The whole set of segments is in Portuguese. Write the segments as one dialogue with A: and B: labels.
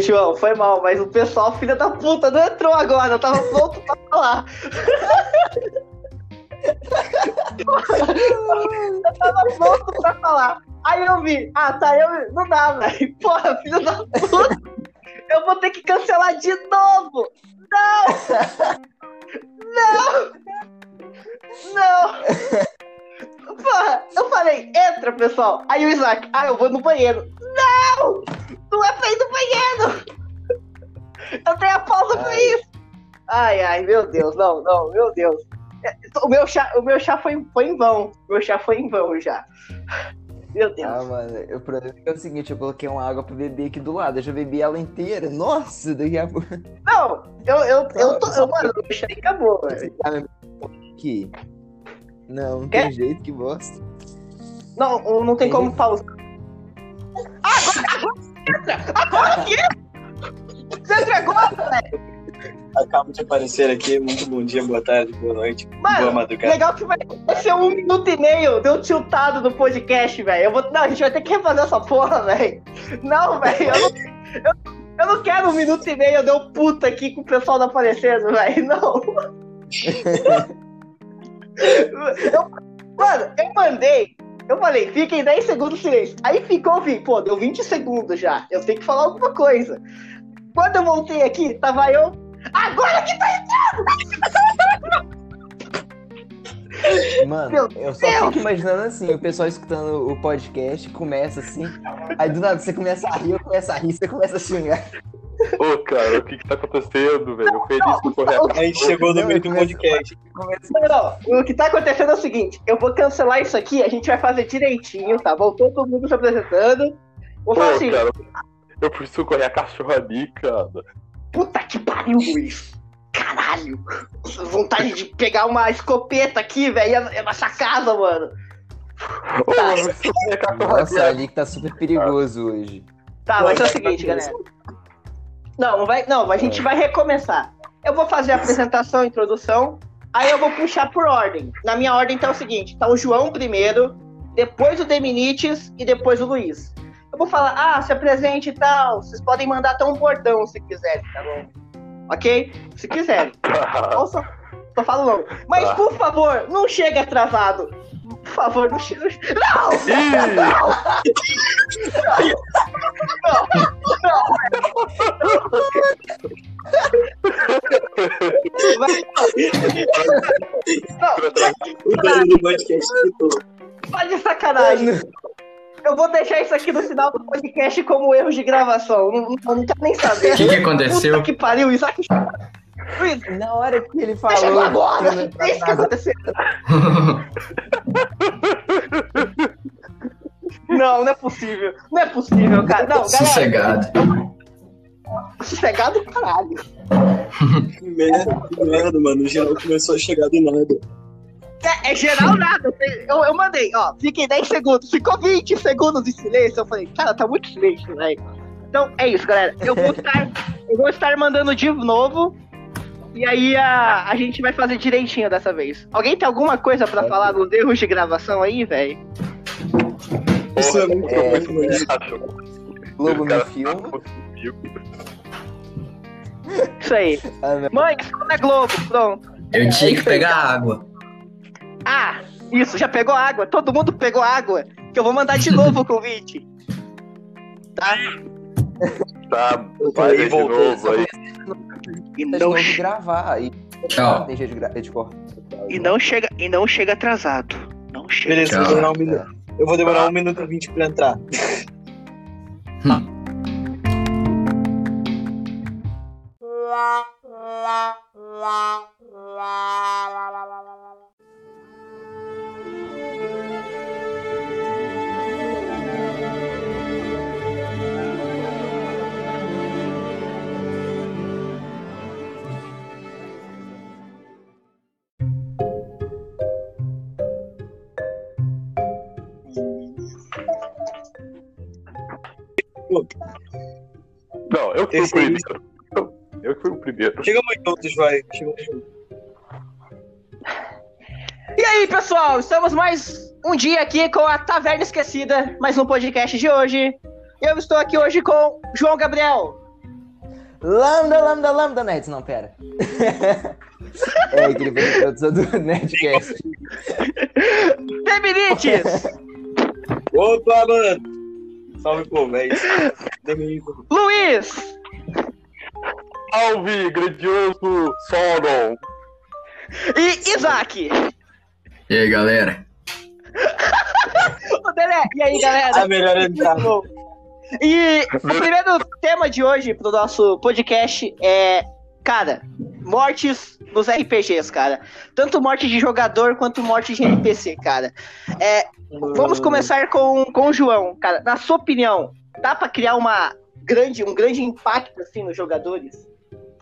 A: João, foi mal, mas o pessoal, filha da puta, não entrou agora, eu tava pronto pra falar. eu tava pronto pra falar. Aí eu vi, ah, tá, eu não dá, velho. Porra, filha da puta, eu vou ter que cancelar de novo. Não! Não! Não! Porra, eu falei, entra, pessoal. Aí o Isaac, ah, eu vou no banheiro. Não! Não é pra ir no banheiro! Eu tenho a pausa pra
B: Ai.
A: isso! Ai, ai, meu Deus, não, não, meu Deus. É, O meu chá, o meu chá foi, em- foi em vão. O meu chá foi em vão já. Meu Deus.
B: Ah, mano, o problema é que é o seguinte, eu coloquei uma água pra beber aqui do lado, eu já bebi ela inteira. Nossa, daqui a pouco.
A: Não, eu, eu, eu tô. Eu, mano, o chá acabou, velho.
B: tá Aqui. Não, não tem jeito, que bosta.
A: Não, não tem como pausar. Agora, agora que entra! Agora que entra! Você entregou,
C: Acabo de aparecer aqui. Muito bom dia, boa tarde, boa noite, boa
A: mano!
C: madrugada.
A: Legal que vai vai ser um minuto e meio, deu tiltado no podcast, velho. Eu vou. Não, a gente vai ter que refazer essa porra, velho. Não, velho, eu não. eu- Eu não quero um minuto e meio, deu puta aqui com o pessoal não aparecendo, velho. Não. Eu- mano, eu mandei. Eu falei, fiquem 10 segundos de silêncio. Aí ficou, vi, pô, deu 20 segundos já. Eu tenho que falar alguma coisa. Quando eu voltei aqui, tava eu. Agora que tá
B: Mano,
A: Meu
B: eu só
A: Deus!
B: fico imaginando assim, o pessoal escutando o podcast, começa assim, aí do nada você começa a rir, eu começo a rir, você começa a xingar.
D: Ô, cara, o que que tá acontecendo, velho? Eu feliz que eu corri atrás.
C: A gente chegou no meio do podcast.
B: Começa...
A: Não, não, o que tá acontecendo é o seguinte: eu vou cancelar isso aqui, a gente vai fazer direitinho, tá bom? Todo mundo se apresentando. Vou
D: Pô,
A: falar assim:
D: cara, eu preciso correr a cachorra ali, cara.
A: puta que pariu, Luiz. Caralho. Vontade de pegar uma escopeta aqui, velho, e a- e a nossa casa, mano.
D: Ô, eu preciso correr É a cachorra ali.
B: Nossa, ali que tá super perigoso hoje.
A: Tá, mas é o seguinte, galera. Não, não vai, não, a gente vai recomeçar. Eu vou fazer a apresentação, a introdução, aí eu vou puxar por ordem. Na minha ordem tá o seguinte, tá o João primeiro, depois o Deminites e depois o Luiz. Eu vou falar, ah, se apresente e tal, vocês podem mandar até um bordão se quiserem, tá bom? Ok? Se quiserem.
D: cara.
A: Ou só, só falo não. Mas,
D: Tá.
A: por favor, não chega atrasado. Por favor, não chega... Não!
D: Ih,
A: Vai- Não,
C: O dono do podcast quitou.
A: Tá de sacanagem. Eu vou deixar isso aqui no final do podcast como erro de gravação. Não, não, não quero nem saber.
E: O que, que aconteceu?
A: Puta que pariu, Isaac. Luiz,
B: Na hora que ele falou.
A: deixa eu agora.
B: que eu não
A: É isso que aconteceu. Não, não é possível. Não é possível, cara. Não, galera,
E: Sossegado.
A: sossegado caralho.
C: Que merda, que merda, mano. O geral começou a chegar do nada.
A: É, é geral nada. Eu, eu mandei, ó, fiquem 10 segundos. Ficou 20 segundos de silêncio. Eu falei, cara, tá muito silêncio, velho. Então é isso, galera. Eu vou estar, eu vou estar mandando de novo. E aí a, a gente vai fazer direitinho dessa vez. Alguém tem alguma coisa pra falar dos erros de gravação aí, velho?
C: Isso é muito
B: É.
C: bom, mano.
D: cachorro.
B: Globo
D: Cara, tá
B: me filma.
D: comigo.
A: Isso aí.
B: Ah, não.
A: Mãe, isso não é Globo. Pronto.
E: Eu tinha que pegar água.
A: Ah, isso, já pegou água. Todo mundo pegou água. Que eu vou mandar de novo o convite.
D: Tá, vai de
C: voltou,
D: novo
A: E
D: aí.
B: Tá de
A: não,
B: novo de
A: che-
B: gravar. E...
E: Tchau.
B: Deixa de gravar. De cortar.
A: e não chega, e não chega atrasado. Não chega.
C: Beleza, eu vou demorar um minuto. Eu vou demorar um minuto e vinte pra entrar. Pô,
D: Não, eu que fui o
C: Esse aí-
D: primeiro. Eu- Eu que fui o primeiro.
C: chegamos juntos, vai. Chegamos juntos.
A: E aí, pessoal, estamos mais um dia aqui com a Taverna Esquecida, mais um podcast de hoje. Eu estou aqui hoje com João Gabriel.
B: Lambda, lambda, lambda, Nets. Não, pera. é aquele fez a introdução do Nerdcast.
A: Feminites,
C: Opa, mano! Salve, povo, é isso. Domingo.
A: Luiz,
D: Salve, grandioso Sodom!
A: e Isaac.
E: E aí, galera?
A: Ô, Dedé, E aí,
C: A
A: galera?
C: melhor é entrada.
A: E o primeiro tema de hoje pro nosso podcast é, cara, mortes nos RPGs, cara. Tanto morte de jogador quanto morte de NPC, cara. É,
C: Hum.
A: Vamos começar com, com o João, cara. Na sua opinião, dá pra criar uma grande, um grande impacto assim nos jogadores?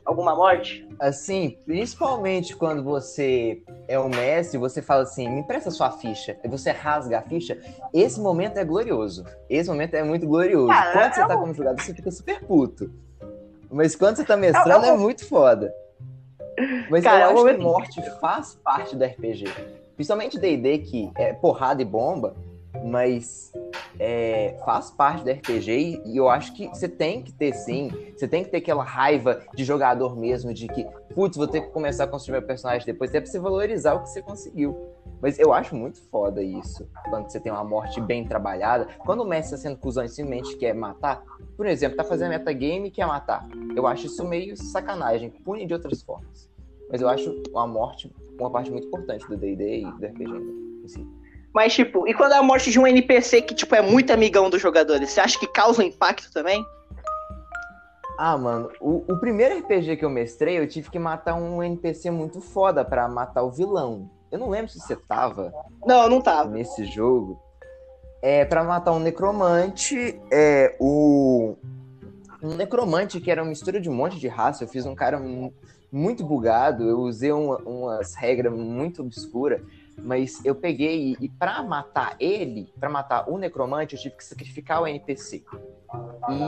A: Alguma morte?
B: Assim, principalmente quando você é o mestre, você fala assim, me empresta sua ficha. Aí você rasga a ficha. Esse momento é glorioso. Esse momento é muito glorioso.
A: Ah,
B: quando você
A: é
B: tá
A: um-
B: como jogador, você fica super puto. Mas quando você tá mestrando,
A: É, é um-
B: é muito foda. Mas
A: Cara, é um
B: eu acho que
A: momento-
B: morte faz parte do RPG. Principalmente D&D, que é porrada e bomba, mas é, faz parte do RPG e, e eu acho que você tem que ter sim, você tem que ter aquela raiva de jogador mesmo, de que, putz, vou ter que começar a construir meu personagem depois, até pra você valorizar o que você conseguiu. Mas eu acho muito foda isso, quando você tem uma morte bem trabalhada. Quando o mestre tá sendo cuzão e simplesmente quer matar, por exemplo, tá fazendo metagame e quer matar. Eu acho isso meio sacanagem, pune de outras formas. Mas eu acho a morte uma parte muito importante do D&D e do RPG em si.
A: Mas, tipo, e quando é a morte de um NPC que, tipo, é muito amigão dos jogadores, você acha que causa um impacto também?
B: Ah, mano, o, o primeiro RPG que eu mestrei, eu tive que matar um NPC muito foda pra matar o vilão. Eu não lembro se você tava
A: Não, tá. não tava.
B: nesse jogo. É, pra matar um necromante, é, o... Um necromante que era uma mistura de um monte de raça. Eu fiz um cara mu- muito bugado, eu usei uma- umas regras muito obscuras. Mas eu peguei e, e pra matar ele, pra matar o necromante, eu tive que sacrificar o NPC.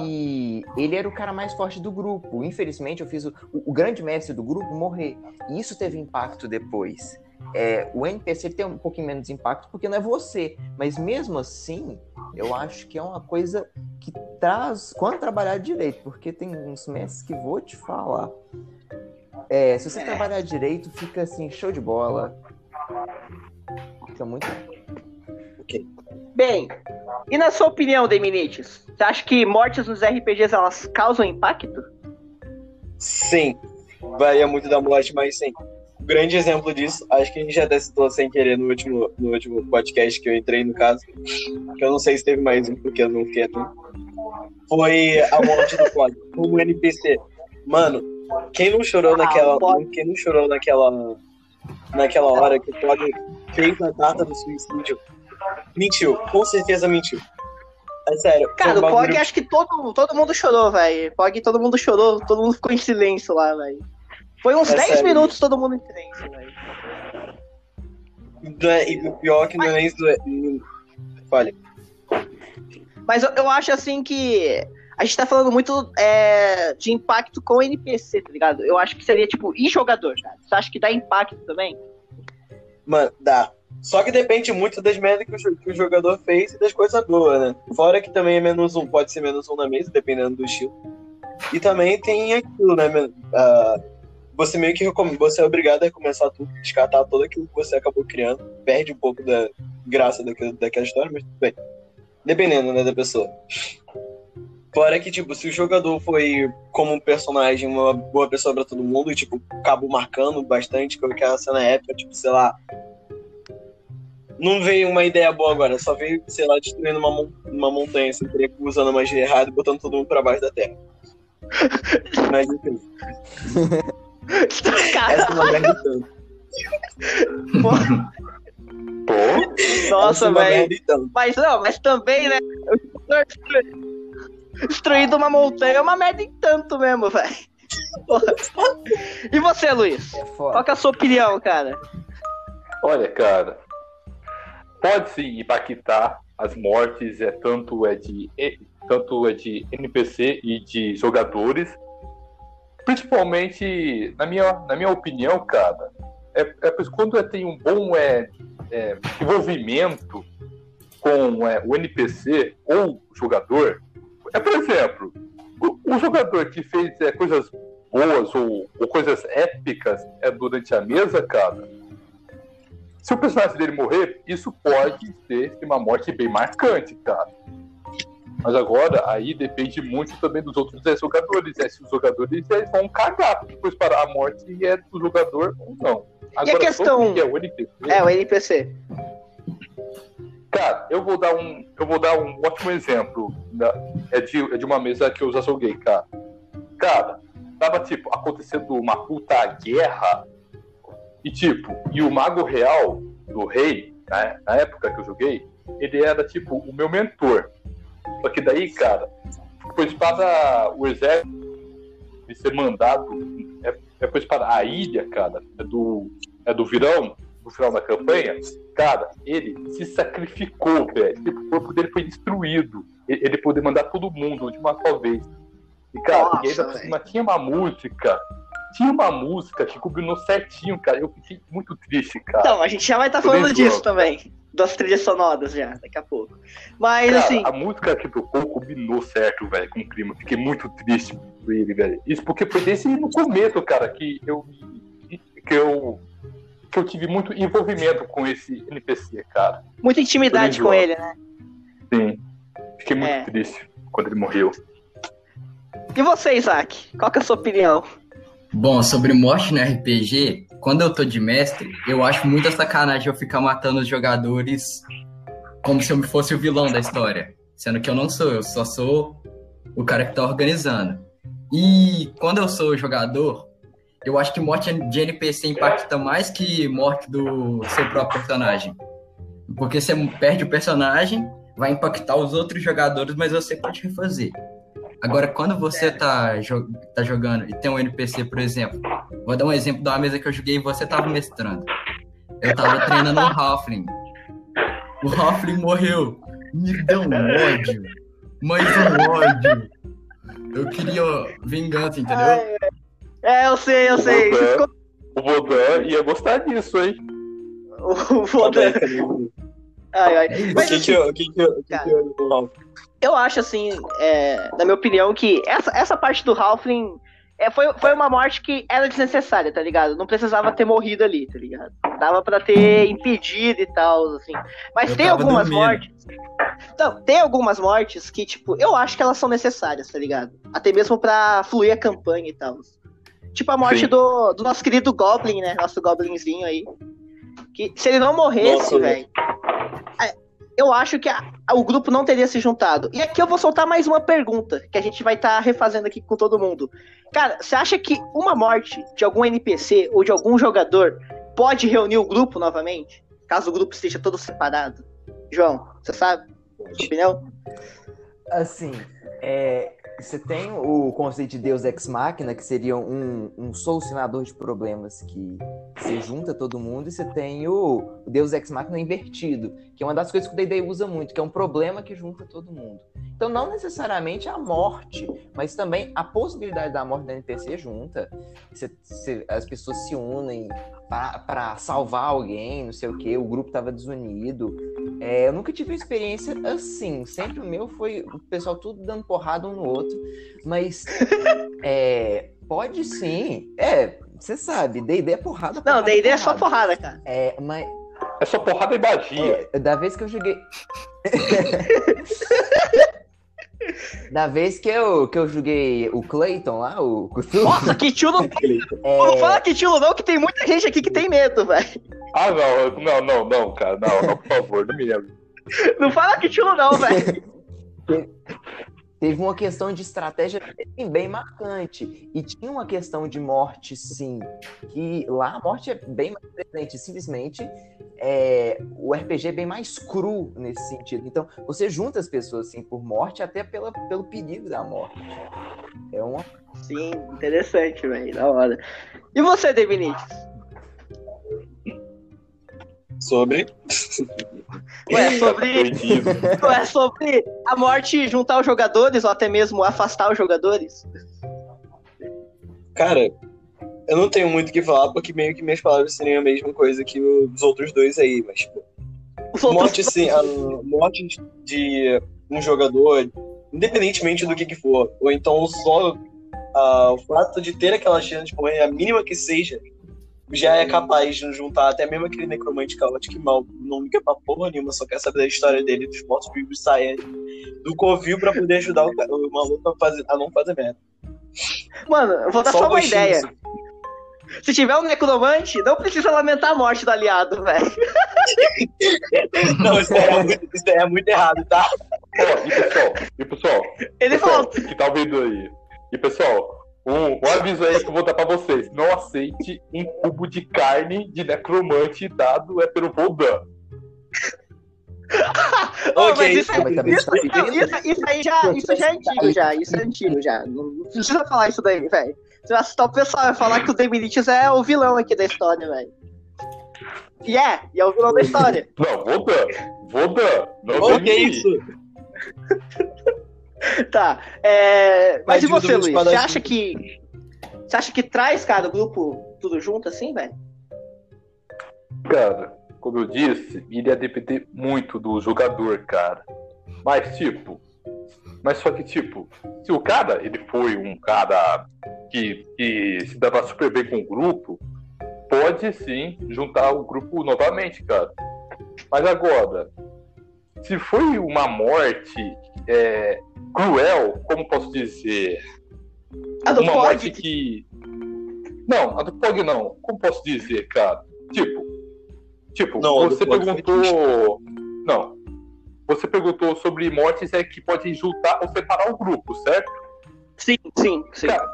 B: E ele era o cara mais forte do grupo. Infelizmente, eu fiz o, o grande mestre do grupo morrer. E isso teve impacto depois. É, o NPC tem um pouquinho menos impacto porque não é você. Mas mesmo assim, eu acho que é uma coisa que traz quando trabalhar direito. Porque tem uns mestres que vou te falar. É, se você trabalhar direito, fica assim, show de bola. Fica muito.
A: Bem, e na sua opinião, Deminites? Você acha que mortes nos RPGs elas causam impacto?
C: Sim. Varia muito da morte, mas sim. Um grande exemplo disso, acho que a gente já até citou sem querer no último, no último podcast que eu entrei, no caso. Que eu não sei se teve mais um, porque eu não fiquei atento. Foi a morte do Pod, como NPC. Mano, quem não chorou naquela.
A: Ah, o Pod.
C: Quem não chorou naquela. Naquela hora que o Pod fez a data do suicídio? Mentiu, com certeza mentiu. É sério. foi
A: Cara,
C: um
A: o
C: bagulho
A: Pog acho que todo, todo mundo chorou, velho. Pog todo mundo chorou, todo mundo ficou em silêncio lá, velho. Foi uns
C: É
A: 10
C: sério.
A: minutos todo mundo em silêncio, velho.
C: Não é- e o pior que não é nem isso. é- Olha,
A: Mas eu, eu acho assim que a gente tá falando muito é, de impacto com NPC, tá ligado? Eu acho que seria tipo em jogador, cara. Você acha que dá impacto também?
C: mano, dá. Só que depende muito das merdas que o, jo- que o jogador fez e das coisas boas, né? Fora que também é menos um, pode ser menos um na mesa, dependendo do estilo. E também tem aquilo, né? men- ah, você meio que recom- você é obrigado a recomeçar tudo, descartar tudo aquilo que você acabou criando. Perde um pouco da graça daquilo- daquela história, mas tudo bem. Dependendo, né, da pessoa. Fora que, tipo, se o jogador foi como um personagem, uma boa pessoa pra todo mundo, e, tipo, acabou marcando bastante, porque aquela cena épica, tipo, sei lá. Não veio uma ideia boa agora, só veio, sei lá, destruindo uma, mon- uma montanha, assim, sem querer, usando a magia errada e botando todo mundo pra baixo da terra. Mas enfim,
A: cara,
C: essa é uma merda e tanto.
D: Pô,
C: Essa é
A: nossa,
C: uma
A: velho.
C: merda e tanto. tá
A: Mas não, mas também, né? o jogador destru- Destruindo uma montanha é uma merda em tanto mesmo, velho. Porra. E você, Luiz?
B: É
A: Qual
B: foda.
A: que é a sua opinião, cara?
D: olha, cara. Pode sim impactar as mortes, é tanto é de tanto é de NPC e de jogadores. Principalmente, na minha, na minha opinião, cara, é, é por isso que quando é, tem um bom é, é, envolvimento com é, o NPC ou o jogador, é, por exemplo, o, o jogador que fez é, coisas boas ou, ou coisas épicas é, durante a mesa, cara, se o personagem dele morrer, isso pode ser uma morte bem marcante, cara. Mas agora, aí depende muito também dos outros é, jogadores. É, se os jogadores é, vão cagar depois para a morte é do jogador ou não. Agora,
A: a questão-
D: sobre o que é o NPC,
A: É, o NPC.
D: Cara, eu vou dar um, eu vou dar um ótimo exemplo. da- é, de, é de uma mesa que eu já joguei, cara. Cara, tava tipo, acontecendo uma puta guerra. E tipo, e o mago real do rei, né, na época que eu joguei, ele era tipo o meu mentor. Só que daí, cara, depois para o exército de ser mandado, é, depois para a ilha, cara, é do, é do virão, no final da campanha, Cara, ele se sacrificou, velho. Tipo, O corpo dele foi destruído. E- Ele poder mandar todo mundo de uma só vez. E, cara, e
A: Nossa,
D: ainda por cima tinha uma música. Tinha uma música que combinou certinho, cara. Eu fiquei muito triste, cara.
A: Então, a gente já vai estar
D: Eu
A: falando
D: nem
A: disso
D: jogo.
A: também. Das trilhas sonoras já, daqui a pouco. Mas
D: Cara,
A: assim,
D: A música que tocou combinou certo, velho, com o clima. Fiquei muito triste com ele, velho. Isso porque foi desse no começo, cara, que eu. que eu. que eu tive muito envolvimento com esse NPC, cara.
A: muita intimidade
D: eu nem
A: com
D: jogo.
A: ele, né?
D: Sim. Fiquei muito
A: É.
D: triste quando ele morreu.
A: E você, Isaac? Qual que é a sua opinião?
E: Bom, sobre morte no RPG, quando eu tô de mestre, eu acho muita sacanagem eu ficar matando os jogadores como se eu fosse o vilão da história. Sendo que eu não sou, eu só sou o cara que tá organizando. E quando eu sou jogador, eu acho que morte de NPC impacta mais que morte do seu próprio personagem. Porque você perde o personagem, vai impactar os outros jogadores, mas você pode refazer. Agora, quando você tá, jo- tá jogando e tem um NPC, por exemplo, vou dar um exemplo da mesa que eu joguei e você tava mestrando. Eu tava treinando um Halfling. O Halfling morreu. Me deu um ódio. Mais um ódio. Eu queria vingança, entendeu?
A: Ai, É, eu sei, eu sei.
D: Você-
A: Você ficou-
D: O Vodan ia gostar disso, hein?
A: O Vodan. Ai, ai.
E: É isso.
A: Mas,
C: tá O que que eu- o que que eu- o que que
A: Cara.
C: eu- o Ralph?
A: Eu acho, assim, é, na minha opinião, que essa, essa parte do Halfling é, foi, foi uma morte que era desnecessária, tá ligado? Não precisava ter morrido ali, tá ligado? Dava pra ter impedido e tal, assim. Mas
E: Eu
A: tem
E: tava
A: algumas
E: dormindo.
A: mortes. Então, tem algumas mortes que, tipo, eu acho que elas são necessárias, tá ligado? Até mesmo pra fluir a campanha e tal. Tipo a morte
D: Sim.
A: do, do nosso querido Goblin, né? Nosso Goblinzinho aí. Que se ele não morresse,
C: Nossa,
A: velho. é, Eu acho que a- o grupo não teria se juntado. E aqui eu vou soltar mais uma pergunta que a gente vai estar refazendo aqui com todo mundo. Cara, você acha que uma morte de algum NPC ou de algum jogador pode reunir o grupo novamente? Caso o grupo esteja todo separado? João, você sabe? Sua opinião?
B: Assim, é, você tem o conceito de Deus Ex Machina, que seria um, um solucionador de problemas que se junta todo mundo, e você tem o Deus Ex Machina invertido, que é uma das coisas que o D&D usa muito, que é um problema que junta todo mundo. Então, não necessariamente a morte, mas também a possibilidade da morte da NPC junta. Você- você- as pessoas se unem para salvar alguém, não sei o quê, o grupo estava desunido. É, eu nunca tive uma experiência assim. Sempre o meu foi o pessoal tudo dando porrada um no outro. Mas é, pode sim. É, você sabe, D&D é porrada.
A: Não,
B: porrada,
A: D&D é só
B: porrada.
A: porrada, cara.
B: É, mas
D: É só porrada e magia.
B: é, da vez que eu joguei. da vez que eu, que eu joguei o Clayton lá, o Cthulhu,
A: Nossa, que tio não. Não fala que tio não, que tem muita gente aqui que tem medo, velho.
D: Ah, não, não, não, não, cara. Não, não, por favor, não me lembro.
A: Não fala que tio não, velho.
B: teve uma questão de estratégia bem, bem marcante. E tinha uma questão de morte, sim. Que lá a morte é bem mais presente. Simplesmente é, o RPG é bem mais cru nesse sentido. Então, você junta as pessoas sim por morte, até pela, pelo perigo da morte. É uma
A: Sim, interessante, velho. Da hora. E você, De Vinícius?
C: Sobre.
A: Não é sobre, não é sobre a morte juntar os jogadores ou até mesmo afastar os jogadores?
C: Cara, eu não tenho muito o que falar, porque meio que minhas palavras seriam a mesma coisa que os outros dois aí, mas, tipo,
A: Os outros-
C: morte, assim, a morte de um jogador, independentemente do que, que for, ou então só ah, o fato de ter aquela chance de morrer, a mínima que seja, já é capaz de nos juntar até mesmo aquele necromante caótico que mal não liga pra porra nenhuma, só quer saber da história dele, dos mortos vivos sair do covil pra poder ajudar o, ca- o maluco a, fazer, a não fazer merda.
A: Mano, eu vou dar só,
C: o
A: uma
C: gostinho,
A: ideia.
C: assim.
A: Se tiver um necromante, não precisa lamentar a morte do aliado, velho.
C: Não, isso daí é muito, isso daí é muito errado, tá?
D: Ó, e pessoal, e pessoal,
A: Ele
D: pessoal
A: volta.
D: que tá ouvindo aí. E pessoal, um, um aviso aí que eu vou dar pra vocês. Não aceite um cubo de carne de necromante dado é pelo Voldan.
A: Ô, mas
C: Ok.
A: isso é-
B: Mas também
A: isso-
B: tá
A: não, isso- isso aí já, isso já é antigo já, isso é antigo já. Não precisa falar isso daí, velho. Você vai assustar o pessoal vai falar que o Demilitis é o vilão aqui da história, velho. E é, e é o vilão da história.
D: Não, Voldan. Voldan. Não
C: Ok,
D: vem em mim.
C: isso.
A: Tá. é, Mas
C: Mas
A: e
C: diga
A: você,
C: do
A: Luiz? Você
C: espadachim.
A: acha que. Você acha que traz, cara, o grupo tudo junto assim, velho?
D: Cara, como eu disse, iria depender muito do jogador, cara. Mas, tipo. Mas só que, tipo, se o cara, ele foi um cara que, que se dava super bem com o grupo, pode sim juntar o grupo novamente, cara. Mas agora, se foi uma morte é, cruel, como posso dizer?
A: Ah, não
D: uma
A: pode.
D: morte que. Não, a do Pog não. Como posso dizer, cara? Tipo. Tipo,
C: Não, a do
D: você
C: Pog foi
D: perguntou. Não. Você perguntou sobre mortes é que podem juntar ou separar o grupo, certo?
A: Sim, sim, sim.
D: Cara,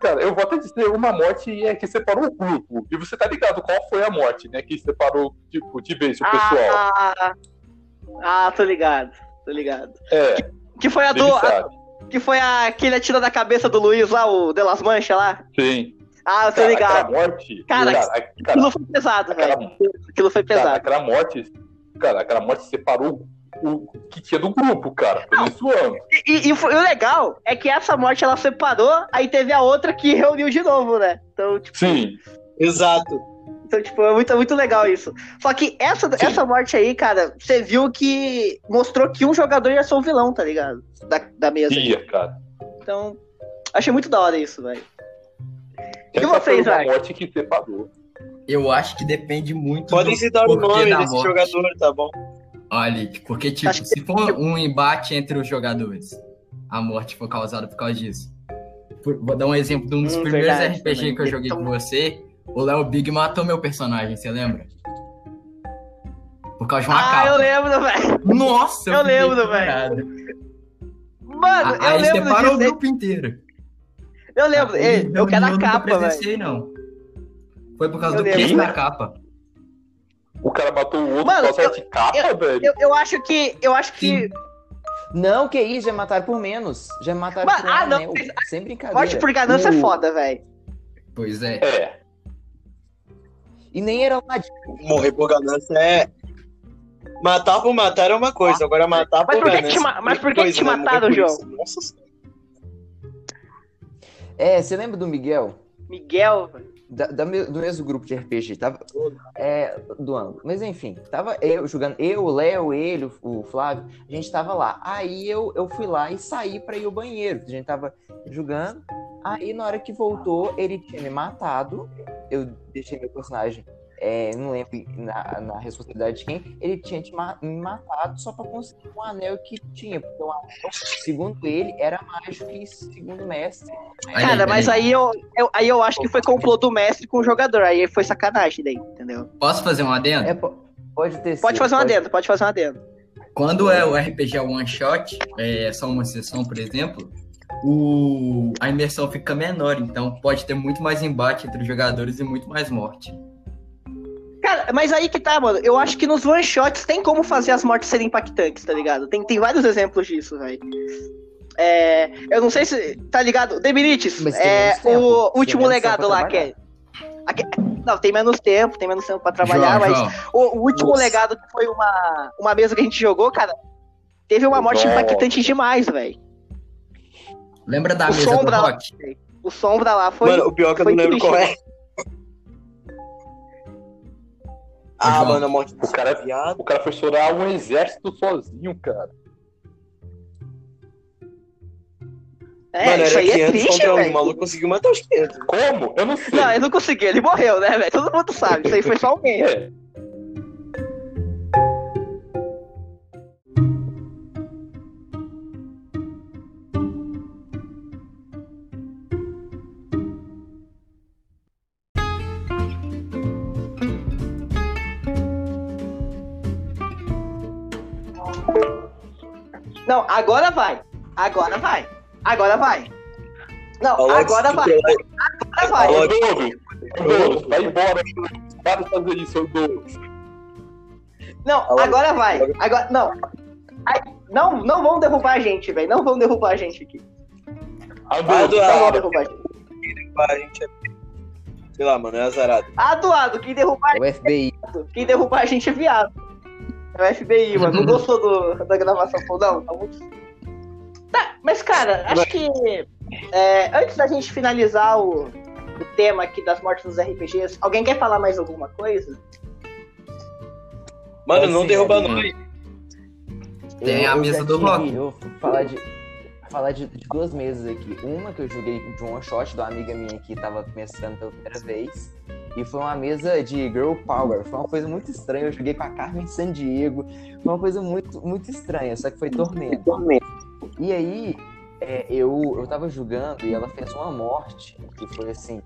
D: Cara, eu vou até dizer uma morte é que separou o grupo. E você tá ligado qual foi a morte, né? Que separou, tipo, de vez o pessoal.
A: Ah, ah, tô ligado, tô ligado.
D: É,
A: Que foi a
D: ele
A: do. a-
D: sabe.
A: que foi a, que ele atira da cabeça do Luiz lá, o De Las Manchas lá.
D: Sim.
A: Ah, eu tô
D: Cara,
A: ligado.
D: Aquela morte.
A: Cara,
D: a- cara,
A: Aquilo foi pesado,
D: aquela
A: velho. Aquilo foi
D: Cara,
A: pesado.
D: aquela morte, cara, aquela morte separou o o que tinha do grupo, cara. Por isso ano.
A: E, e- e foi- e o legal é que essa morte ela separou, aí teve a outra que reuniu de novo, né? Então, tipo,
D: Sim.
C: Exato.
A: então, tipo é muito, é muito legal isso. Só que essa,
D: Sim.
A: essa morte aí, cara, você viu que mostrou que um jogador ia ser o vilão, tá ligado? Da, da mesa.
D: Ia, cara.
A: Então, achei muito da hora isso, velho. E
D: Essa
A: vocês,
D: foi uma
A: Zay?
D: morte que separou.
E: Eu acho que depende muito
C: Podem
E: do
C: citar o
E: porquê
C: nome
E: da
C: desse
E: morte.
C: jogador, tá bom?
E: Olha, porque, tipo,
A: Acho que-
E: se for um embate entre os jogadores, a morte foi causada por causa disso. Por- vou dar um exemplo de um dos
A: Hum,
E: primeiros
A: verdade,
E: RPG
A: também.
E: que eu joguei com
A: Então-
E: você. O Léo Big matou meu personagem, você lembra? Por causa de uma
A: Ah, eu
E: capa.
A: lembro, velho.
E: Nossa!
A: Eu
E: fiquei
A: lembro, velho.
E: chorado.
A: Mano,
E: A-
A: eu
E: Aí
A: lembro
E: separou o
A: disso.
E: grupo inteiro.
A: Eu lembro. Ei, eu quero a
E: Não
A: capa, velho.
E: presenciei, não. Foi por causa
A: Eu
E: do
A: lembro.
E: preço da capa.
D: O cara matou o outro
A: Mano,
D: por causa
A: eu-
D: de capa, velho.
A: Eu, eu acho que. Eu acho que.
E: Sim.
B: Não, que isso, já mataram por menos. Já mataram
A: Mas-
B: por
A: ah, não,
B: anel.
A: mas-
B: Sem brincadeira.
A: Morte por ganância
B: No-
A: é foda, velho.
E: Pois é.
D: É.
B: E nem era um ladinho.
C: Morrer por ganância é. Matar por matar é uma coisa, agora matar
A: Mas
C: por
A: por que que
C: ganância.
A: te ma-
C: é
A: mas
C: outra
A: por que que te
C: Morrer
A: mataram,
C: por
A: João?
C: isso, Nossa senhora.
B: É, você lembra do Miguel?
A: Miguel, velho.
B: Da, da me- do mesmo grupo de RPG, tava. tá? É, do ano. Mas enfim, tava eu jogando, eu, o Léo, ele, o- o Flávio, a gente tava lá. Aí eu, eu fui lá e saí pra ir ao banheiro. A gente tava jogando. Aí na hora que voltou, ele tinha me matado. Eu deixei meu personagem, é, não lembro na, na responsabilidade de quem. Ele tinha te ma- me matado só pra conseguir um anel que tinha. Porque o anel, segundo ele, era mágico e segundo o mestre.
E: Olha
A: Cara, mas
E: olha
A: aí eu, eu- aí eu acho que foi complô do mestre com o jogador. Aí foi sacanagem daí, entendeu?
E: Posso fazer um adendo?
B: É, po- pode ter
A: Pode
B: sido,
A: fazer um adendo, pode fazer um adendo.
E: Quando é o RPG one shot, é só uma sessão, por exemplo, o... a imersão fica menor, então pode ter muito mais embate entre os jogadores e muito mais morte.
A: Cara, mas aí que tá, mano. Eu acho que nos one shots tem como fazer as mortes serem impactantes, tá ligado? Tem, tem vários exemplos disso, velho. É, eu não sei se. Tá ligado? Demirites,
B: Mas tem
A: é,
B: menos tempo.
A: o
B: Tem
A: último
B: menos
A: legado
B: tempo pra
A: lá, que é.
B: trabalhar.
A: Aque- Não, tem menos tempo, tem menos tempo pra trabalhar,
E: João,
A: mas
E: João,
A: O, o último
C: Nossa.
A: legado que foi uma, uma mesa que a gente jogou, cara, teve uma morte
D: Nossa.
A: impactante demais, velho.
E: lembra da
A: o
E: mesa do
A: Sombra-
E: Rock?
A: O sombra lá foi.
C: mano, o pior é que eu
A: foi
C: não lembro
A: triste,
C: qual é. ah,
E: João.
C: mano, a morte do
D: O cara-
C: viado.
D: O cara foi estourar um exército sozinho, cara.
A: É,
C: mano,
A: isso
C: era
A: aí é
C: 500
A: triste,
C: contra um. O
A: velho.
C: maluco conseguiu matar os 500.
D: Como? Eu não sei.
A: Não, é- ele não conseguiu, ele morreu, né, velho? Todo mundo sabe, isso aí foi só um erro.
D: É.
A: Não, agora vai. Agora vai. Agora vai. Não, agora vai. Agora vai.
C: Alex-
D: Eu dou, eu dou. Vai embora. Para de fazer isso, eu dou.
A: Não,
C: Alex-
A: agora vai. Agora, não. Ai, não, não vão derrubar a gente, velho. Não vão derrubar a gente aqui.
C: Ah,
D: Adoro,
C: do-
A: Não vão
D: cara.
A: derrubar a gente.
C: A gente é... Sei lá, mano, é azarado.
A: Adoado, quem derrubar
B: O FBI.
A: viado. Quem derrubar a gente é viado. É o FBI, mano. Não gostou do- da gravação, pô, não. Tá, muito... tá, mas, cara, acho que é, antes da gente finalizar o, o tema aqui das mortes nos RPGs, alguém quer falar mais alguma coisa?
C: Mano,
B: Assim,
C: não derruba
B: né?
C: nós.
E: Tem a
B: eu
E: mesa
B: já
E: do
B: tive-
E: rock.
B: Eu vou falar de falar de, de duas mesas aqui. Uma que eu joguei de um one shot de uma amiga minha que tava começando pela primeira vez. E foi uma mesa de Girl Power. Foi uma coisa muito estranha. Eu joguei com a Carmen San Diego. Foi uma coisa muito, muito estranha, só que foi tormento. E aí, é, eu, eu tava julgando e ela fez uma morte que foi assim,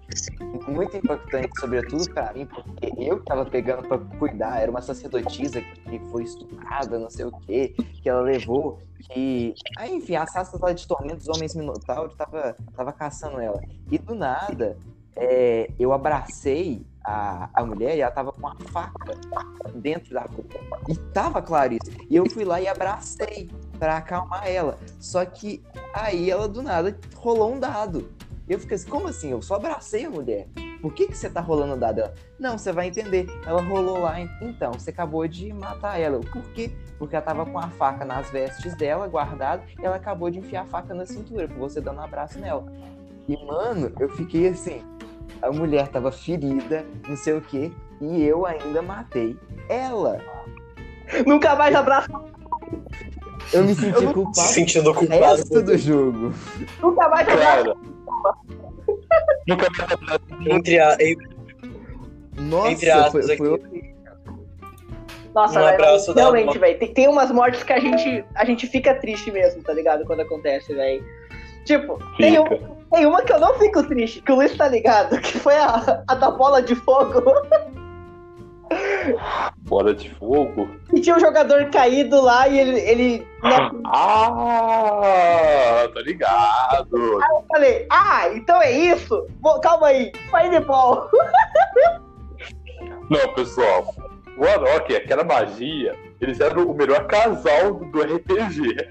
B: muito impactante, sobretudo pra mim, porque eu que tava pegando pra cuidar, era uma sacerdotisa que foi estuprada, não sei o quê, que ela levou. E. Aí, enfim, a sacerdotisa de tormento dos homens minotauros tava, tava caçando ela. E do nada, é, eu abracei a, a mulher e ela tava com a faca dentro da boca. E tava claro isso. E eu fui lá e abracei pra acalmar ela. Só que aí ela do nada rolou um dado. Eu fiquei assim, como assim? Eu só abracei a mulher. Por que, que você tá rolando um dado? Ela, não, você vai entender. Ela rolou lá, en- então, você acabou de matar ela. Eu, Por quê? Porque ela tava com a faca nas vestes dela, guardada, e ela acabou de enfiar a faca na cintura, com você dando um abraço nela. E, mano, eu fiquei assim. A mulher tava ferida, não sei o quê, e eu ainda matei ela.
A: Nunca mais abraça,
B: Eu me senti
A: não-
B: culpado
C: Se tá? sentindo
A: É
B: o
C: culpado.
A: assim.
B: resto do jogo.
A: nunca
C: Um
A: mais abraça.
D: Cara. Nunca mais abraço.
C: Entre a...
B: Nossa,
C: Entre aspas
B: foi,
C: aqui.
B: foi horrível.
A: Nossa,
C: Um
A: velho,
C: abraço da
A: realmente,
C: mão.
A: velho. Tem, tem umas mortes que a gente, a gente fica triste mesmo, tá ligado? Quando acontece, velho. Tipo, tem, um-
D: Fica.
A: tem uma que eu não fico triste, que o Luiz tá ligado, que foi a, a da bola de fogo.
D: Bola de fogo.
A: E tinha um jogador caído lá e ele. ele né,
D: Ah, tá ligado.
A: eu falei, ah, então é isso? Vou- calma aí, Fireball.
D: Não, pessoal. O Arok, aquela magia, eles eram o melhor casal do RPG.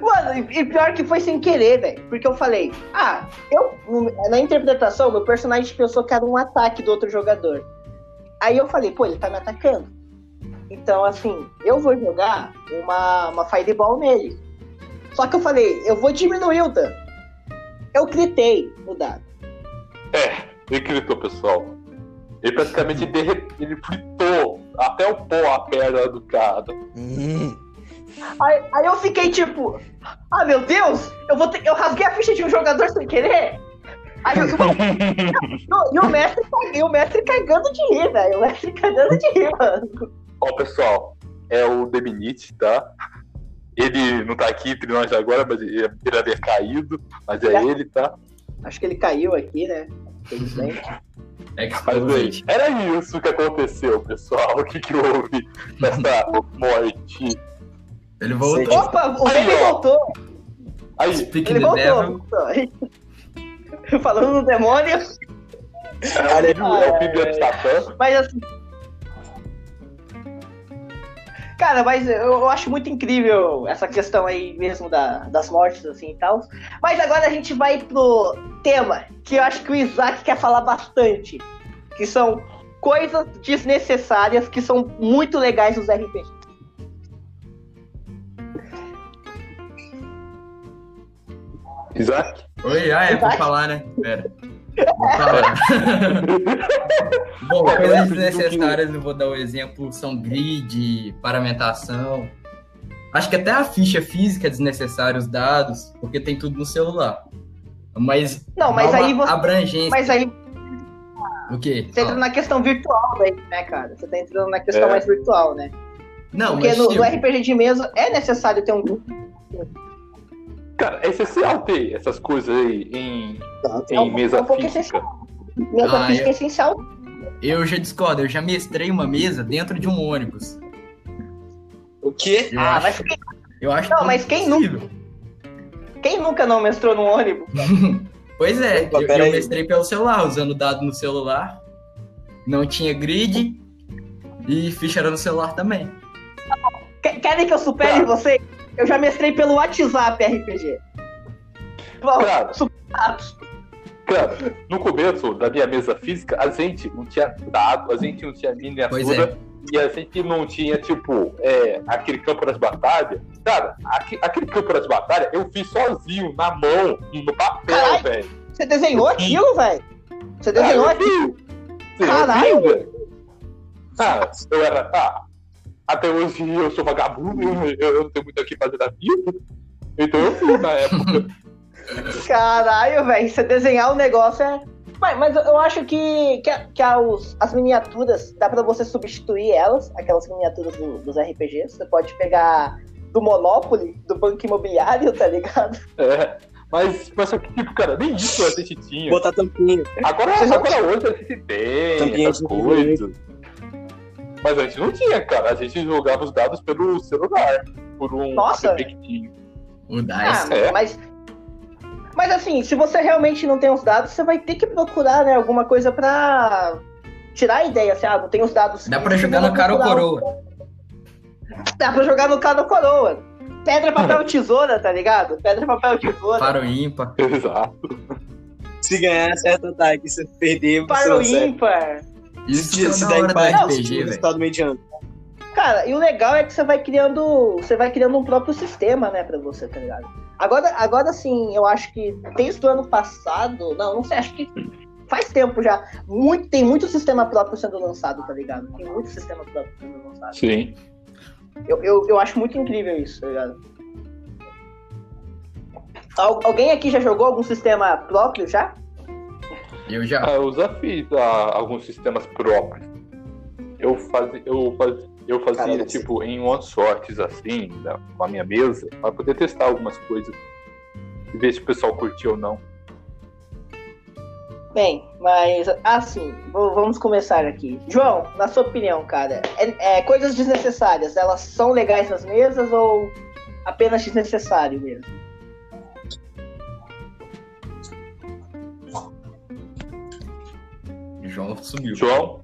A: Mano, e e pior que foi sem querer, velho. Porque eu falei, ah, eu. no- Na interpretação, meu personagem pensou que era um ataque do outro jogador. Aí eu falei, pô, ele tá me atacando. Então, assim, eu vou jogar uma, uma Fireball nele. Só que eu falei, eu vou diminuir o dano. Eu gritei no dado.
D: Ele gritou, pessoal. Ele praticamente derreteu, ele fritou até o pó a perna do cara.
B: Hum.
A: Aí, aí eu fiquei tipo, ah meu Deus, eu, vou ter- eu rasguei a ficha de um jogador sem querer. Aí eu, Não, e, o mestre, ca- e o mestre cagando de rir, velho. O mestre cagando de rir, mano.
D: Ó, pessoal, é o Deminite, tá? Ele não tá aqui entre nós agora, mas ele ele havia caído, mas é
A: É.
D: ele, tá?
A: Acho que ele caiu aqui, né? Infelizmente.
D: Mas bem,
E: Exposed.
D: era isso que aconteceu, pessoal. O que que houve nessa morte?
E: Ele voltou.
A: Opa, o
D: Aí,
A: Baby
D: ó.
A: voltou.
D: Aí,
E: Speak
A: Ele
E: the Devil.
A: voltou. voltou. Falando no demônio,
D: é o Bíblia de Satã.
A: mas assim. Cara, mas eu, eu acho muito incrível essa questão aí mesmo da, das mortes, assim e tal. Mas agora a gente vai pro tema que eu acho que o Isaac quer falar bastante. Que são coisas desnecessárias que são muito legais nos RPGs.
D: Isaac?
E: Oi, ah, é pra
A: Isaac?
E: falar, né? Pera. Vou falar. Bom, coisas desnecessárias, eu vou dar o exemplo, são grid, paramentação. Acho que até a ficha física é desnecessária, os dados, porque tem tudo no celular. Mas
A: Não, mas
E: dá uma
A: aí você.
E: abrangência.
A: Mas aí
E: O quê?
A: você entra
E: Fala.
A: na questão virtual daí, né, cara? Você tá entrando na questão
D: É.
A: mais virtual, né?
E: Não,
A: Porque
E: mas
A: no,
E: tipo,
A: no RPG de mesa é necessário ter um grupo.
D: Cara, é essencial ter essas coisas aí em,
A: É
D: em
A: um-
D: mesa
A: é um pouco
D: física.
A: Mesa
E: Ah,
A: física
E: é.
A: é essencial.
E: eu já discordo, eu já mestrei uma mesa dentro de um ônibus.
C: O quê?
E: Eu
A: Ah,
E: acho,
A: mas
E: eu acho
A: Não, mas quem
E: impossível.
A: quem nunca não mestrou num ônibus?
E: Pois é,
C: Opa,
E: eu,
C: pera
E: eu
C: aí.
E: mestrei pelo celular, usando dado no celular. Não tinha grid. E ficha era no celular também.
A: Que- Querem que eu supere vocês? Eu já mestrei pelo WhatsApp RPG. Bom,
D: Cara.
A: su- ah,
D: Cara, no começo da minha mesa física, a gente não tinha dado, a gente não tinha
E: Pois
D: miniatura.
E: é.
D: e a gente não tinha, tipo, é, aquele campo das batalhas. Cara, aque- aquele campo das batalhas eu fiz sozinho, na mão, no papel,
A: Caralho,
D: velho.
A: Você desenhou aquilo, velho? Você
D: Ah,
A: desenhou
D: eu
A: aquilo?
D: fiz. Você não
A: Caralho.
D: viu, velho? Ah, eu era. Ah, até hoje eu sou vagabundo, eu, eu não tenho muito o que fazer da vida. Então eu fiz na época.
A: Caralho, velho. Você desenhar o negócio é. Mas, mas eu acho que, que, a- que a- os- as miniaturas, dá pra você substituir elas, aquelas miniaturas do- dos RPGs. Você pode pegar do Monopoly, do Banco Imobiliário, tá ligado?
D: É. Mas, mas só que, tipo, cara, nem isso a gente tinha.
C: Botar tampinha.
D: Agora,
A: Você já-
D: agora hoje a gente tem
C: Também a
D: essas
C: gente
D: coisas. Mas a gente não tinha, cara. A gente jogava os dados pelo celular. Por um
A: Nossa.
D: app que tinha.
E: O Dice.
A: Ah,
D: é.
A: mas. Mas assim, se você realmente não tem os dados, você vai ter que procurar, né, alguma coisa pra tirar a ideia, assim, ah, não tem os dados.
E: Dá pra
A: físicos,
E: jogar
A: eu
E: no
A: vou
E: cara ou
A: procurar
E: coroa.
A: Dá pra jogar no cara ou coroa. Pedra, papel, tesoura, tá ligado? Pedra, papel, tesoura.
E: Para o ímpar.
D: Exato.
C: Se ganhar, acerta ataque. Se perder, você
A: Para
C: não
A: o
C: acerta.
A: ímpar.
E: Isso
A: é
C: Se, se
E: toda
C: der
E: hora né? do
C: empate,
E: RPG,
C: o
E: velho.
C: resultado mediano.
A: Cara, e o legal é que você vai criando. Você vai criando um próprio sistema, né, pra você, tá ligado? Agora, agora sim, eu acho que desde o ano passado. Não, não sei, acho que faz tempo já. Muito, tem muito sistema próprio sendo lançado, tá ligado? Tem muito sistema próprio sendo lançado.
D: Sim.
A: Eu, eu, eu acho muito incrível isso, tá ligado? Al- alguém aqui já jogou algum sistema próprio já?
E: Eu já.
D: Ah, eu já fiz ah, alguns sistemas próprios. Eu fazia, eu fazia, eu fazia
C: Caralho,
D: tipo, em one-shots, assim, da- com a minha mesa, pra poder testar algumas coisas. E ver se o pessoal curtiu ou não.
A: Bem, mas assim, v- vamos começar aqui. João, na sua opinião, cara, é- é, coisas desnecessárias, elas são legais nas mesas ou apenas desnecessário mesmo?
E: João sumiu.
D: João?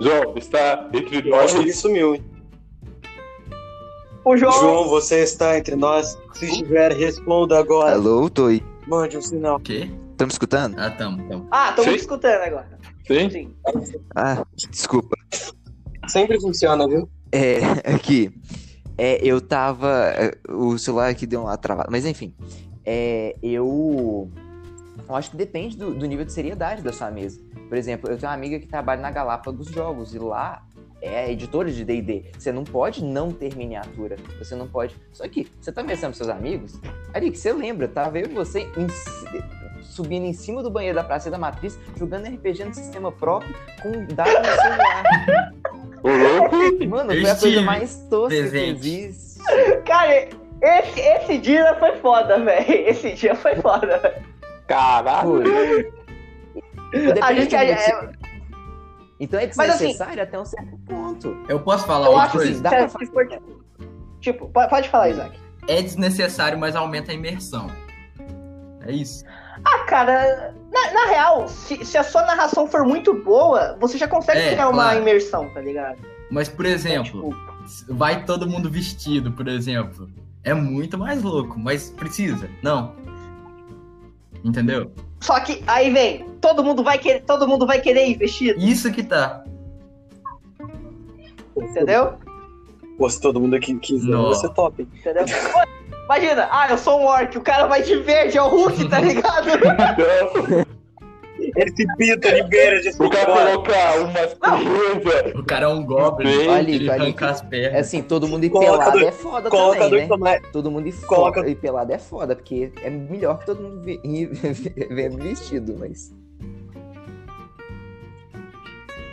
D: João, está entre
C: Eu
D: nós.
C: acho que ele sumiu. hein?
A: O João,
C: João, você está entre nós. Se estiver, responda agora.
B: Alô, tô aí.
C: Mande um sinal.
E: O quê?
B: Tá me escutando?
E: Ah, tamo, tamo.
A: Ah, tô
D: Sim.
A: me escutando agora.
D: Sim?
A: Sim.
B: Ah, desculpa.
C: Sempre funciona, viu?
B: É, aqui. É, eu tava. é, O celular aqui deu uma travada. Mas enfim. É, eu. Eu acho que depende do, do nível de seriedade da sua mesa. Por exemplo, eu tenho uma amiga que trabalha na Galápagos Jogos e lá é editora de DD. Você não pode não ter miniatura. Você não pode. Só que você tá mexendo com seus amigos. Ali que você lembra, tava eu e você em ci- subindo em cima do banheiro da Praça da Matriz, jogando RPG no sistema próprio com dados no celular.
D: Ô, louco!
B: Mano,
E: Eu
B: foi a coisa
E: estive
B: mais tosca
E: presente.
B: que existe.
A: Cara, esse, esse dia foi foda, velho. Esse dia foi foda, velho.
D: Caralho!
B: Pô.
A: Ah, A gente. a-
B: Tipo, Depende do que-
A: é-
B: Então é
A: Mas assim-
B: desnecessário até um certo ponto. assim,
E: Eu posso falar
A: eu
E: outra
A: acho
E: coisa?
A: que. é
B: dá pra
A: se for- Tipo, po- pode falar, Isaac.
E: É desnecessário, mas aumenta a imersão. É isso.
A: Ah, cara, na, na real, se, se a sua narração for muito boa, você já consegue
E: É,
A: criar uma
E: claro.
A: imersão, tá ligado? tipo,
E: Mas, por exemplo, vai todo mundo vestido, por exemplo. É muito mais louco, mas precisa. Não. Entendeu?
A: Só que aí vem, todo mundo vai querer, todo mundo vai querer ir vestido,
E: Isso que tá.
A: entendeu?
C: Pô, se todo mundo aqui quiser,
E: Não.
C: você é top. hein?
A: Entendeu? Imagina, ah, eu sou um orc, o cara vai de verde, é o Hulk, tá ligado?
C: Esse pinta libera de
D: Então, O cara
C: fora.
D: colocar umas coisas.
E: O cara é um goblin,
D: Bem,
E: ele
B: Felipe,
E: arranca as
B: É
E: pernas.
B: assim, todo mundo ir
C: Coloca
B: pelado
C: dois-
B: é foda
C: Coloca dois
B: também, né?
C: tomates.
B: Todo mundo ir, fo-
C: Coloca-
B: ir pelado é foda, porque é melhor que todo mundo vi- ir vendo vestido, mas...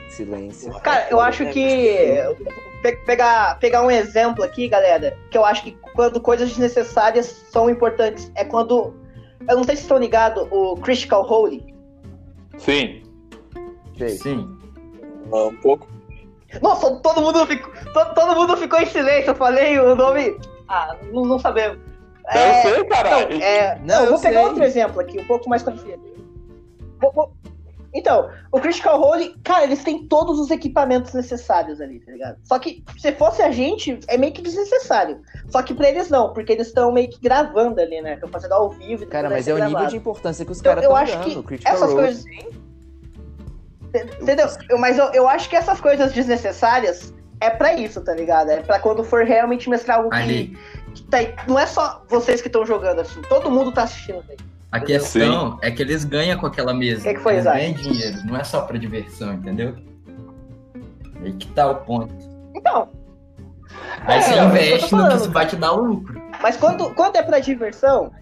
B: Silêncio.
A: Cara, eu acho
C: É,
A: que. pe- Pegar, pegar um exemplo aqui, galera, que eu acho que quando coisas desnecessárias são importantes. É quando. Eu não sei se estão ligados, o Critical Role.
D: Sim.
B: Sei.
E: Sim.
C: Ah, Um pouco.
A: Nossa, todo mundo ficou. Todo, todo mundo ficou em silêncio. Eu falei o nome. Ah, não, não sabemos. É,
D: eu sei, caralho.
A: então, é,
B: Não,
A: não, eu
B: eu
A: vou pegar
B: sei.
A: outro exemplo aqui, um pouco mais conhecido. Vou- vou- Então, o Critical Role, cara, eles têm todos os equipamentos necessários ali, tá ligado? Só que se fosse a gente, é meio que desnecessário. Só que pra eles não, porque eles estão meio que gravando ali, né? Estão fazendo ao vivo. e
B: Cara,
A: tudo vai
B: mas
A: ser
B: é o nível
A: gravado.
B: de importância que os
A: Então,
B: caras
A: eu
B: estão
A: acho
B: dando.
A: que
B: Critical
A: essas
B: Role.
A: coisas. Entendeu? Eu- Mas eu, eu acho que essas coisas desnecessárias é pra isso, tá ligado? É pra quando for realmente mestrar algo que-
E: Ali,
A: que. tá- não é só vocês que estão jogando, assim. Todo mundo tá assistindo, velho.
E: a questão é que eles ganham com aquela mesa.
A: Que que foi,
E: eles
A: Isaac?
E: ganham dinheiro, não é só pra diversão, entendeu? Aí que tá o ponto.
A: Então,
E: Aí
A: É,
E: você
A: eu tô
E: investe no
A: falando,
E: que isso vai te dar lucro.
A: Mas quando, quando é pra diversão.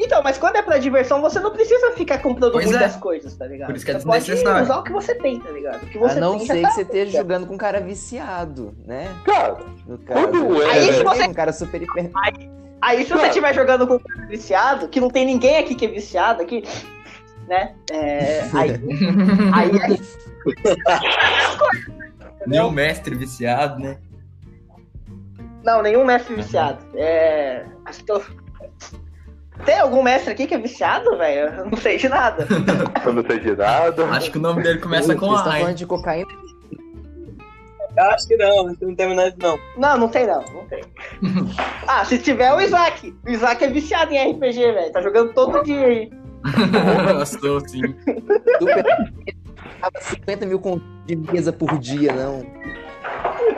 A: Então, mas quando é pra diversão, você não precisa ficar comprando
E: Pois é.
A: muitas coisas, tá ligado?
E: Por isso que é
A: você pode
E: desnecessário.
A: usar o que você tem, tá ligado? O que
B: A
A: você
B: não
A: tem
B: ser
A: já
B: que
A: tá
B: você esteja
E: é.
A: ligado?
B: jogando com um cara viciado, né?
D: Cara,
B: No caso.
D: Quando é-
A: Aí se você-
B: Um cara super hiper...
A: Aí se você
D: Claro.
A: estiver jogando com um cara viciado, que não tem ninguém aqui que é viciado aqui, né? É, aí, aí, aí,
E: Meu mestre viciado, né?
A: Não, nenhum mestre viciado. É. Acho que eu. Tem algum mestre aqui que é viciado, velho? Eu não sei de nada.
D: eu não sei é de nada.
E: Acho que o nome dele começa
B: Vocês
E: com
B: estão
E: A.
B: tá falando de cocaína?
C: Acho que não, acho que não tem nada, não.
A: Não, não tem não, não tem. ah, se tiver o Isaac. O Isaac é viciado em RPG, velho. Tá jogando todo dia aí.
E: Eu sou, sim.
B: Super... 50 mil contos de mesa por dia, não.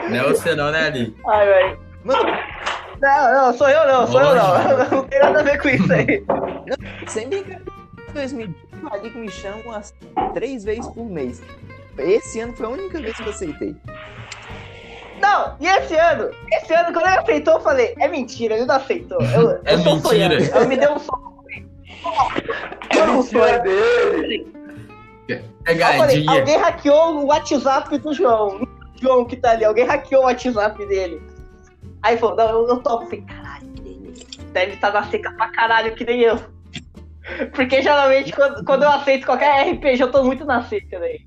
E: Não é você não, né, Ali?
A: Ai, velho.
B: Mano,
A: Não, não, sou eu não, sou eu não.
E: Lógico.
A: Não tem nada a ver com isso aí.
B: sem brincadeira, 2018 tá ali que me chamam as três vezes por mês. Esse ano foi a única vez que eu aceitei.
A: Não, e esse ano? Esse ano, quando ele aceitou, eu falei, é mentira, ele não aceitou. Eu,
E: É
A: eu tô
E: mentira.
A: sonhando. Eu me dei um sonho. Eu não
D: Mentira
A: sonho.
D: dele.
A: Ah, Eu falei,
E: Pegadinha.
A: alguém hackeou o WhatsApp do João. O João que tá ali, alguém hackeou o WhatsApp dele. Aí falou, não, eu, eu topo. Eu Falei, caralho, que nem eu. deve estar na seca pra caralho, que nem eu. Porque geralmente quando, quando eu aceito qualquer RPG, eu tô muito na seca, né?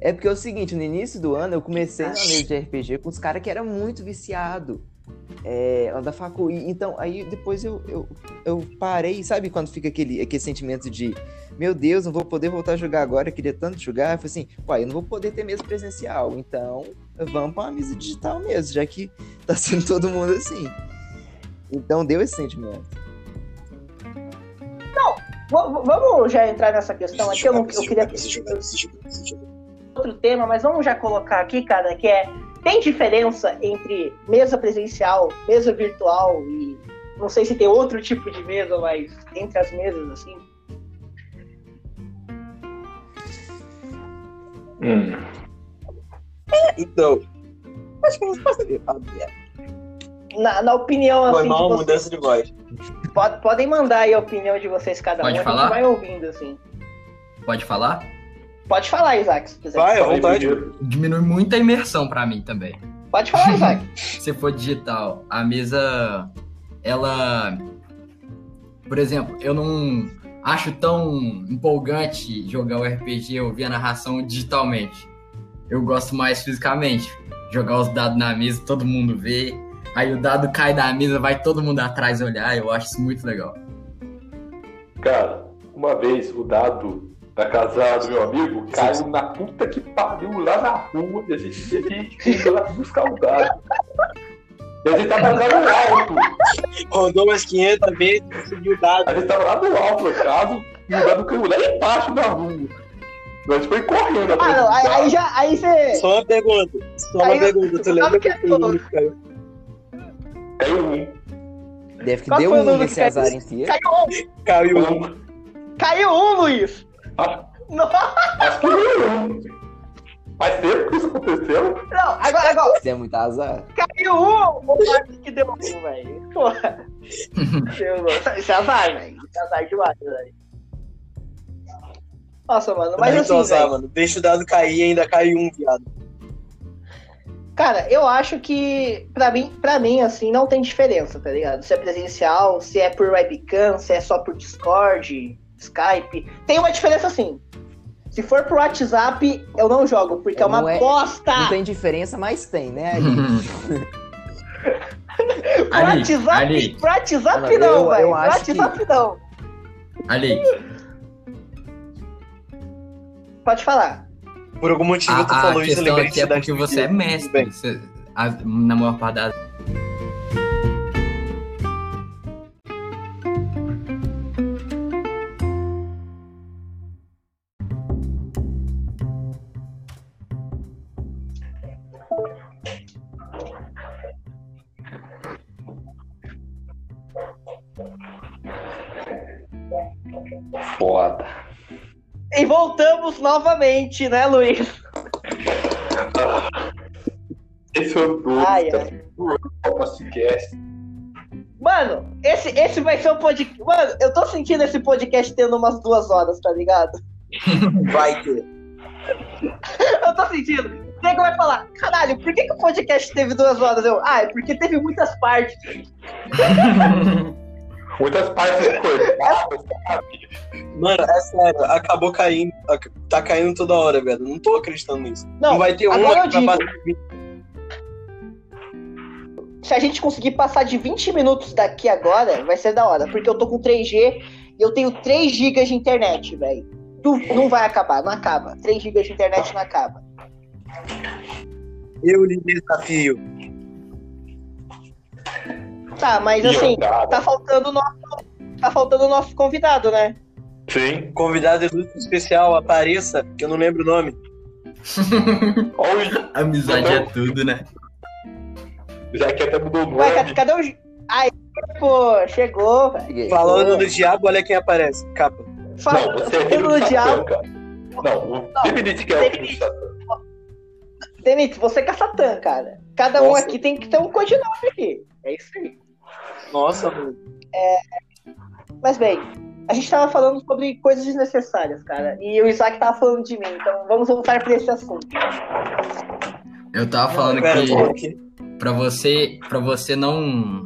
B: É porque é o seguinte, no início do ano eu comecei na mesa de RPG com os caras que era muito viciado. É, lá da facu. E, então, aí depois eu, eu, eu parei, sabe quando fica aquele, aquele sentimento de meu Deus, não vou poder voltar a jogar agora, eu queria tanto jogar. Eu falei assim, uai, eu não vou poder ter mesa presencial, então vamos pra uma mesa digital mesmo, já que tá sendo todo mundo assim. Então deu esse sentimento.
A: V- vamos já entrar nessa questão aqui. Então, é Eu, não, eu queria
C: é
A: outro tema, mas vamos já colocar aqui, cara, que é tem diferença entre mesa presencial, mesa virtual e não sei se tem outro tipo de mesa, mas entre as mesas assim.
D: Hum.
C: Então,
A: Na, na opinião
C: foi
A: assim,
C: mal a
A: de vocês,
C: mudança de voz.
A: pode- podem mandar aí a opinião de vocês cada
E: Pode
A: um, a
E: falar?
A: gente vai ouvindo assim.
E: Pode falar?
A: Pode falar, Isaac, se quiser.
C: Vai, à
D: Falei
C: vontade.
D: primeiro.
E: Diminui muito a imersão pra mim também.
A: Pode falar, Isaac.
E: Se for digital, a mesa, ela... Por exemplo, eu não acho tão empolgante jogar o RPG ou ver a narração digitalmente. Eu gosto mais fisicamente. Jogar os dados na mesa, todo mundo vê. Aí o dado cai da mesa, vai todo mundo atrás olhar. Eu acho isso muito legal.
D: Cara, uma vez o dado da casa do meu amigo, caiu na puta que pariu lá na rua e a gente teve que ir lá buscar o dado. E a gente tava lá no alto.
C: Rodou umas 500 vezes e conseguiu o dado.
D: A gente tava lá no alto, no caso, e o dado caiu lá embaixo da rua. Nós foi correndo
A: Ah,
D: atrás
A: não,
D: do
A: aí,
D: dado.
A: aí já. Aí você.
C: Só uma pergunta. Só uma
A: Aí,
C: pergunta. Tu
A: sabe
C: lembra
A: que
C: que
A: é
C: foi o número que caiu?
D: Caiu um.
B: Deve que
A: Qual
B: deu
A: foi o
B: um
A: número
B: nesse
A: que caiu?
B: azar inteiro.
A: Caiu um!
C: Caiu um.
D: um.
A: Caiu um, Luiz!
D: Acho,
A: Não,
D: acho que caiu um. Faz tempo que isso aconteceu?
A: não, agora, agora.
B: Isso é muito azar.
A: Caiu um! O Marcos que deu um, velho. Porra. Meu Deus. Isso é azar, velho. Isso é azar demais, velho. Nossa, mano, mas
C: Muito
A: assim,
C: azar,
A: velho,
C: mano. Deixa o dado cair e ainda cai um, viado.
A: cara, eu acho que pra mim, pra mim, assim, não tem diferença, tá ligado? Se é presencial, se é por webcam, se é só por Discord, Skype. Tem uma diferença sim. Se for pro WhatsApp, eu não jogo, porque é,
B: Não
A: uma
B: é-
A: bosta!
B: Não tem diferença, mas tem, né? Aí,
A: Pro
E: Ali,
A: WhatsApp,
E: ali.
A: pro WhatsApp
B: Eu-
A: não,
B: eu
A: velho. Pro
B: acho que-
A: WhatsApp não.
E: Ali,
A: Pode falar.
C: Por algum motivo tu
E: a, a
C: falou isso, eu
E: questão
C: lembrei
E: aqui
C: de
E: é
C: cidade
E: porque
C: do
E: você
C: Rio.
E: é mestre.
C: Bem,
E: Você- a- na maior parte das
D: Foda.
A: E voltamos novamente, né, Luiz?
D: Esse é o doido.
A: Ai,
D: tá
A: ai.
D: figurando o podcast.
A: Mano, esse, esse vai ser o podcast. Mano, eu tô sentindo esse podcast tendo umas duas horas, tá ligado?
C: Vai ter.
A: Eu tô sentindo. O nego vai falar, caralho, por que, que o podcast teve duas horas? Eu, ah, é porque teve muitas partes.
D: Muitas partes cortadas, sabe?
C: Mano, é sério, acabou caindo. ac- Tá caindo toda hora, velho. Não tô acreditando nisso. Não,
A: Não,
C: vai ter
A: agora
C: uma
A: eu
C: que vai
A: digo.
C: bater 20.
A: se a gente conseguir passar de 20 minutos daqui agora, vai ser da hora. Porque eu tô com 3G e eu tenho 3 GB de internet, velho. Du- Não vai acabar, não acaba. 3 GB de internet não acaba.
C: Eu lhe desafio.
A: Tá, mas
D: E
A: assim,
D: jogada.
A: tá faltando o nosso. Tá faltando o nosso convidado, né?
D: Sim.
C: Convidado ilustre especial, apareça, que eu não lembro o nome.
D: Olha,
E: Amizade é tudo, né?
D: já que até mudou o nome.
A: Ué, cadê, cadê o. Gi- Aí, pô, chegou, velho.
B: cheguei.
C: Falando do diabo, olha quem aparece. Capa.
D: Não,
A: Falando
D: você é filho
A: do
D: do
A: diabo.
D: Satã, cara. Não, o
A: Não,
D: Definite que é o filho do
A: Definite.
D: Satã.
A: Denitz, você que é Satã, cara. Cada um
C: Nossa.
A: aqui tem que ter um codinome aqui. É isso aí.
C: Nossa, mano.
A: Mas bem, a gente tava falando sobre coisas desnecessárias, cara. E o Isaac tava falando de mim, então vamos voltar pra esse assunto.
E: Eu tava falando
C: Pera,
E: que.
C: tô aqui.
E: Pra você, para você não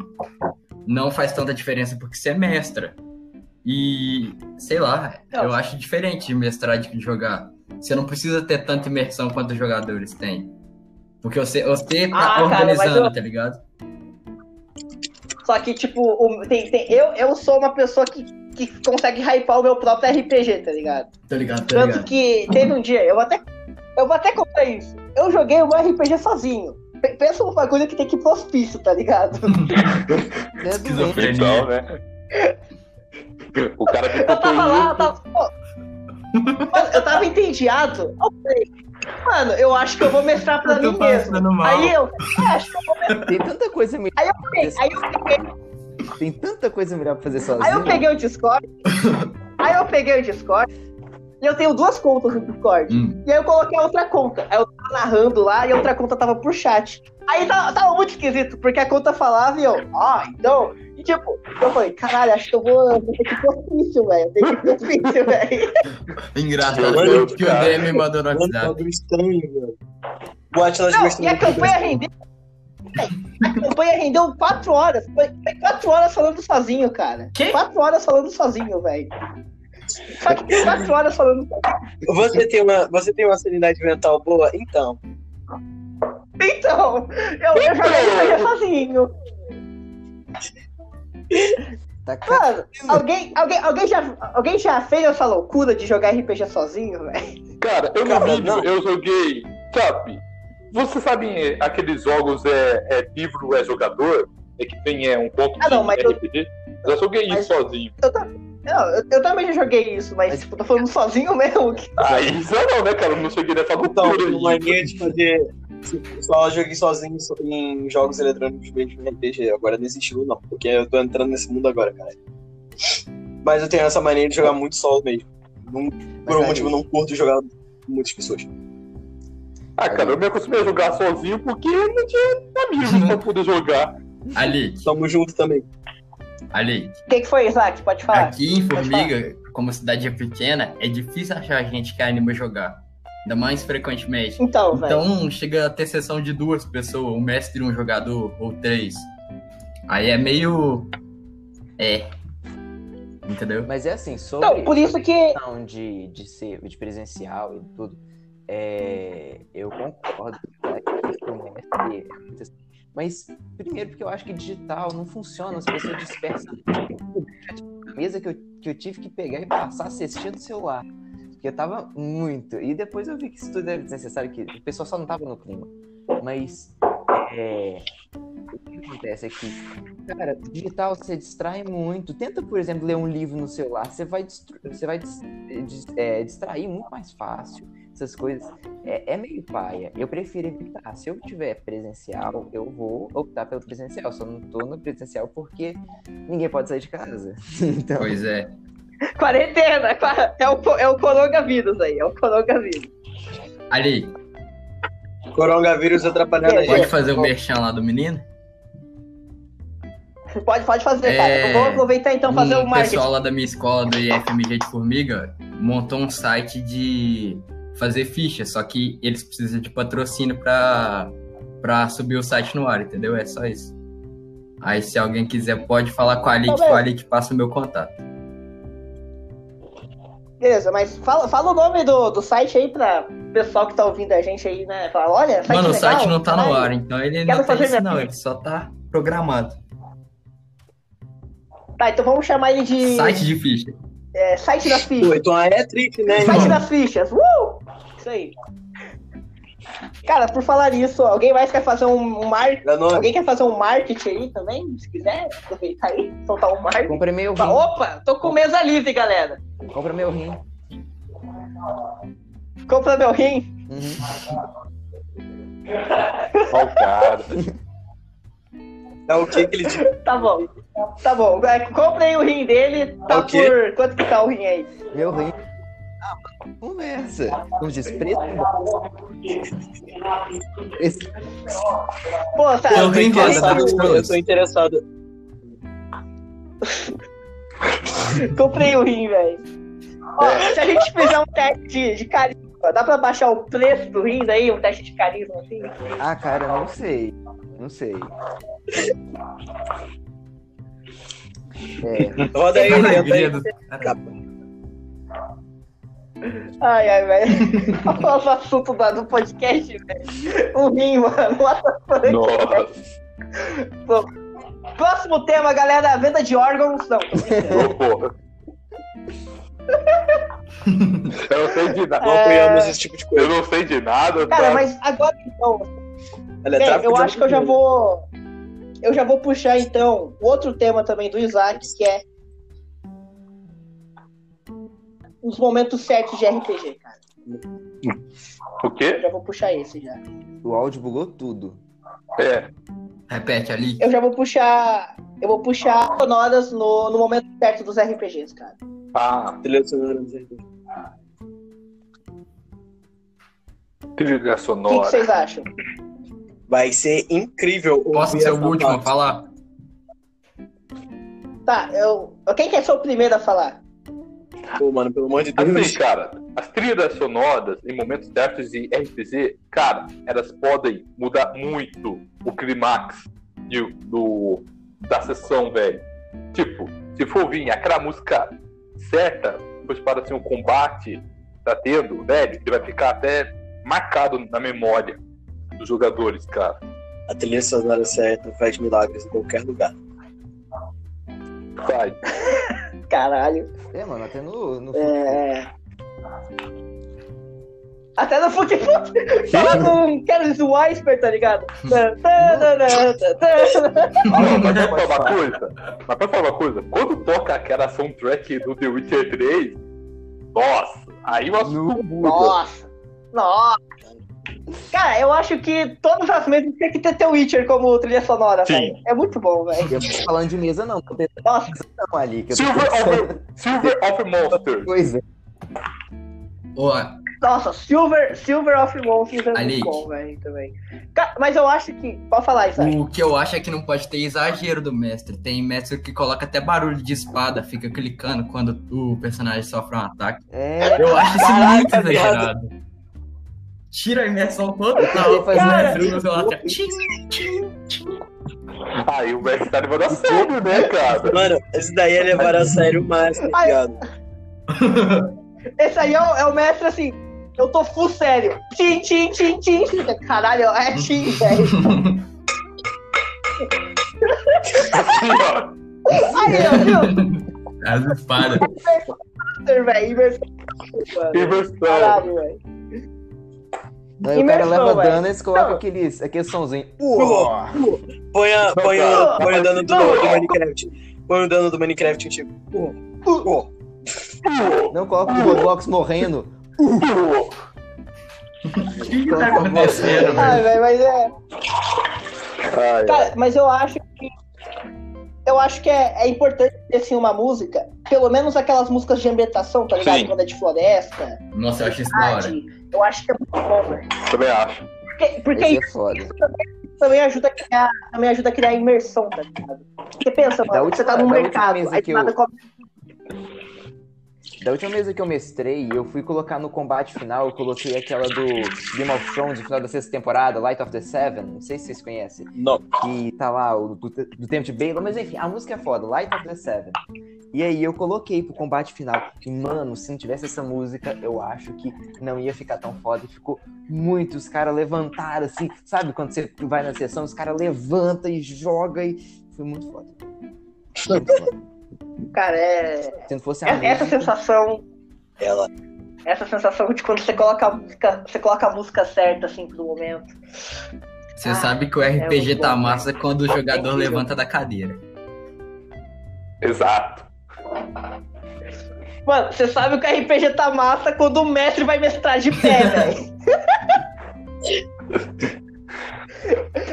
E: não faz tanta diferença porque você é mestra. E sei lá,
A: Não.
E: eu acho diferente de mestrar de jogar. Você não precisa ter tanta imersão quanto os jogadores têm. Porque você, você tá
A: Ah, cara,
E: organizando,
A: mas
E: tá ligado?
A: Só que, tipo, o- tem, tem- eu, eu sou uma pessoa que, que consegue hypar o meu próprio RPG, tá ligado?
E: Tô ligado, tô
A: Tanto
E: ligado.
A: que teve um dia, eu vou até, eu vou até contar isso. Eu joguei um RPG sozinho. P- Pensa um bagulho que tem que ir pro hospício, tá ligado?
B: Né, doente.
E: Esquizofrenia.
D: Então, né? O cara um que
A: Eu tava lá, eu tava.
D: tocou
A: pô. Mano, eu tava entendiado. Eu falei, mano, eu acho que eu vou mestrar pra
E: Eu tô
A: mim mesmo.
E: passando mal.
A: Aí eu, "É, acho que eu vou mestrar.
B: Tem tanta coisa melhor.
A: Aí eu peguei, aí eu peguei,
B: Tem tanta coisa melhor pra fazer sozinho.
A: aí eu peguei o Discord. Aí eu peguei o Discord. E eu tenho duas contas no Discord.
E: Hum.
A: E aí eu coloquei a outra conta. Aí eu tava narrando lá e a outra conta tava por chat. Aí tava, tava muito esquisito, porque a conta falava e eu, ó, então. E tipo, eu falei, caralho, acho que eu vou, vou ter que ir pro hospício, velho. Tem que ir pro hospício, velho.
E: Engraçado
D: Mano,
E: que o André me mandou no
C: Mano,
E: WhatsApp.
C: bagulho estranho, velho. O Atlas
A: Não,
C: gostou
A: e a
C: muito do
A: campanha
C: Brasil.
A: rendeu. A campanha rendeu 4 horas. Foi, foi 4 horas falando sozinho, cara.
E: Quê?
A: 4 horas falando sozinho, velho. Só que 4 horas falando sozinho.
C: Você tem, uma, você tem uma sanidade mental boa? Então.
A: Então, eu, eu joguei RPG sozinho.
B: Tá ca-
A: Mano, alguém, alguém, alguém, já, alguém já fez essa loucura de jogar RPG sozinho, velho?
D: Cara, eu no
C: Cara,
D: vídeo
C: não.
D: eu joguei. Sabe? Você sabe aqueles jogos é, é livro, é jogador? É que tem é, um ponto
A: Ah, não,
D: de
A: mas eu-
D: RPG? Eu... Já joguei
A: Mas-
D: isso sozinho.
A: Eu, ta- não, eu, eu também já joguei isso, mas,
B: Mas-
A: tipo, tô falando sozinho mesmo. que-
D: Ah, isso não, né, cara? Eu não cheguei nessa
C: Então,
D: loucura
C: uma
D: aí.
C: mania de fazer. tipo, Só joguei sozinho só em jogos eletrônicos mesmo em RPG. Agora nesse estilo não, porque eu tô entrando nesse mundo agora, cara. Mas eu tenho essa mania de jogar muito solo mesmo. Não- por
B: aí-
C: um motivo, eu não curto jogar com muitas pessoas.
D: Ah, cara, eu me acostumei a jogar sozinho porque eu não tinha amigos pra poder jogar.
E: Ali,
C: Tamo junto também.
E: ali.
A: O que, que foi, Isaac? Pode falar.
E: Aqui em
A: pode falar.
E: Formiga, como a cidade é pequena, é difícil achar gente que anima jogar. Ainda mais frequentemente.
A: Então, velho.
E: Então chega a ter sessão de duas pessoas, um mestre e um jogador, ou três. Aí é meio. É. Entendeu?
B: Mas é assim, sobre
A: Então, por isso que.
B: questão de, de ser de presencial e tudo, é, eu concordo tá? que o mestre é muito assim. Mas, primeiro, porque eu acho que digital não funciona, as pessoas dispersam. A mesa que eu, que eu tive que pegar e passar assistindo o celular. Porque eu tava muito. E depois eu vi que isso tudo era desnecessário, que o pessoal só não tava no clima. Mas, é, o que acontece é que Cara, digital você distrai muito. Tenta, por exemplo, ler um livro no celular. Você vai, distru- você vai dis- dis- é, distrair muito mais fácil. Essas coisas. É, é meio paia. Eu prefiro evitar. Se eu tiver presencial, eu vou optar pelo presencial. Só não tô no presencial porque ninguém pode sair de casa. Então,
E: Pois é.
A: Quarentena, qua- é o, co- é o coronavírus aí, é o coronavírus.
E: Ali,
C: Coronavírus atrapalhando a
E: pode
C: gente.
E: fazer o merchan lá do menino?
A: Pode, pode fazer,
E: É,
A: cara. Eu vou aproveitar então fazer o
E: um
A: marketing.
E: pessoal lá da minha escola, do IFMG de Formiga, montou um site de fazer ficha, só que eles precisam de patrocínio pra, pra subir o site no ar, entendeu? É só isso. Aí se alguém quiser pode falar com a Ali,
A: Tá
E: que foi a
A: bem.
E: Ali que passa o meu contato.
A: Beleza, mas fala, fala o nome do, do site aí pra pessoal que tá ouvindo a gente aí, né? Fala, olha, site
E: Mano, o
A: legal,
E: site não tá no
A: vai.
E: ar, então ele
A: Quero
E: não tem
A: fazer
E: isso
A: minha
E: não,
A: ficha.
E: ele só tá programado.
A: Tá, então vamos chamar ele de
E: Site de ficha.
A: é, site das
C: Pô,
A: fichas.
C: então é triste, né?
A: Site
E: mano.
A: das fichas. Uh! Isso aí. Cara, por falar nisso, alguém mais quer fazer um marketing?
C: Dá nome.
A: Alguém quer fazer um marketing aí também? Se quiser, aproveitar aí, soltar um marketing.
B: compra meu
A: Opa,
B: rim.
A: Opa, tô com mesa livre, galera.
B: Compra meu rim.
A: Compra meu rim.
B: Uhum.
D: Ó, o cara.
C: É o que que ele diz?
A: Tá bom. Tá bom. É, comprei o rim dele. Tá
C: Ok.
A: por. Quanto que tá o rim aí?
B: Meu rim. Ah, mano, Conversa. Como diz, preço. Preço
A: Pô, tá.
E: Eu rim
A: tá-
E: dele,
A: tá-
E: tá bom.
C: Eu tô interessado.
E: né?
A: Comprei o rim, velho. Ó, Se a gente fizer um teste de, de carisma, dá pra baixar o preço do rim daí? Um teste de carisma assim?
B: Ah, cara, não sei. Não sei. É,
C: Roda aí,
E: A
C: tenta
E: alegria
C: aí.
E: do cara.
A: Ai, ai, velho. Qual é o nosso assunto da- do podcast, velho? O rim, mano. What the fuck?
D: Nossa,
A: Próximo tema, galera. Venda de órgãos. Não.
D: ô, porra. Eu não sei de nada.
C: Não apoiamos esse tipo de
D: Eu
C: coisa.
D: não sei de nada,
A: É. Cara,
D: tá?
A: mas agora então,
C: Olha,
A: Bem,
C: tráfico
A: eu
C: de
A: acho que eu já
C: armas.
A: vou. Eu já vou puxar então outro tema também do Isaac, que é. Os momentos certos de RPG, cara.
D: O quê?
A: Eu já vou puxar esse já.
B: o áudio bugou tudo.
D: É.
E: Repete, Ali.
A: Eu já vou puxar. Eu vou puxar sonoras no, no momento certo dos RPGs, cara.
D: Ah,
C: Trilha sonora dos RPG.
D: trilha
A: O que que
D: sonora.
A: vocês acham?
C: Vai ser incrível.
E: Posso
C: ouvir
E: ser o
C: essa
E: último a
C: parte.
E: falar?
A: Tá, eu. Quem quer ser o primeiro a falar?
C: Pô, mano, pelo amor de Deus.
D: Assim, cara, as trilhas sonoras em momentos certos de RPG, cara, elas podem mudar muito o climax de- do, da sessão, velho. Tipo, se for vir aquela música certa, depois para assim, um combate tá tendo, velho, que vai ficar até marcado na memória dos jogadores, cara.
C: A trilha sonora certa faz milagres em qualquer lugar.
D: Vai.
A: Caralho.
B: É, mano, até no. no
A: É. Até no futebol. Fala com. Quero zoar Whisper, tá ligado? Tá, tá, tá, tá, tá, tá.
D: Ah, mas pra falar uma coisa, mas pra falar uma coisa, quando toca aquela soundtrack do The Witcher 3, nossa, aí o assunto muda.
A: Nossa. Nossa. Cara, eu acho que todas as mesas tem que ter The Witcher como trilha sonora,
D: Sim.
A: velho. É muito bom, velho.
B: Eu não tô falando de mesa, não. Tô pensando
A: Nossa,
B: não, ali. Que eu tô
D: Silver
B: pensando
D: of, Silver of Monsters.
B: coisa.
E: Ó,
A: nossa, Silver, Silver of Monsters é
E: Ali.
A: muito bom, velho, também. Ca- Mas eu acho que. Pode falar, isso
E: o que eu acho é que não pode ter exagero do mestre. Tem mestre que coloca até barulho de espada, fica clicando quando o personagem sofre um ataque.
B: É,
E: Eu acho isso
C: Caraca,
E: muito
C: viado.
E: exagerado. Tira a imersão
B: tentei
E: total.
B: fazer
E: Cara,
B: isso.
D: Aí o Max tá levando a sério, né, cara?
C: Mano, esse daí é levar a sério o máximo, tá
A: Ai.
C: ligado?
A: Esse aí é o, é o mestre assim. Eu tô full sério. Tim, tim, tim, tim. Caralho, é tim, velho.
D: Assim, ó.
A: Aí, ó, viu?
E: As espadas.
A: Master, velho. Imersão. mano.
D: Inversão.
A: Caralho, velho.
B: Aí o cara
A: imersão,
B: leva
A: velho.
B: dano e eles colocam
A: Não.
B: aqueles, aquele somzinho.
C: Uou. Põe, a, põe, o, põe o dano do,
A: Não.
C: do Minecraft. Põe o dano do Minecraft, tipo. uou, uou.
B: Não coloca o Roblox morrendo.
E: O que que tá acontecendo, velho?
A: Ai, velho, mas é.
D: Ai,
B: É.
A: Cara, mas eu acho que. Eu acho que é, é importante ter, assim, uma música. Pelo menos aquelas músicas de ambientação, tá ligado?
D: Sim.
A: Quando é de floresta.
E: Nossa, eu acho isso da hora.
A: cidade. Eu acho que é muito bom, velho.
D: também acho.
A: Porque, porque
B: Esse
A: isso
B: é foda.
A: também ajuda, a criar, também ajuda a criar imersão, tá ligado? Porque pensa,
B: Da
A: mano, você
B: última-
A: tá num
B: da última
A: mercado,
B: mesa
A: aí
B: que
A: do nada
B: eu-
A: come-
B: Da última mesa que eu mestrei, eu fui colocar no combate final, eu coloquei aquela do Game of Thrones, do final da sexta temporada, Light of the Seven, não sei se vocês conhecem,
C: Não.
B: que tá lá o, do, do tempo de Baylor, mas enfim, a música é foda, Light of the Seven. E aí eu coloquei pro combate final, e mano, se não tivesse essa música, eu acho que não ia ficar tão foda, e ficou muito, os caras levantaram assim, sabe quando você vai na sessão, os caras levantam e joga e foi muito foda. Muito foda.
A: Cara, é.
B: Se não fosse a
A: é- Essa
B: música,
A: sensação.
C: Ela.
A: Essa sensação de quando você coloca a música. Você coloca a música certa, assim, pro momento.
E: Você
A: Ah,
E: sabe que o RPG
A: muito
E: tá
A: bom. É
E: massa quando o jogador
A: incrível.
E: levanta da cadeira.
D: Exato.
A: Mano, você sabe que o RPG tá massa quando o mestre vai mestrar de pé, velho.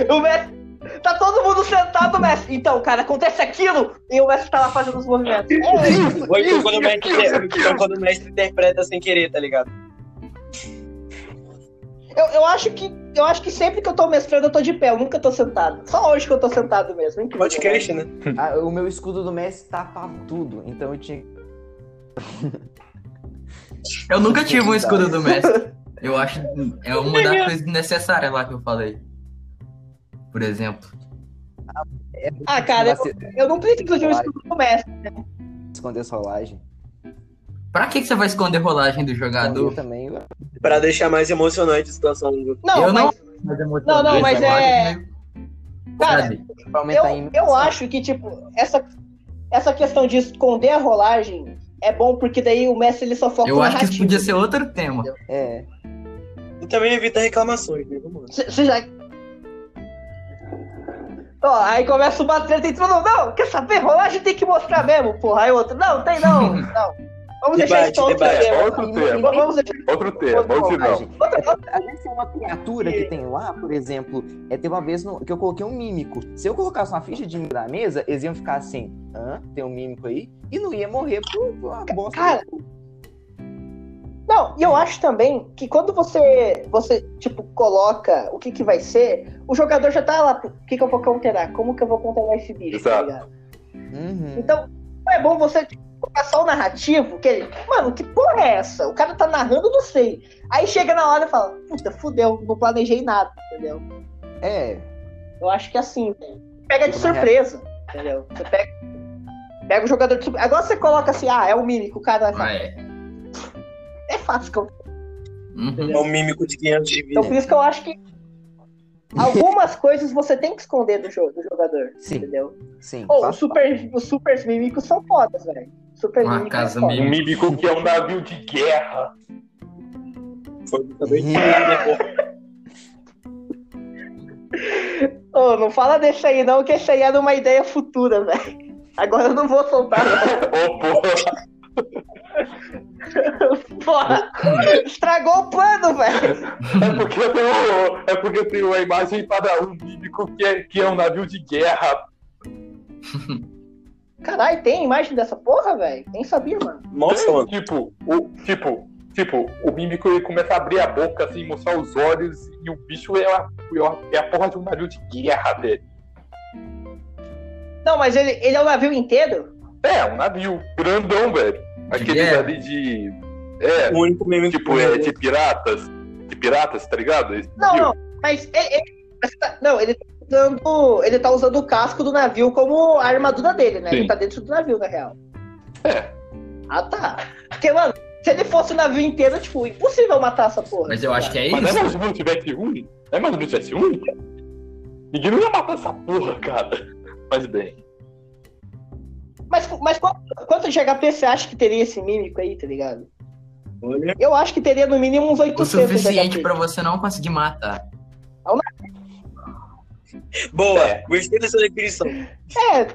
A: o mestre. Tá todo mundo sentado, mestre. Então, cara, acontece aquilo e o mestre tá lá fazendo os movimentos. É,
C: Ou então quando o mestre, ou quando o mestre interpreta sem querer, tá ligado?
A: Eu, eu acho que eu acho que sempre que eu tô mestrando, eu tô de pé, eu nunca tô sentado. Só hoje que eu tô sentado mesmo. incrível, né?
C: Podcast, né?
B: Ah, o meu escudo do Messi tapava tudo, então eu tinha.
E: Eu nunca tive um escudo
B: Tá.
E: do mestre. Eu acho é uma das coisas necessárias lá que eu falei. Por exemplo.
B: É
A: Ah, cara, eu,
B: Mas se-
A: eu não preciso de um estudo do mestre.
B: esconder a rolagem.
E: Pra que, que você vai esconder rolagem do
B: Eu
E: jogador?
B: também. eu-
C: Pra deixar mais emocionante a situação. do-
A: Não,
E: Eu não-
A: mas, Não, não, mas é- cara,
E: Sabe?
B: Pra
A: eu,
B: aumentar a imersão.
A: eu acho que, tipo, essa, essa questão de esconder a rolagem é bom porque daí o mestre ele só foca
E: Eu
A: no
E: acho que isso
A: narrativo.
E: podia ser outro tema.
B: É.
C: E também evita reclamações, né? Vamos lá.
A: C- Você já. Ó, aí começa uma treta entre todo mundo. Não, quer saber? Rolagem tem que mostrar mesmo, porra. Aí outro, não, tem não, não. Vamos deixar
C: Debate,
A: isso pra outro
C: debate.
A: tema.
D: É, Outro tema.
A: Vamos deixar
D: Outro
B: É,
D: tema. Outro não.
B: Rolagem. Às vezes tem uma criatura que tem lá, por exemplo, é, teve uma vez no- que eu coloquei um mímico. Se eu colocasse uma ficha de mímico na mesa, eles iam ficar assim, hã? Tem um mímico aí? E não ia morrer por, por uma bosta.
A: Cara, Não, e eu acho também que quando você, você tipo, coloca o que, que vai ser, o jogador já tá lá, pô, o que, que eu vou conterar? Como que eu vou conterar esse bicho, tá
D: Exato.
A: ligado?
B: Uhum.
A: Então, não é bom você tipo, colocar só o narrativo, que ele, mano, que porra é essa? O cara tá narrando, não sei. Aí chega na hora e fala, puta, fudeu, não planejei nada, entendeu?
B: É.
A: Eu acho que é assim, velho. Pega de
B: Fica na
A: surpresa, entendeu? Você pega, pega o jogador de surpresa. Agora você coloca assim, ah, é o mímico, o cara
E: Ah,
A: fala,
E: é.
A: é fácil que eu
E: Uhum.
C: É um mímico de 500 de vida.
A: Então por isso que eu acho que. Algumas coisas você tem que esconder do, jogo, do jogador,
B: Sim.
A: entendeu?
B: Sim.
A: Ou
B: faz
A: os super, os super mímicos são fodas, velho. Super
E: Uma
A: mímicos
E: casa
A: são fodas.
D: Um mímico que é um navio de guerra.
A: Então,
C: Foi também.
A: Ô, não fala desse aí não, que esse aí era uma ideia futura, velho. Agora eu não vou soltar, não.
D: Ô, porra.
A: Porra, estragou o plano, velho.
D: É porque eu tenho, é porque eu tenho a imagem para um mímico que é, que é um navio de guerra.
A: Caralho, tem imagem dessa porra, velho? Nem sabia, mano.
C: Nossa, mano.
D: Tipo, o, tipo, tipo, o mímico ele começa a abrir a boca, assim, mostrar os olhos, e o bicho é a, é a porra de um navio de guerra, velho.
A: Não, mas ele, ele é o navio inteiro?
D: É, um navio grandão, velho. Aqueles
E: guerra?
D: ali de. É,
C: O um único meme
D: tipo, é de piratas. De piratas, tá ligado? Esse
A: Não,
D: navio.
A: não. Mas ele, ele- mas tá- não, ele tá usando. Ele tá usando o casco do navio como a armadura dele, né?
D: Sim.
A: Ele tá dentro do navio, na real.
D: É.
A: Ah tá. Porque, mano, se ele fosse o navio inteiro, tipo, impossível matar essa porra. tá
E: Mas eu acho que é
D: Mas é
E: isso.
D: mais ou menos tivesse um? É mais ou menos tivesse um? Ninguém não ia matar essa porra, cara. Mas bem.
A: Mas, mas quanto, quanto de HP você acha que teria esse mímico aí, tá ligado?
D: tipo,
C: Olha,
A: Eu acho que teria no mínimo uns 800
E: O suficiente
A: HP.
E: pra você não conseguir matar.
C: Boa,
D: é.
C: gostei dessa definição.
A: É.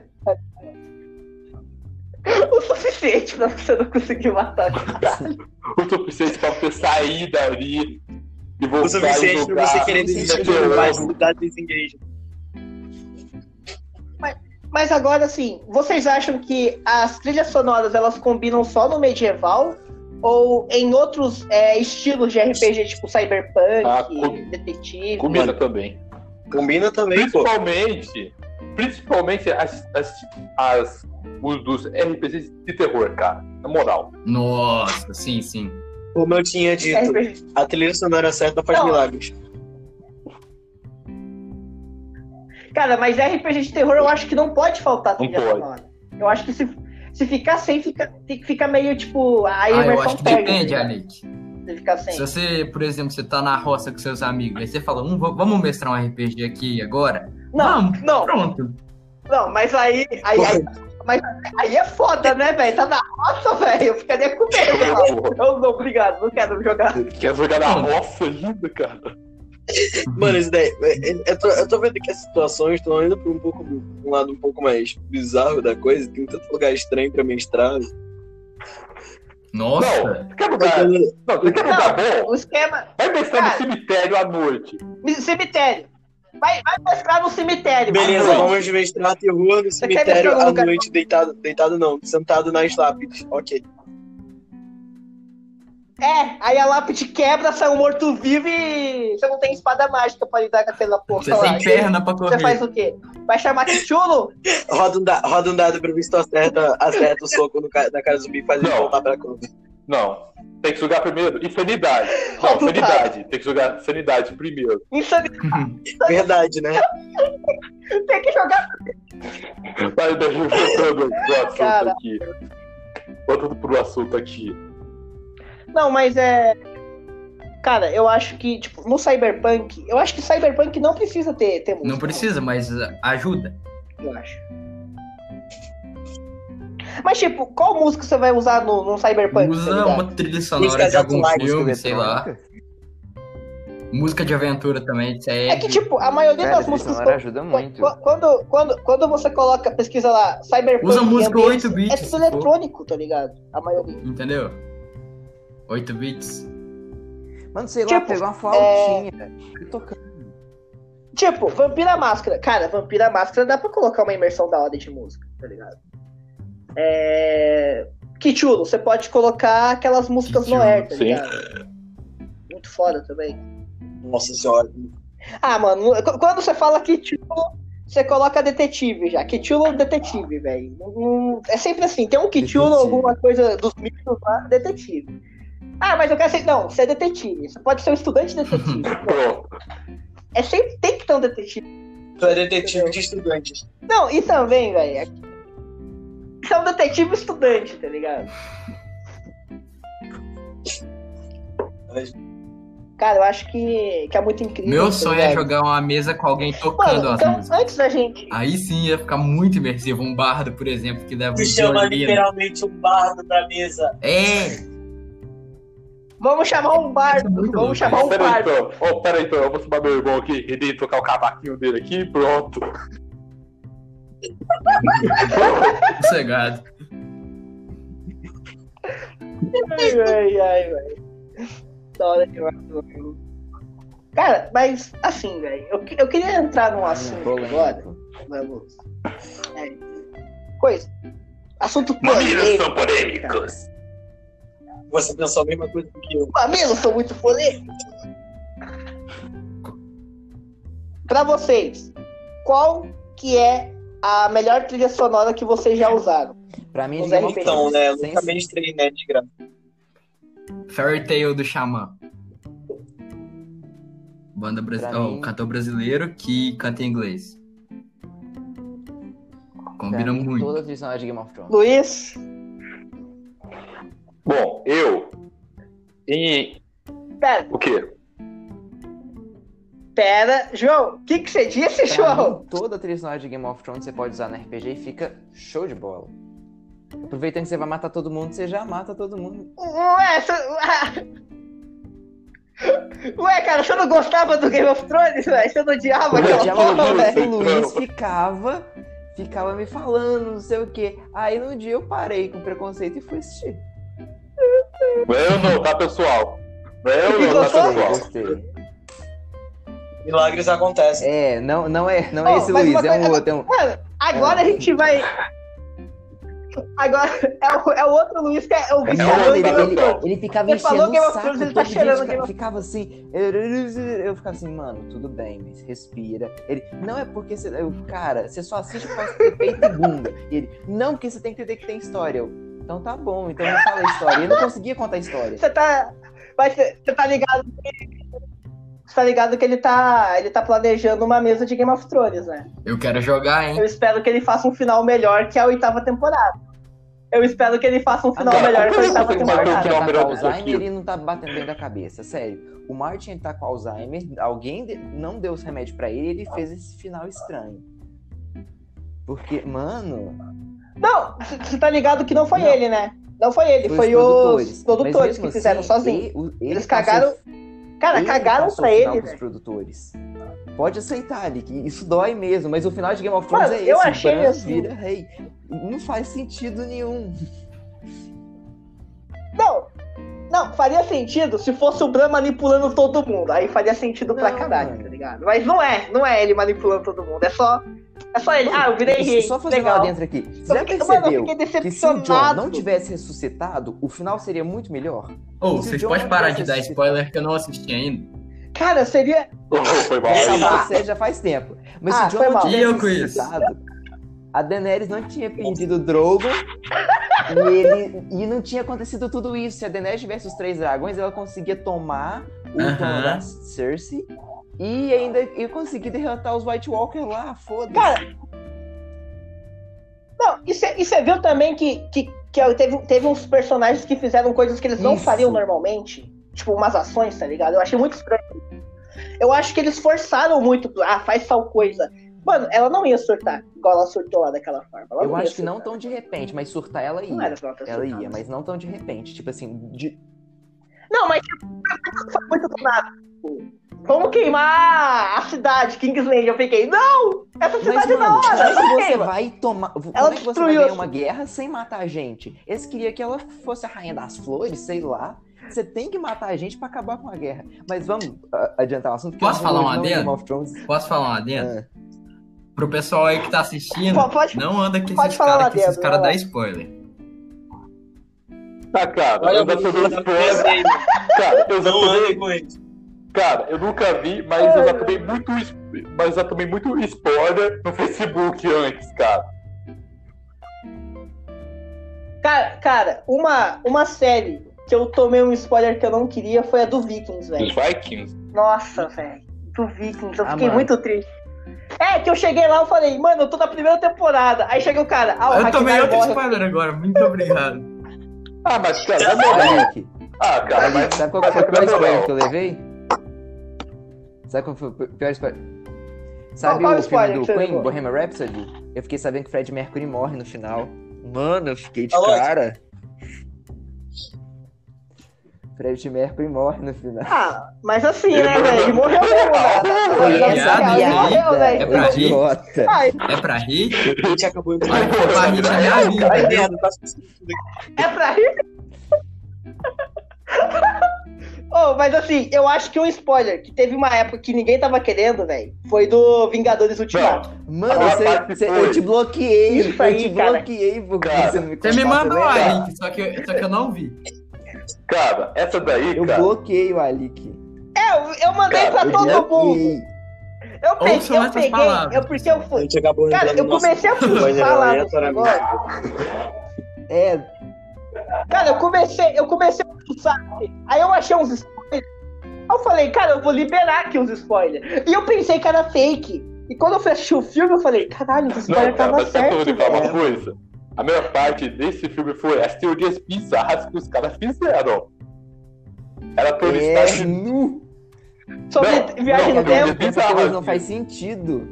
A: O suficiente pra você não conseguir matar.
D: O suficiente pra você sair dali e voltar
C: O suficiente
D: e
C: pra
D: jogar.
C: você querer desistir do mais da desengage.
A: Mas agora, assim, vocês acham que as trilhas sonoras elas combinam só no medieval? Ou em outros é, estilos de RPG, tipo cyberpunk,
D: Ah, com-
A: detetive?
D: Combina também.
C: Combina também, pô.
D: Principalmente, principalmente as, as, as, os dos RPGs de terror, cara. Na moral.
E: Nossa, sim, sim.
C: Como eu tinha dito,
A: RPG.
C: a trilha sonora certa faz
A: Não.
C: milagres.
A: Cara, mas RPG de terror eu acho que não pode faltar
D: Não
A: trilha
D: pode.
A: sonora. Eu acho que se, se ficar sem, fica, fica meio tipo. A
E: Ah, eu
A: imersão
E: acho que
A: perde,
E: depende,
A: né?
E: Alec.
A: Se ficar sem.
E: Se você, por exemplo, você tá na roça com seus amigos, aí você fala, "Hum, va- vamos mestrar um RPG aqui agora?
A: Não,
E: Vamos.
A: não,
E: Pronto.
A: não, mas aí. aí, aí mas aí é foda, né, velho? Tá na roça, velho. Eu ficaria com medo. mano. Eu não, obrigado, não quero jogar.
D: Quer jogar na roça ainda, cara?
C: Mano, isso daí. é- é- Eu tô, eu tô vendo que as situações estão indo pra um pouco um lado um pouco mais bizarro da coisa. Tem tanto lugar estranho pra mestrar.
E: Nossa.
D: Quer
C: Tá
D: jogar? Não, você quer jogar bom?
A: O esquema.
D: Vai pensar
A: Cara.
D: no cemitério à noite.
A: Cemitério. Vai, vai pescar no cemitério.
C: Beleza,
A: vai.
D: é.
C: vamos mestrar terror no
A: quer
C: cemitério
A: mestrar
C: à
A: num lugar-
C: noite, deitado, deitado não, sentado nas lápides. Ok.
A: É, aí a lápide quebra, sai um morto-vivo e você não tem espada mágica pra lidar com aquela porra
E: Você
A: lá.
E: tem perna pra
A: Você faz um
E: correr.
A: o quê? Vai chamar Chulo?
C: Roda um, da- roda um dado pra ver se tu acerta, acerta o soco no ca- na cara do zumbi e faz ele
D: Não.
C: voltar pra cama.
D: Não. Tem que jogar primeiro. Insanidade. Não,
A: Roda um
D: sanidade. Tem que jogar sanidade primeiro.
A: Insanidade
C: Verdade, né?
A: Então, tem que jogar.
D: Vai daí voltando pro assunto
A: Cara.
D: aqui. Voltando pro assunto aqui.
A: Não, mas é. Cara, eu acho que, tipo, no Cyberpunk, eu acho que Cyberpunk não precisa ter, ter música.
E: Não precisa, mas uh, ajuda.
A: eu acho. Mas, tipo, qual música você vai usar no, no Cyberpunk? tá
E: Usa
A: ligado?
E: uma trilha
C: Tem que
E: sonora de
C: casar com
E: algum
C: likes,
E: filme,
B: música
E: sei lá.
B: eletrônica.
E: Música de aventura também, isso aí.
A: É que, tipo, a maioria
B: Cara, a
A: das
B: trilha
A: músicas.
B: sonora ajuda muito.
A: Qu- Quando, quando, quando você coloca, pesquisa lá, Cyberpunk.
E: Usa
A: e
E: música
A: ambientes,
E: 8 bits.
A: É
E: se
A: tudo
E: for,
A: eletrônico, tá ligado? A maioria.
E: Entendeu? 8 bits.
B: Mano, sei lá,
A: Tipo,
B: pegou uma flautinha. e tocando.
A: Tipo, Vampira Máscara. Cara, Vampira Máscara dá pra colocar uma imersão da hora de música, tá ligado? É. Kichulo, você pode colocar aquelas músicas no
E: Kichulo,
A: air, tá
D: sim.
A: ligado? Muito foda também.
C: Nossa senhora.
A: Ah, mano, qu- quando você fala Kichulo, você coloca detetive já. Kichulo detetive, velho. Não- não- É sempre assim, tem um Kichulo,
B: Detetive.
A: alguma coisa dos mitos lá, detetive. Ah, mas eu quero ser. Não, você é detetive. Você pode ser um estudante detetive.
D: Pronto.
A: é sempre tem que ter um detetive.
C: Tu é detetive de estudantes.
A: Não, e também, velho. Você é um detetive estudante, tá ligado? Cara, eu acho que, que é muito incrível.
E: Meu
A: tá
E: sonho é
A: ligado?
E: jogar uma mesa com alguém tocando
A: Mano,
E: as
A: então,
E: músicas.
A: antes da gente.
E: Aí sim ia ficar muito imersivo. Um bardo, por exemplo, que leva um
F: Tu chama
E: violino.
F: literalmente um bardo da mesa.
E: É!
A: Vamos chamar um bardo.
E: Muito louco.
A: Vamos chamar
D: Ó,
A: um
D: peraí
A: bardo.
D: então, ó, peraí então, eu vou chamar meu irmão aqui e dele tocar o cavaquinho dele aqui, pronto.
E: Sossegado.
A: Ai, ai, ai, velho. Da hora que eu acho. Cara, mas assim, velho. Eu, que- eu queria entrar num assunto agora. Vamos. É, coisa. Assunto
D: Mamilos são
A: polêmico.
D: polêmicos.
F: Você pensou a mesma coisa que eu.
A: Mamilos são muito polêmicos. Pra vocês, qual que é a melhor trilha sonora que vocês já usaram?
B: Pra mim,
A: Os
B: Game of
A: RPGs.
F: Então,
B: Thrones,
F: né? Eu
B: sem-
F: nunca mestrei, né, de graça.
E: Fairy Tail do Xamã. Banda brasileira.
B: Pra mim-
E: cantor brasileiro que canta em inglês.
B: pra
E: Combina
B: mim,
E: muito.
B: Toda a trilha sonora de Game of Thrones.
A: Luiz?
D: Bom, eu. E.
A: Pera,
D: O quê?
A: pera. João, o que, que você disse,
B: Pra
A: João?
B: mim, toda Tá a trilha sonora de Game of Thrones você pode usar no RPG e fica show de bola. Aproveitando que você vai matar todo mundo, você já mata todo mundo.
A: Ué, você... Ué, cara, você não gostava do Game of Thrones, velho? Você não odiava
D: Eu
A: aquela
B: Já
D: odiava
A: porra,
B: o
A: é velho?
D: muito.
B: Lu- o Luiz ficava, ficava me falando, não sei o quê. Aí no dia eu parei com preconceito e fui assistir.
D: Não é eu não, tá, pessoal? Não é eu
A: E
D: não, tá,
A: gostou?
D: pessoal?
B: Gostei.
F: Milagres acontecem.
B: É, não, não é, não
A: Oh,
B: é esse
A: mas
B: Luiz,
A: uma
B: é um
A: coisa-
B: outro. É um...
A: Mano, agora a gente vai. Agora é o, é o outro Luiz que é o
B: Ele,
A: viciador do
B: ele-
D: outro tá
A: Game of
D: Luiz.
A: Thrones.
B: ele- ele ficava
A: Ele
B: enchendo
A: falou Game
B: o
A: of
B: saco,
A: Thrones, ele tá
B: todo dia
A: cheirando
B: fica-
A: Game of-
B: ficava assim, eu ficava assim, mano, tudo bem, mas respira. Ele, não é porque você, eu, cara, você só assiste por causa ter peito e bunda. E ele, não, porque você tem que entender que tem história. Eu, então tá bom, então não fala a história. Ele não conseguia contar a história.
A: Você tá. Mas você você tá ligado que- Você tá ligado que ele tá. Ele tá planejando uma mesa de Game of Thrones, né?
E: Eu quero jogar, hein?
A: Eu espero que ele faça um final melhor que a oitava temporada. Eu espero que ele faça um final
B: Ah, não,
A: melhor que a
D: como
A: oitava
D: você
B: O
D: Mas
B: Martin
D: eu
A: temporada.
D: quero
B: tá com
D: melhor do que
B: Alzheimer,
D: aquilo.
B: ele não tá batendo bem da cabeça, sério. O Martin tá com Alzheimer, alguém de- não deu os remédios pra ele, ele fez esse final estranho. Porque, mano,
A: Não, você tá ligado que não foi
B: Não.
A: ele, né? Não foi ele,
B: foi,
A: foi,
B: os produtores,
A: os
B: Mas
A: produtores
B: mesmo
A: que fizeram
B: assim,
A: sozinhos.
B: ele- o- ele
A: Eles
B: passou-
A: cagaram. Cara,
B: ele
A: cagaram
B: passou
A: pra
B: o final
A: ele,
B: pros
A: velho.
B: produtores. Pode aceitar, ali, que isso dói mesmo, mas o final de Game of
A: Mano,
B: Thrones é esse.
A: eu achei
B: Bran
A: assim-
B: vira rei. Não faz sentido nenhum.
A: Não, não, faria sentido se fosse o Bran manipulando todo mundo. Aí faria sentido pra
B: Não,
A: caralho,
B: mano.
A: tá ligado? Mas não é, não é ele manipulando todo mundo. É só. É só ele. Ah, eu virei rei.
B: Só fazer lá
A: legal.
B: dentro aqui. Você
A: Eu
B: já
A: fiquei- mano, eu
B: percebeu
A: fiquei
B: que se o John
A: decepcionado.
B: não tivesse ressuscitado, o final seria muito melhor?
E: Ou,
B: Se o
E: vocês
A: um
B: John
E: podem parar
B: tivesse
E: de dar
B: assistido-
E: spoiler que eu não assisti ainda.
A: Cara, seria.
D: Foi mal.
B: Essa
A: Ah.
B: série já faz tempo. Mas
A: Ah,
B: se o
A: foi
B: John não
A: mal.
E: E eu
B: tivesse
E: com isso?
B: ressuscitado, a Daenerys não tinha perdido o Drogon e, ele, e não tinha acontecido tudo isso. Se a Daenerys tivesse os três dragões, ela conseguia tomar o
E: Aham.
B: trono da Cersei e ainda e conseguir derrotar os White Walker lá. Foda-se.
A: Cara. Não, e você viu também que, que, que teve, teve uns personagens que fizeram coisas que eles não
B: Isso.
A: fariam normalmente. Tipo, umas ações, tá ligado? Eu achei muito estranho. Eu acho que eles forçaram muito. Ah, faz tal coisa. Mano, ela não ia surtar igual ela surtou lá daquela forma. Ela
B: Eu
A: ia
B: acho que não
A: surtar.
B: tão de repente, mas surtar ela
A: Não era
B: ia.
A: pra ela ter
B: Ela
A: surtado.
B: ia, mas não tão de repente. Tipo assim, de-
A: Não, mas tipo, foi muito do nada. Tipo, Vamos queimar a cidade, Kingsland. Eu fiquei, não! Essa
B: Mas,
A: cidade
B: mano,
A: não!
B: como
A: não
B: é que você
A: queima."
B: vai tomar. Como
A: Ela
B: é que você vai
A: destruiu
B: ganhar
A: a
B: uma guerra sem matar a gente? Eles queriam que ela fosse a rainha das flores, sei lá. Você tem que matar a gente pra acabar com a guerra. Mas vamos ah, adiantar o assunto. porque
E: Posso
B: eu
E: falar
B: não-
E: um
B: não-
E: adendo?
B: Game of Thrones.
E: Posso falar lá dentro? Pro pessoal aí que tá assistindo,
A: Pô, Ah. pode-
E: não anda com
A: pode
E: esses
A: falar lá
E: caras, que esses
A: dentro,
E: caras
A: vai
E: dão
A: lá.
E: spoiler.
D: Tá,
C: É.
D: cara,
F: Olha,
D: eu já tô dando spoiler.
F: não
D: Cara, eu já tomei-
F: ande com isso.
D: cara, eu nunca vi, mas eu já tomei muito, es- mas já tomei muito spoiler no Facebook antes, cara.
A: Cara, cara, uma, uma série que eu tomei um spoiler que eu não queria foi a do Vikings, velho.
D: Vikings.
A: Nossa, velho. Do Vikings, eu
B: Ah,
A: fiquei
B: mano.
A: muito triste. É, que eu cheguei lá e falei, mano, eu tô na primeira temporada. Aí chega o cara, ah, o
E: eu tomei
A: Ragnar
E: outro
A: morre.
E: spoiler agora, muito obrigado.
D: Ah, mas, cara, na
B: Sabe,
D: moral.
B: Nick?
D: Ah, cara, mas.
B: sabe qual que foi o
D: mas na
B: primeiro spoiler
D: moral,
B: que eu levei? Sabe qual foi o pior spoiler? Sabe
A: qual
B: o
A: spoiler que
B: filme do
A: você
B: Queen,
A: levou?
B: Bohemian Rhapsody? Eu fiquei sabendo que Fred Mercury morre no final. Mano, eu fiquei
E: Tá
B: de
F: Alô?
B: cara. Fred Mercury morre no final.
A: Ah, mas assim, né, velho? Ele morreu mesmo, né?
B: Foi
E: é
B: essa
E: piada,
A: Ele morreu,
B: piada,
A: velho.
E: É pra rir?
B: idiota.
A: Ah,
E: É pra rir?
F: A gente acabou de.
E: Olha, pô, pra rir já é a vida.
F: Vai merda, tá
A: É pra rir? oh, mas assim, eu acho que um spoiler que teve uma época que ninguém tava querendo, velho, foi do Vingadores Ultimato.
B: Mano,
D: Ah,
B: cê-
D: tá que
B: cê-
D: foi.
B: eu te bloqueei.
A: Isso aí,
B: eu te
A: cara.
B: bloqueei porque
D: Cara,
B: você não me
A: Tá
E: Você me
B: contasse,
E: mandou,
B: né,
A: É.
B: cara?
E: Alink, só que, só que eu não vi.
D: Cara, essa daí,
B: Eu
D: cara.
B: bloqueei o Alick.
A: Eu, eu mandei
D: Cara,
A: pra
B: Eu
A: Tá todo mundo.
B: bloqueei.
A: Eu peguei,
E: Ouçam
A: eu
E: essas
A: peguei.
E: palavras.
A: Eu, porque eu
F: A
A: fui.
F: gente acabou
A: Cara,
F: entrando
A: eu
F: no nosso-
A: comecei a
F: Mas era
A: falar desse
F: aleatoriamente.
A: negócio.
B: É,
A: Cara, eu comecei, eu comecei a fuçar. Aí eu achei uns spoilers. Aí eu falei, cara, eu vou liberar aqui uns spoilers. E eu pensei que era fake. E quando eu fui assistir o filme, eu falei, caralho, os
D: Não,
A: spoilers
D: cara, é
A: tava
D: mas certo, eu vou
A: certo.
D: te falar uma
A: velho.
D: coisa. A melhor parte desse filme foi as teorias bizarras que os caras fizeram. Era todo
B: é,
D: estágio.
B: nu.
A: Sobre
D: Não, é
A: viagem
D: não,
A: no
D: não,
A: tempo.
D: não.
B: Essa coisa não faz sentido.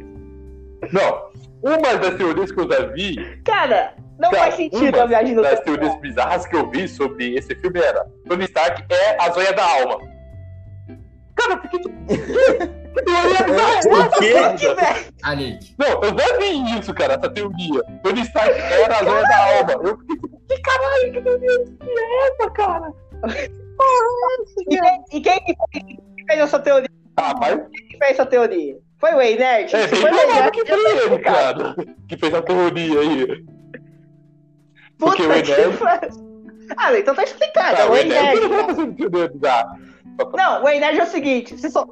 D: Não. Uma das teorias que eu já vi
A: Cara, não
D: Cara,
A: faz sentido
D: uma
A: a viagem no
D: das
A: tempo.
D: teorias bizarras que eu vi sobre esse filme era Tony Stark é a joia da alma. Cara, por que que... que teoria bizarra é essa,
F: O quê?
A: Por que,
D: cara?
A: velho?
E: Alink,
D: Não, eu já vi isso, cara, essa teoria. Tony Stark era a joia da alma. Eu fiquei tipo, que caralho, que teoria que é essa, cara?
A: E quem- E quem que fez essa teoria?
D: Ah, mas
A: Quem que fez essa teoria? Foi o Ei Nerd?
D: é
A: Se
D: bem
A: foi o Ei
D: provável
A: Nerd,
D: que foi ele, cara, que fez a teoria aí. Porque o
A: puta
D: Ei Nerd...
A: que pariu. Ah, então tá explicado.
D: Cara,
A: é o Ei Nerd.
D: não
A: cara.
D: vai fazer teoria bizarra.
A: Não, o Ei Nerd é o seguinte: você só.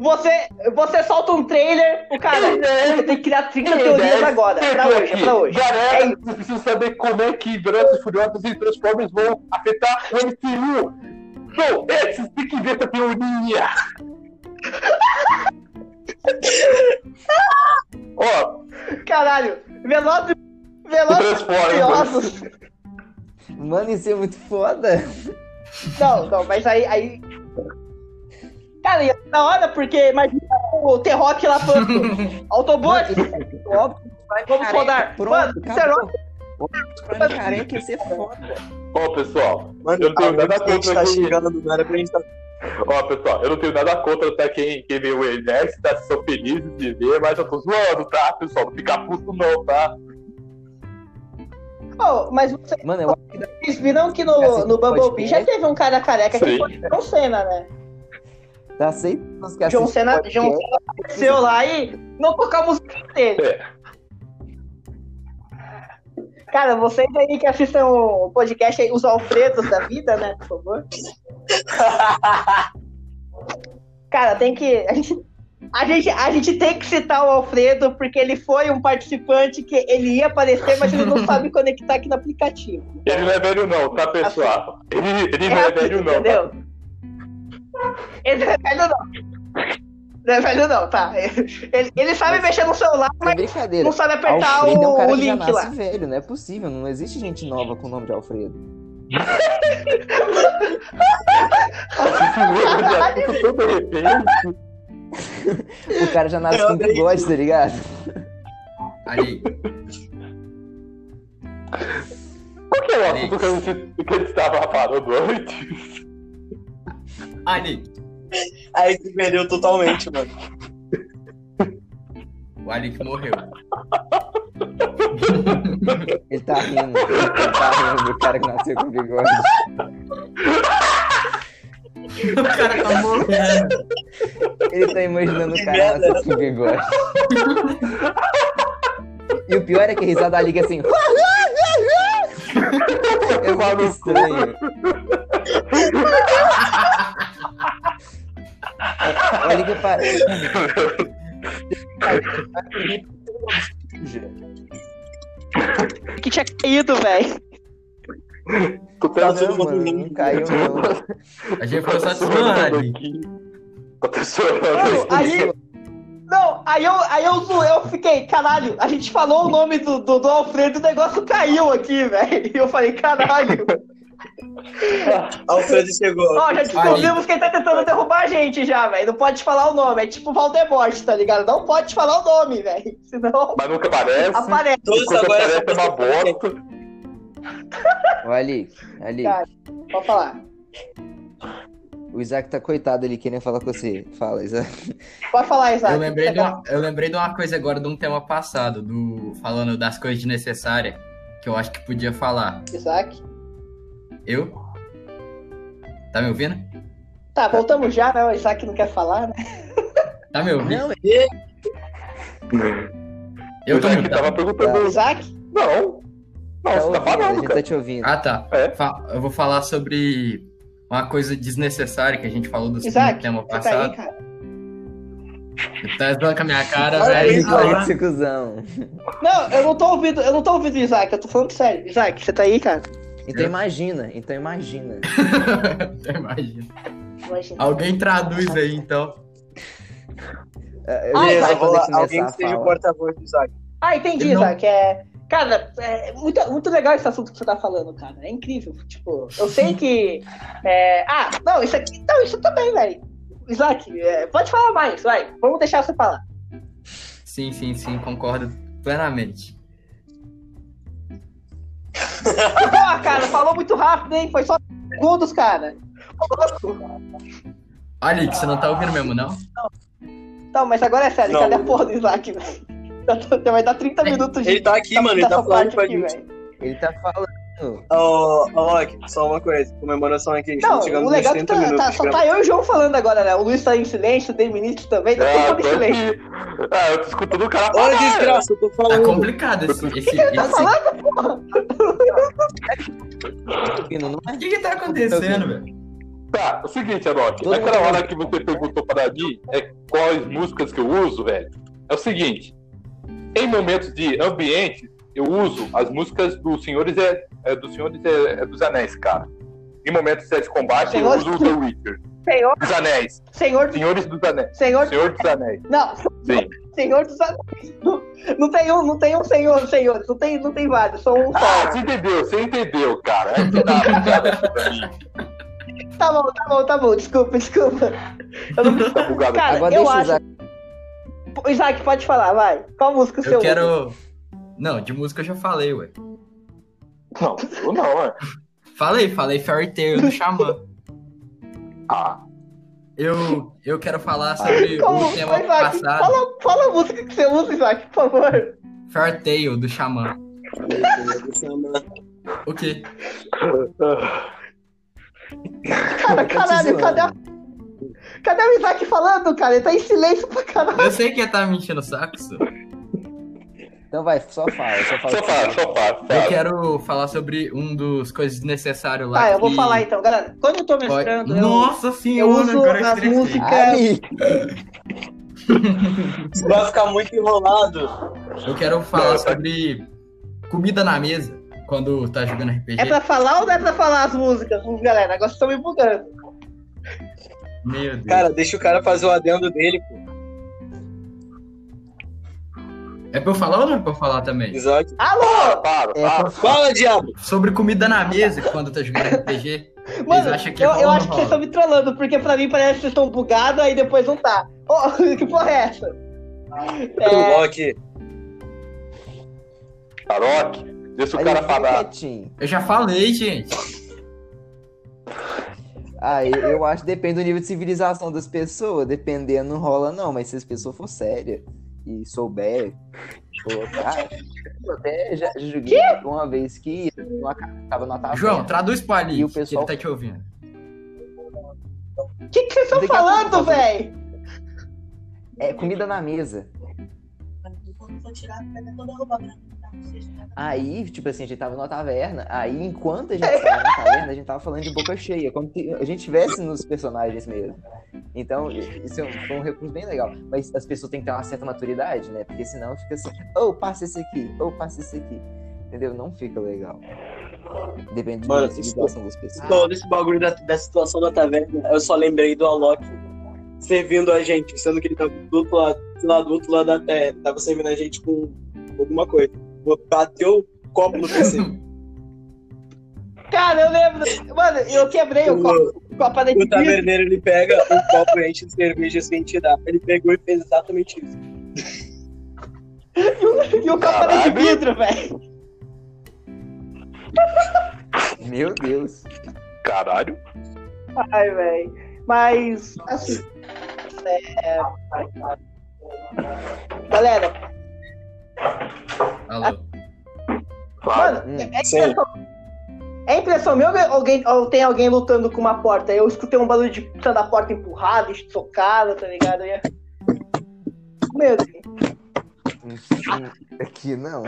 A: Você, você solta um trailer, o cara.
D: Ei Nerd.
A: Você tem que criar 30
D: Ei
A: teorias
D: Nerd.
A: agora.
D: Eu
A: Pra
D: tô
A: hoje, é
D: aqui.
A: pra hoje.
D: é Galera,
A: É
D: vocês precisam saber como é que Velozes e Furiosos e Transformers vão afetar o MCU. Então, é, vocês têm que ver essa teoria. Ó,
A: Caralho. Velozes.
D: o
A: Velozes. e
D: Transformers.
A: Furiosos.
B: Mano, isso é muito foda.
A: Não, não, mas aí. aí... Cara, ia ser da hora, porque imagina o The Rock lá falando. Autobots,
B: Óbvio,
A: vamos rodar.
B: pronto,
A: Mano, é
B: acabou.
A: The Rock.
B: pra mim, careca ia ser foda.
D: Ó, pessoal,
F: Mano,
D: Eu não tenho
F: alguém
D: nada
F: que a gente
D: contra
F: tá
D: quem-
F: xingando do nada pra gente tá.
D: Ó, pessoal, eu não tenho nada contra tá, quem, quem vê o Enes, tá? Vocês são felizes de ver, mas eu tô zoando, tá, pessoal? Não fica puto não, tá?
A: Ô, mas vocês
B: Mano, eu acho que dá-
A: viram que no,
B: Assim,
A: no
B: pode
A: Bumblebee já
B: ver.
A: teve um cara careca que
D: Sim.
A: foi John Cena, né?
B: dá seis pessoas que
A: John
B: assistem
A: Cena,
B: podcast. É
A: John Cena apareceu lá e não tocou a música dele.
D: É.
A: Cara, vocês aí que assistem o podcast aí, os Alfredos da vida, né? Por favor. Cara, tem que. A gente, a, gente, a gente tem que citar o Alfredo, porque ele foi um participante que ele ia aparecer, mas ele não sabe conectar aqui no aplicativo.
D: Ele não é velho não, tá, pessoal? Ele, ele não é velho não,
A: assim,
D: tá?
A: entendeu? Ele não é velho, não. Não é velho, não, tá. Ele, ele sabe mexer no celular,
B: É
A: mas
B: brincadeira.
A: não sabe apertar
B: Alfredo é um
A: o-
B: cara
A: o
B: que já
A: link
B: nasce
A: lá.
B: velho, não é possível. Não existe gente nova com o nome de Alfredo.
D: é tá? Todo repente.
B: O cara já nasce
F: Eu
B: com
F: acredito.
B: bigode, tá ligado?
E: Alink,
D: Qual que é o assunto que a gente- que a gente estava falando antes?
E: Alink.
F: Aí se perdeu totalmente, mano.
E: O Alink morreu.
B: Ele tá rindo. Ele tá rindo do cara que nasceu com bigode.
E: O cara tá morrendo.
B: Ele tá imaginando o cara assim nasceu com bigode. E o pior é que a risada da liga é assim. É muito estranho. A liga parece.
A: que tinha caído, velho.
D: Tô
F: Tá
B: Não,
F: todo mundo
B: mano, não
F: rindo.
B: caiu, não.
E: A gente ficou satisfeito, Alink.
D: aqui. Tô chorando
A: Mano,
D: aqui.
A: aí, não, aí eu, aí eu, zo- eu fiquei, caralho, a gente falou o nome do, do, do Alfredo e o negócio caiu aqui, velho. E eu falei, caralho.
F: Alfredo chegou.
A: Ó, já descobrimos quem tá tentando derrubar a gente já, velho. Não pode falar o nome. É tipo Valdemorte, tá ligado? Não pode falar o nome, velho. Senão
D: Mas nunca aparece.
A: aparece.
F: Todos
D: Quando
F: agora
D: aparece é
C: tá
D: uma bosta.
B: Ó, Ali, Ali,
A: Cara. Pode falar.
B: o Isaac tá coitado ali querendo falar com você. Fala, Isaac.
A: Pode falar, Isaac.
E: Eu lembrei, de uma, eu lembrei de uma coisa agora de um tema passado, do falando das coisas desnecessárias, que eu acho que podia falar.
A: Isaac.
E: Eu? Tá me ouvindo?
A: Tá, voltamos já, né? O Isaac não quer falar, né?
E: Tá me ouvindo?
B: Não,
E: eu tô
D: já que
E: mutado.
D: tava perguntando.
A: Isaac?
D: Não. Não,
B: tá
D: você tá
B: ouvindo, a
D: falando,
B: gente
D: cara.
B: tá te ouvindo.
E: Ah, tá.
D: É.
E: Fa- eu vou falar sobre uma coisa desnecessária que a gente falou do
A: Isaac,
E: tema
A: Você tá
E: passado.
A: aí, cara?
E: Tá zoando com a minha cara,
F: Olha
E: velho. Então,
F: isso, olha
B: Esse cuzão.
A: Não, eu não tô ouvindo, eu não tô ouvindo o Isaac, eu tô falando sério. Isaac, você tá aí, cara?
B: Então imagina, então imagina.
E: Até imagino.
A: Imagina.
E: Alguém traduz aí, então.
B: É, eu
A: Ah,
B: vou
A: tá.
F: Beleza,
B: falar
F: vou
B: quando
F: lá.
B: ele começar
F: Alguém
B: a
F: que seja o
B: falar.
F: porta-voz do Isaac.
A: Ah, entendi,
E: Ele não-
A: Isaac. É... Cara, é muito, muito legal esse assunto que você tá falando, cara. É incrível. Tipo, eu sei que. é, Ah, não, isso aqui. Não, isso também, velho. Isaac, é, pode falar mais, vai. Vamos deixar você falar.
E: Sim, sim, sim, concordo plenamente.
A: Ah, cara, falou muito rápido, hein? Foi só segundos, cara. Ô, louco.
E: Ali, que você não tá ouvindo mesmo, não?
A: Não, mas agora é sério,
F: Não.
A: cadê a porra do Isaac, velho? Já tô- já Vai dar 30 minutos
F: Ele tá aqui, mano, ele
A: dessa
F: tá falando
A: parte
F: pra
A: aqui,
F: gente.
A: velho.
B: Ele tá falando.
F: Ó, ó, Loki, só uma coisa. Comemoração aqui,
A: Não,
F: estamos chegando
A: o
F: nos
A: legal é que
F: 30
A: tá,
F: minutos.
A: tá,
F: de
A: só tá eu e o João falando agora, né? O Luiz tá em silêncio, o Deminito também, tá todo
D: Ah,
A: mundo em
D: tô
A: silêncio.
D: aqui. Ah, eu tô escutando o cara
F: gravação. Olha,
D: falar.
F: desgraça, eu tô
E: Tá
F: falando.
E: complicado esse. esse,
A: Tá
E: esse...
B: Pino, não é?
E: O que que tá acontecendo, velho?
D: Tá, é o seguinte, Enoch,
B: Todo
D: naquela
B: mundo-
D: hora que você perguntou para mim é, quais músicas que eu uso, velho, é o seguinte, em momentos de ambiente, eu uso as músicas dos Senhores, é, é, dos, senhores é, é dos Anéis, cara. Em momentos de combate, eu
A: Senhores-
D: uso o The Witcher.
A: Senhor,
D: Dos Anéis.
A: senhor, do-
D: Senhores dos Anéis.
A: senhor,
D: Senhor dos Anéis.
A: não,
D: Sim.
A: senhor dos anéis. Não, não tem um, não tem um senhor, senhores, não tem, não tem vários, são um
D: Ah, você
A: só.
D: entendeu, você entendeu, cara. É que dá uma bugada pra mim.
A: Tá bom, tá bom, tá bom, desculpa, desculpa. Eu não-
D: Tá bugado
A: Cara,
B: Agora
A: eu
B: deixa o
A: acho-
B: Isaac.
A: Isaac, pode falar, vai. Qual música você
E: Eu
A: usa?
E: quero. Não, de música eu já falei, ué.
D: Não, eu não, é.
E: Falei, falei Fairy Tail do Xamã.
D: Ah,
E: Eu, eu quero falar sobre
A: Como?
E: o tema
A: Isaac,
E: passado.
A: fala, fala a música que você usa, Isaac, por favor.
E: Fairy Tail do Xamã. O quê?
A: Cara, caralho,
B: zoando.
A: cadê, a- cadê o Isaac falando, cara? Ele tá em silêncio pra caralho.
E: Eu sei que ia tá me enchendo o saco, só.
B: Então vai, só fala, só fala.
D: só fala, só fala.
E: Eu
D: fala.
E: quero falar sobre um dos coisas desnecessárias lá.
A: Tá, eu vou
E: que-
A: falar então, galera. Quando eu tô
E: Pode-
A: mestrando, eu,
E: Nossa
A: eu
E: senhora,
A: uso
E: agora eu
A: as
E: estressei.
A: músicas.
B: Ali,
F: Isso vai ficar muito enrolado.
E: Eu quero falar
D: Não, tá-
E: sobre comida na mesa quando tá jogando RPG.
A: É pra falar ou não é pra falar as músicas, galera? Agora vocês estão me bugando.
E: Meu Deus.
F: Cara, deixa o cara fazer o adendo dele, pô.
E: É pra eu falar ou não é pra eu falar também?
F: Isaac.
A: Alô!
D: Para,
B: É,
D: para.
F: Fala, diabo!
E: Sobre comida na mesa quando tá jogando RPG.
A: Mano,
E: acham que
A: eu,
E: rola
A: eu
E: ou
A: acho
E: não
A: que vocês
E: rola?
A: estão me trollando, porque pra mim parece que vocês estão bugados, aí depois não tá. Ô, que porra é essa?
F: O
A: É,
F: Loki.
D: Taroque, deixa o
B: ali,
D: cara
B: fica
D: falar.
B: quietinho.
E: Eu já falei, gente.
B: Ah, eu, eu acho que depende do nível de civilização das pessoas. Dependendo, não rola não. Mas se as pessoas for séria e souber colocar... Eu até já já joguei uma vez que uma casa tava na taverna.
E: João, traduz pro Ali,
B: Tá E o
E: que ele
B: pessoal-
E: tá te ouvindo.
A: o que, que vocês estão
B: Daqui a pouco eu
A: falando,
B: vou fazer.
A: véi?
B: É comida na mesa. Aí, tipo assim, a gente tava numa taverna. Aí, enquanto a
A: É.
B: gente tava na taverna, a gente tava falando de boca cheia, como se a gente tivesse nos personagens mesmo. Então, isso é um- foi um recurso bem legal. Mas as pessoas têm que ter uma certa maturidade, né? Porque senão fica assim, ou passa esse aqui, ou passa esse aqui. Entendeu? Não fica legal. Depende
F: Mano,
B: da situação das pessoas.
F: Todo esse bagulho da, da situação da taverna, eu só lembrei do Alok servindo a gente, sendo que ele tava do outro lado, sei lá, do outro lado da terra. Ele tava servindo a gente com alguma coisa. Bateu o copo no PC.
A: Cara, eu lembro. Mano, eu quebrei o copo, o copo da
C: O taverneiro ele pega o copo e enche de cerveja sem tirar. Ele pegou e fez exatamente isso.
A: E o, e o copo era de vidro, velho.
B: Meu Deus.
D: Caralho.
A: Ai, velho. Mas, assim. é, Galera,
E: Alô.
D: Fala.
A: mano,
B: Hum,
A: é
C: sim.
A: impressão. É impressão minha ou alguém, ou tem alguém lutando com uma porta? Eu escutei um barulho de puta da porta empurrada, estocada, tá ligado? Eu ia- Meu Deus.
B: Hum, Aqui não.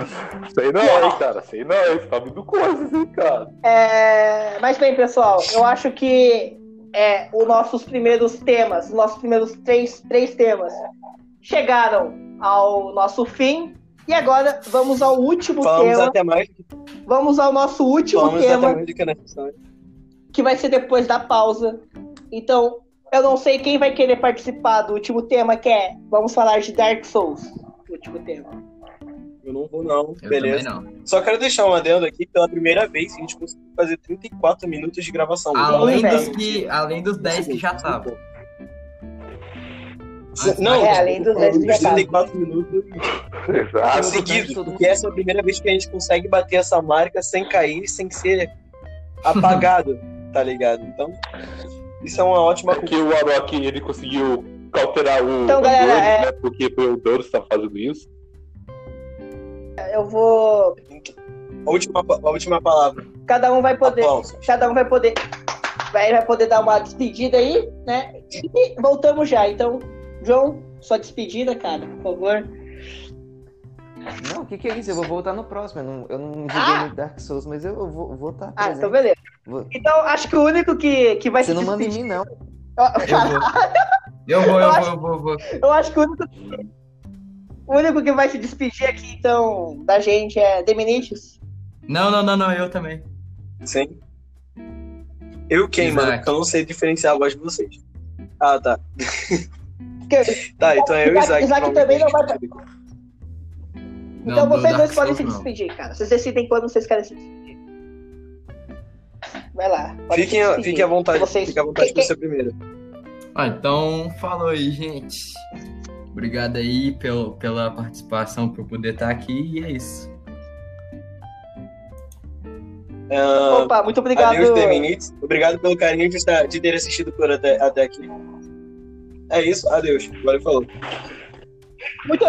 D: Sei não, hein, cara. Sei não, hein. Tá vindo coisas, hein, cara.
A: É, Mas bem, pessoal, eu acho que é, os nossos primeiros temas, os nossos primeiros três, três temas, chegaram ao nosso fim. E agora vamos ao último
C: Falamos
A: tema.
C: até mais,
A: Vamos ao nosso último
C: falamos até
A: tema,
C: mais do que é necessário.
A: que vai ser depois da pausa. Então, eu não sei quem vai querer participar do último tema, que é vamos falar de Dark Souls. Último tema.
C: Eu não vou, não.
E: Eu
C: Beleza.
E: também não.
C: Só quero deixar um adendo aqui, que pela primeira vez a gente conseguiu fazer 34 minutos de gravação.
E: Ah,
C: Então,
E: Além
A: Oi,
E: dos,
A: velho.
E: que, além dos 10 que já tava.
C: Se- Não, tipo,
A: É, além dos 10 que já
C: os
A: tava.
C: 34 minutos
D: Exato.
C: ah, seguidos, porque essa é a primeira vez que a gente consegue bater essa marca sem cair, sem ser apagado, tá ligado? Então, isso é uma ótima
D: É que o Arok, ele conseguiu cauterar o
A: Então,
D: o
A: galera,
D: Doris,
A: é-
D: né? Porque foi o Doris que tá fazendo isso.
A: Eu vou.
C: A última, a última palavra.
A: Cada um
C: Tá
A: vai poder.
C: Aplausos.
A: cada um vai poder vai, vai poder dar uma despedida aí, né? E voltamos já. Então, João, sua despedida, cara, por favor.
B: Não, o que, que é isso? Eu vou voltar no próximo. Eu não, eu não joguei
A: Ah!
B: muito Dark Souls, mas eu vou- vou voltar.
A: Ah, então
B: presente.
A: beleza.
B: Vou-
A: Então, acho que o único que, que vai
B: Você
A: se
B: não manda em
A: despedir.
B: mim, não.
E: Eu vou. Eu vou, eu vou, eu vou, eu vou.
A: Eu acho que o único que, o único que vai se despedir aqui, então, da gente é Deminitius.
E: Não, não, não, não, eu também.
C: Sim. Eu quem,
E: Isaac.
C: mano? Porque eu não sei diferenciar a voz de vocês. Ah, tá.
A: Porque-
C: Tá, então é eu e o
A: Isaac- Isaac
C: Isaac. tipo, vamos
A: também não vai-
C: deixar comigo.
E: Não,
A: Então
E: do
A: vocês
E: Dark
A: dois podem
E: Souls,
A: se
E: não.
A: despedir, cara. Vocês decidem quando vocês querem se despedir. Vai lá. pode se
C: Fiquem, a-
A: despedir.
C: fiquem à vontade,
A: Vocês-
C: fiquem à vontade
A: quem-
C: você primeiro.
E: Ah, então, falou aí, gente. Obrigado aí pelo, pela participação, por poder estar aqui, e é isso.
C: Ah,
A: Opa, muito obrigado.
C: Adeus, The Minutes. Obrigado pelo carinho de, estar- de ter assistido por até, até aqui. É isso, adeus. Valeu, falou.
A: Muito,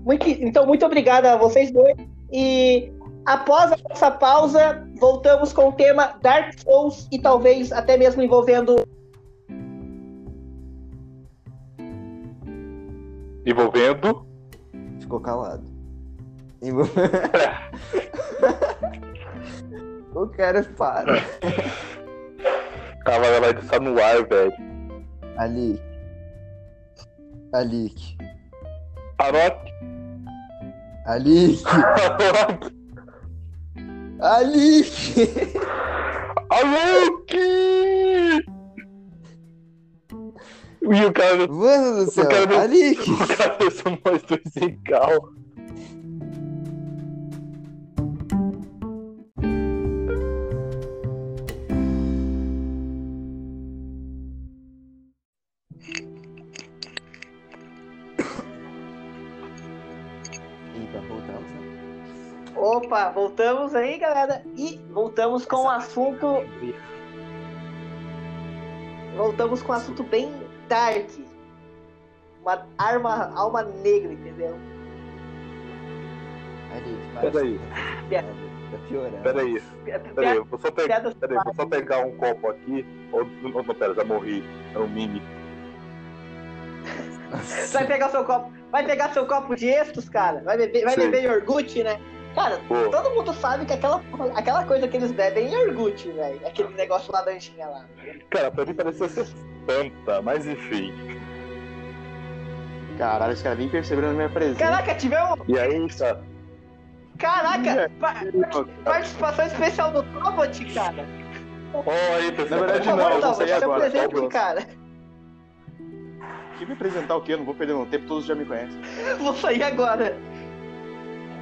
A: muito, então, muito obrigado a vocês dois. E após a nossa pausa, voltamos com o tema Dark Souls e talvez até mesmo envolvendo.
D: Envolvendo.
B: Ficou calado. E- o cara para.
D: Tava ela editar no ar, velho.
B: Ali. Alic.
D: Arok.
B: Alic.
D: Arok.
B: Alic.
D: Arok! E o cara...
B: Mano do céu.
D: quero-
B: Alic.
D: O cara pensou nós dois em cal.
B: Eita, voltamos. né?
A: Opa, voltamos aí, galera. E voltamos com um assunto. Voltamos com um assunto bem dark. Uma arma, alma negra, entendeu?
B: Alic, para.
D: Peraí.
B: Tá piorando.
D: Peraí, peraí. Eu vou só pegar...
A: Piadas-
D: Peraí, vou só pegar um copo aqui. Ou, não, não, pera, já morri. É um mini.
A: Vai pegar seu copo, vai pegar seu copo de estos, cara. Vai beber, vai
D: Sim.
A: beber iogurte, né? Cara,
D: Pô,
A: Todo mundo sabe que aquela, aquela coisa que eles bebem é iogurte, velho. Aquele negócio laranjinha lá.
D: cara, pra mim parecia ser tanta, mas enfim.
G: Caralho, os caras nem perceberam a minha presença.
A: Caraca, tivemos.
D: E aí, tá. cara...
A: Caraca! pa- participação especial do Tobot, cara.
D: Ó, aí, pessoal. Tá
G: Na verdade,
A: Por
G: não,
A: favor,
G: eu vou
A: Tobot,
G: sair
A: se
G: agora,
A: apresente,
G: Tobot.
A: um cara.
G: Que me apresentar o quê? Eu não vou perder meu tempo, todos já me conhecem.
A: Vou sair agora.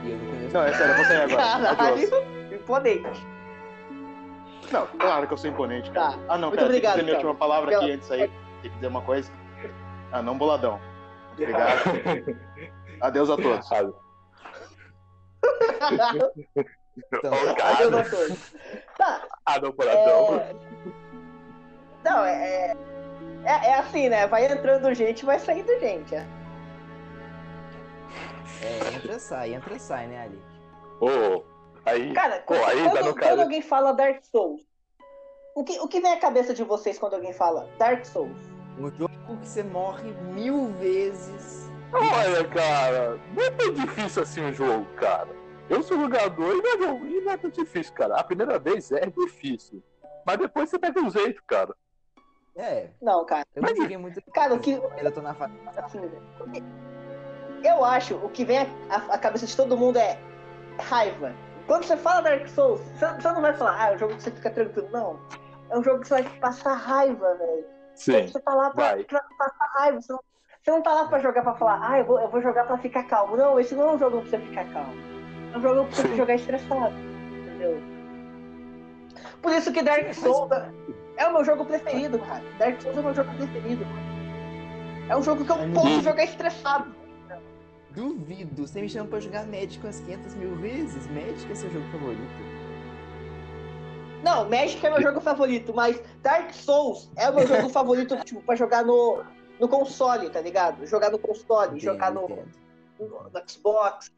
B: E eu não conheço.
G: tá Não, é sério, eu vou sair agora. Adeus.
A: Caralho. Imponente.
G: Não, claro que eu sou imponente, cara.
A: Tá.
G: Ah, não,
A: Muito
G: pera,
A: obrigado,
G: tem que dizer minha
A: Thiago.
G: última palavra
A: Pela-
G: aqui antes aí. Tem que dizer uma coisa. Ah, não, boladão. Muito obrigado. Adeus a todos.
D: Sabe?
B: Então,
D: Ô,
A: Adeus
D: cara,
A: a todos. Tá,
D: ah, não, coração.
A: é... Não, é... é- É assim, né? Vai entrando gente, vai saindo gente. é.
B: é, entra e sai, entra e sai, né, Ali?
D: Ô, aí,
A: Cara,
D: Pô, aí
A: quando,
D: dá no
A: quando
D: cara.
A: alguém fala Dark Souls, o que, o que vem à cabeça de vocês quando alguém fala Dark Souls?
B: Um jogo que você morre mil vezes.
D: Olha, cara, não é tão difícil assim o jogo, cara. Eu sou jogador e não, é tão- e não é tão difícil, cara. A primeira vez é difícil. Mas depois você pega o jeito, cara.
B: É,
A: Não, cara.
B: eu não joguei muito.
A: Cara, o que,
B: Ainda tô na fase.
A: assim, o que- eu acho o que vem à à cabeça de todo mundo é raiva. Quando você fala Dark Souls, você você não vai falar, ah, é um jogo que você fica tranquilo. Não. É um jogo que você vai passar raiva, velho.
D: Sim.
A: Você tá lá pra,
D: Vai.
A: pra passar raiva. Você não, você não tá lá pra jogar pra falar, ah, eu vou, eu vou jogar pra ficar calmo. Não, esse não é um jogo pra você ficar calmo. É um jogo pra você
D: Sim.
A: jogar estressado. Entendeu? Por isso que Dark Souls é o meu jogo preferido, cara. Dark Souls é o meu jogo preferido. É um jogo que eu posso jogar estressado.
B: Duvido. Você me chama pra jogar Magic umas 500 mil vezes? Magic é seu jogo favorito.
A: Não, Magic é meu jogo favorito, mas Dark Souls é o meu jogo favorito, tipo, pra jogar no, no console, tá ligado? Jogar no console, jogar no,
B: Entendo.
A: no Xbox.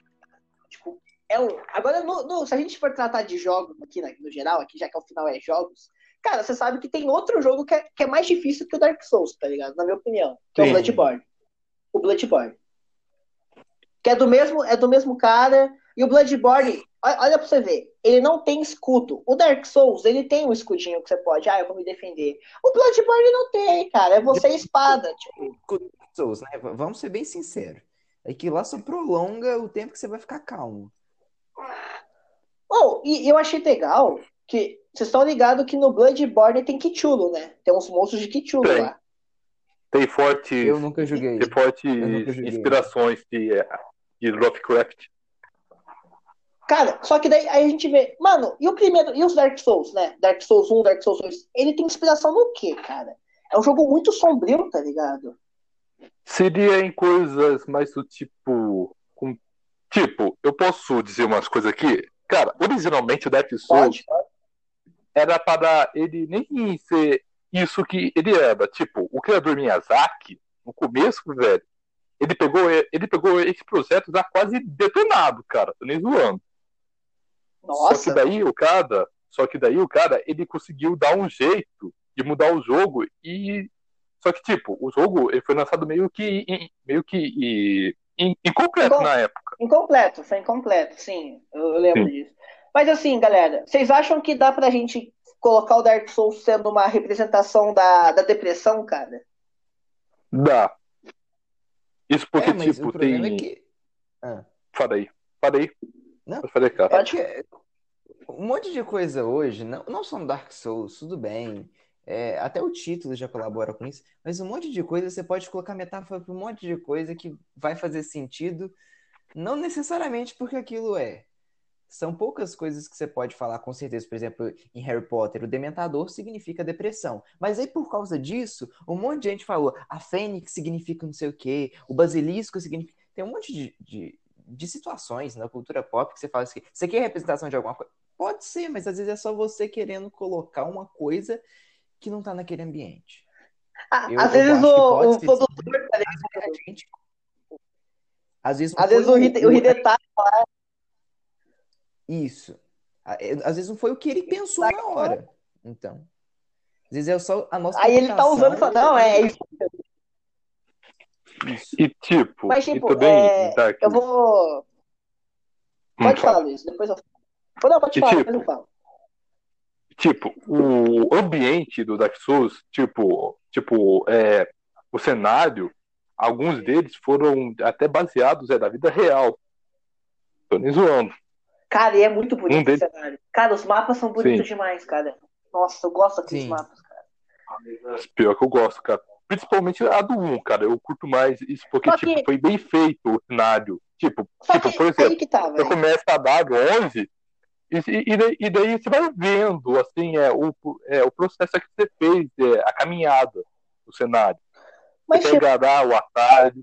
A: Tipo, é um... Agora, no- no- se a gente for tratar de jogos aqui né, no geral, aqui já que o final é jogos, cara, você sabe que tem outro jogo que é, que é mais difícil que o Dark Souls, tá ligado? Na minha opinião. Que é o
D: Sim.
A: Bloodborne. O Bloodborne. Que é do mesmo, é do mesmo cara. E o Bloodborne, o- olha pra você ver, ele não tem escudo. O Dark Souls, ele tem um escudinho que você pode, ah, eu vou me defender. O Bloodborne não tem, cara. É você e espada, tipo.
B: Souls, né? V- Vamos ser bem sinceros. É que lá só prolonga o tempo que você vai ficar calmo.
A: Oh, e eu achei legal que vocês estão ligados que no Bloodborne tem Cthulhu, né? Tem uns monstros de Cthulhu
D: Tem.
A: lá.
D: Tem forte,
B: Eu nunca joguei.
D: tem forte
B: nunca joguei.
D: inspirações de, eh, de Lovecraft.
A: Cara, só que daí aí a gente vê. Mano, e o primeiro. E os Dark Souls, né? Dark Souls 1, Dark Souls 2. Ele tem inspiração no quê, cara? É um jogo muito sombrio, tá ligado?
D: Seria em coisas mais do tipo. com- Tipo, eu posso dizer umas coisas aqui? Cara, originalmente o Dark Souls
A: Pode.
D: era para ele nem ser isso que ele era. Tipo, o criador Miyazaki, no começo, velho, ele pegou, ele pegou esse projeto já quase detonado, cara, tô nem zoando. Só que
A: Nossa.
D: daí o cara, só que daí o cara, ele conseguiu dar um jeito de mudar o jogo e só que tipo, o jogo ele foi lançado meio que em- meio que e, in- incompleto
A: Bom.
D: na época.
A: Incompleto, foi incompleto, sim. Eu eu lembro disso. Mas assim, galera, vocês acham que dá pra gente colocar o Dark Souls sendo uma representação da, da depressão, cara?
D: Dá. Isso porque
B: é, mas
D: tipo
B: o problema
D: tem,
B: é que.
D: fala aí, fala aí.
B: Não.
D: Pode falar, cara.
A: Pode-
B: É que um monte de coisa hoje, não, não só no Dark Souls, tudo bem. é, até o título já colabora com isso, mas um monte de coisa você pode colocar metáfora para um monte de coisa que vai fazer sentido, não necessariamente porque aquilo é. São poucas coisas que você pode falar com certeza, por exemplo, em Harry Potter, o dementador significa depressão. Mas aí por causa disso, um monte de gente falou, a fênix significa não sei o quê, o basilisco significa tem um monte de, de, de situações na cultura pop que você fala assim, você quer representação de alguma coisa? Pode ser, mas às vezes é só você querendo colocar uma coisa que não tá naquele ambiente.
A: Ah,
B: Eu-
A: às
B: eu
A: vezes
B: acho que
A: o,
B: pode
A: o
B: ser
A: produtor, tá ligado?
B: A gente- Às vezes, não
A: Às vezes o,
B: foi
A: Hide- tá, o é Hidetaka
B: Isso. A- é, Às vezes não foi o que ele pensou na hora. Então. Às vezes é só a nossa
A: Aí ele tá usando e fala, não, é isso.
B: Isso.
D: E tipo,
A: Mas,
D: e
A: tipo,
D: também
A: é,
D: Dark-
A: Eu vou.
D: Hum,
A: Pode
D: fala.
A: falar, Luiz, depois eu falo. Não, pode
D: E,
A: falar,
D: tipo,
A: depois eu falo.
D: Tipo, o ambiente do Dark Souls, tipo, tipo, é, o cenário, alguns deles foram até baseados é, da vida real. Tô nem zoando.
A: Cara, e é muito bonito
D: Um
A: o
D: deles-
A: cenário. Cara, os mapas são bonitos demais, cara. Nossa, eu gosto daqueles
B: Sim.
A: mapas, cara.
D: Mas Pior que eu gosto, cara. Principalmente a do 1, cara. Eu curto mais isso porque,
A: Só
D: tipo,
A: que-
D: foi bem feito o cenário. Tipo,
A: Só
D: tipo,
A: que
D: por exemplo,
A: aí que tá,
D: você
A: velho.
D: começa a dar 11 E, e, daí, e daí você vai vendo, assim, é, o, é, o processo que você fez, é, a caminhada do cenário.
A: Mas,
D: Você pegará o atalho.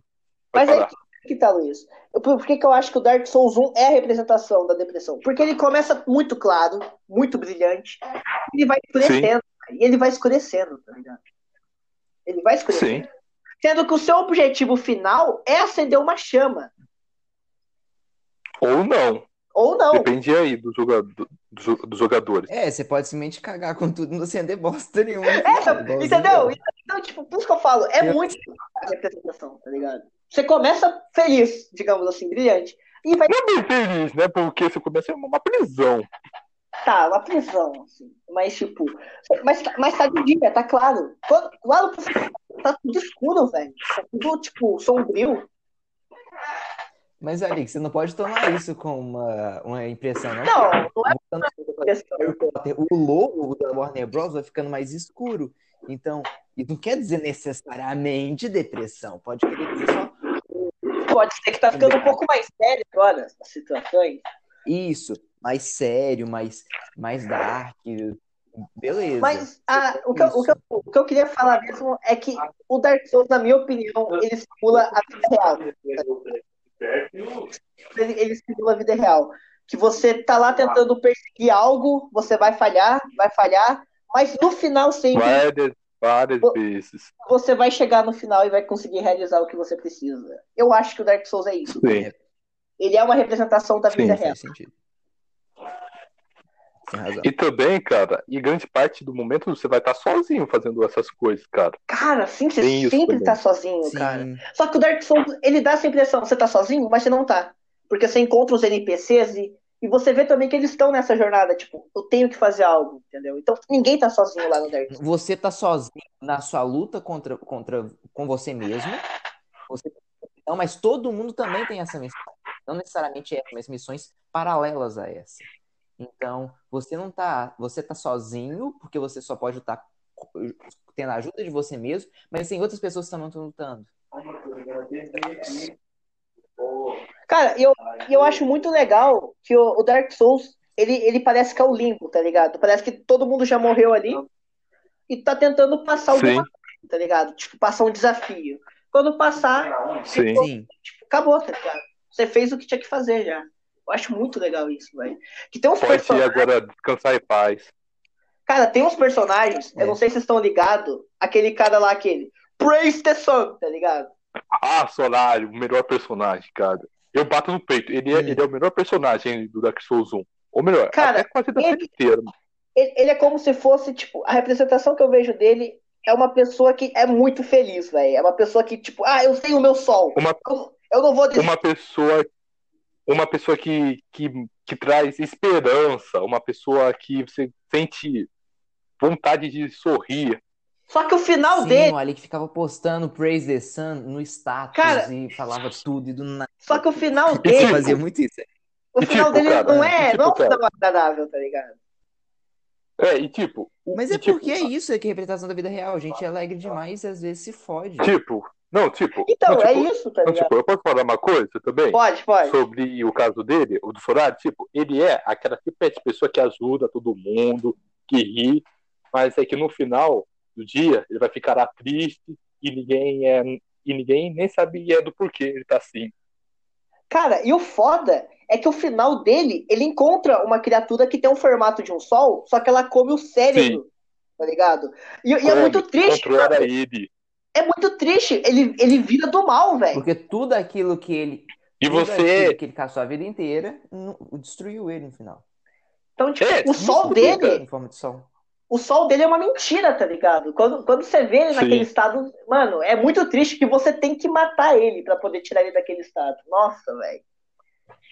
D: vai "Ah,
A: Mas é aí
D: parar.
A: que- que tá, Luiz? Eu- por que, que eu acho que o Dark Souls 1 é a representação da depressão? Porque ele começa muito claro, muito brilhante, ele vai escurecendo, cara, e ele vai escurecendo, tá ligado? Ele vai escurecendo.
D: Sim.
A: Sendo que o seu objetivo final é acender uma chama.
D: Ou não.
A: Ou não.
D: Depende aí do joga- do- dos, dos jogadores.
B: É, você pode simplesmente cagar com tudo e não acender bosta nenhuma.
A: É, entendeu? Então, tipo, por isso que eu falo, é muito a representação, tá ligado? Você começa feliz, digamos assim, brilhante. E vai
D: Não é bem feliz, né? Porque você começa uma prisão.
A: Tá, uma prisão, assim. Mas, tipo. Mas, mas tá de dia, tá claro. Quando, lá no tá tudo escuro, velho. Tá tudo, tipo, sombrio.
B: Mas, Alix, você não pode tomar isso com uma, uma impressão, não.
A: Não, não é
B: Voltando ao
A: impressão.
B: Harry Potter, O logo da Warner Bros. vai ficando mais escuro. Então, isso não quer dizer necessariamente depressão. Pode querer dizer só
A: Pode ser que tá ficando um pouco mais sério agora as situações.
B: isso, mais sério, mais, mais dark. Beleza.
A: Mas ah, o, que eu, o, que eu, o que eu queria falar mesmo é que o Dark Souls, na minha opinião, ele simula a vida real. Ele, ele simula a vida real. Que você tá lá tentando perseguir algo, você vai falhar, vai falhar, mas no final sempre
D: Várias, várias
A: Pô.
D: vezes.
A: você vai chegar no final e vai conseguir realizar o que você precisa. Eu acho que o Dark Souls é isso.
D: Sim.
A: Ele é uma representação da vida
B: Não
A: real.
B: faz sentido. Tem razão.
D: E também, cara, e grande parte do momento você vai estar sozinho fazendo essas coisas, cara.
A: Cara, sim, você
D: Tem isso
A: sempre
D: também.
A: tá sozinho,
B: Sim,
A: cara. Só que o Dark Souls, ele dá essa impressão, você tá sozinho, mas você não tá. Porque você encontra os NPCs e, e você vê também que eles estão nessa jornada, tipo, eu tenho que fazer algo, entendeu? Então ninguém tá sozinho lá no Dark Souls.
B: Você tá sozinho na sua luta contra, contra com você mesmo. Você- Não, mas todo mundo também tem essa missão. Não necessariamente essa, mas missões paralelas a essa. Então, você não tá, você tá sozinho, porque você só pode estar tendo a ajuda de você mesmo, mas tem outras pessoas que também estão lutando.
A: Cara, e eu, e eu acho muito legal que o, o Dark Souls, ele, ele parece que é o limbo, tá ligado? Parece que todo mundo já morreu ali e tá tentando passar alguma
D: Sim.
A: coisa, tá ligado? Tipo, passar um desafio. Quando passar,
D: Sim.
B: Sim.
A: tipo, acabou, tá ligado? Você fez o que tinha que fazer já. Eu acho muito legal isso, velho. Que tem uns
D: Pode ir
A: personagens.
D: agora descansar em paz.
A: Cara, tem uns personagens,
B: É.
A: eu não sei se vocês estão ligados, aquele cara lá, aquele. Praise the Sun, tá ligado?
D: Ah, Solário, o melhor personagem, cara. Eu bato no peito. Ele é,
B: Hum.
D: ele é o melhor personagem do Dark Souls 1. Ou melhor,
A: Cara,
D: até quase da série
A: ele-
D: inteira.
A: Ele, ele é como se fosse, tipo, a representação que eu vejo dele é uma pessoa que é muito feliz, velho. É uma pessoa que, tipo, ah, eu tenho o meu sol.
D: Uma-
A: Eu, eu não vou desistir.
D: Uma pessoa, uma pessoa que, que, que traz esperança, uma pessoa que você sente vontade de sorrir.
A: Só que o final
B: Sim,
A: dele,
B: o Alec ficava postando Praise the Sun no status
A: Cara-
B: e falava tudo e do nada.
A: só que o final
B: Ele
A: dele,
B: fazia muito isso.
A: o final
D: tipo,
A: dele
D: cara,
A: não é,
D: tipo,
A: não é um
D: cara.
A: final agradável, tá ligado?
D: É, e tipo. o-
B: Mas
D: e
B: é
D: tipo,
B: porque é isso, é que é a representação da vida real. A gente é alegre demais e às vezes se fode.
D: Tipo, não, tipo.
A: Então,
D: não, tipo,
A: é isso, tá
D: não,
A: ligado?
D: tipo, eu posso falar uma coisa também?
A: Pode, pode.
D: sobre o caso dele, o do Sorari, tipo, ele é aquela tipo de pessoa que ajuda todo mundo, que ri, mas é que no final do dia ele vai ficar lá triste e ninguém é e ninguém nem sabia do porquê ele tá assim.
A: Cara, e o foda é que o final dele, ele encontra uma criatura que tem um formato de um sol, só que ela come o cérebro, tá ligado? E, e é
D: Come,
A: muito triste,
D: Controla
A: cara.
D: ele.
A: É muito triste. Ele, ele vira do mal, velho.
B: Porque tudo aquilo que ele.
D: E
B: tudo aquilo
A: é
D: você
B: que ele caçou a vida inteira não- destruiu ele no final.
A: Então, tipo,
D: É,
A: o sol
D: isso,
A: dele,
D: cara.
B: Em forma de sol.
A: o sol dele é uma mentira, tá ligado? Quando, quando você vê ele
D: Sim.
A: naquele estado, mano, é muito triste que você tem que matar ele pra poder tirar ele daquele estado. Nossa, velho.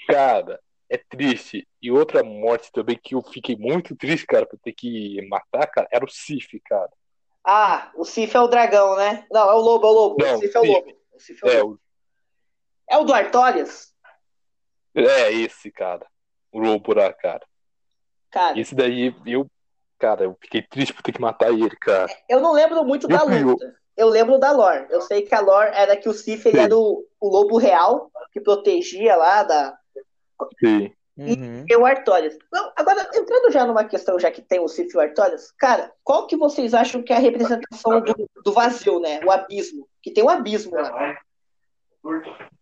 D: Cara, é triste. E outra morte também que eu fiquei muito triste, cara, por ter que matar, cara, era o Sif, cara.
A: Ah, o Sif é o dragão, né? Não, é o lobo, é o lobo.
D: Não,
A: o Sif é o
D: Sif.
A: lobo. O Sif é, o...
D: É,
A: lobo.
D: o-
A: é o do Artorias?
D: é esse, cara. O lobo lá, cara.
A: Cara,
D: Esse daí, eu, cara, eu fiquei triste por ter que matar ele, cara.
A: Eu não lembro muito da
D: Eu fui, eu-
A: luta. Eu lembro da lore. Eu sei que a lore era que o Sif ele
D: Sim.
A: era o, o lobo real que protegia lá da.
D: Sim.
B: Uhum.
A: E o Artorias. Não, agora, entrando já numa questão, já que tem o Cif e o Artorias, cara, qual que vocês acham que é a representação do, do vazio, né? O abismo. Que tem um abismo lá.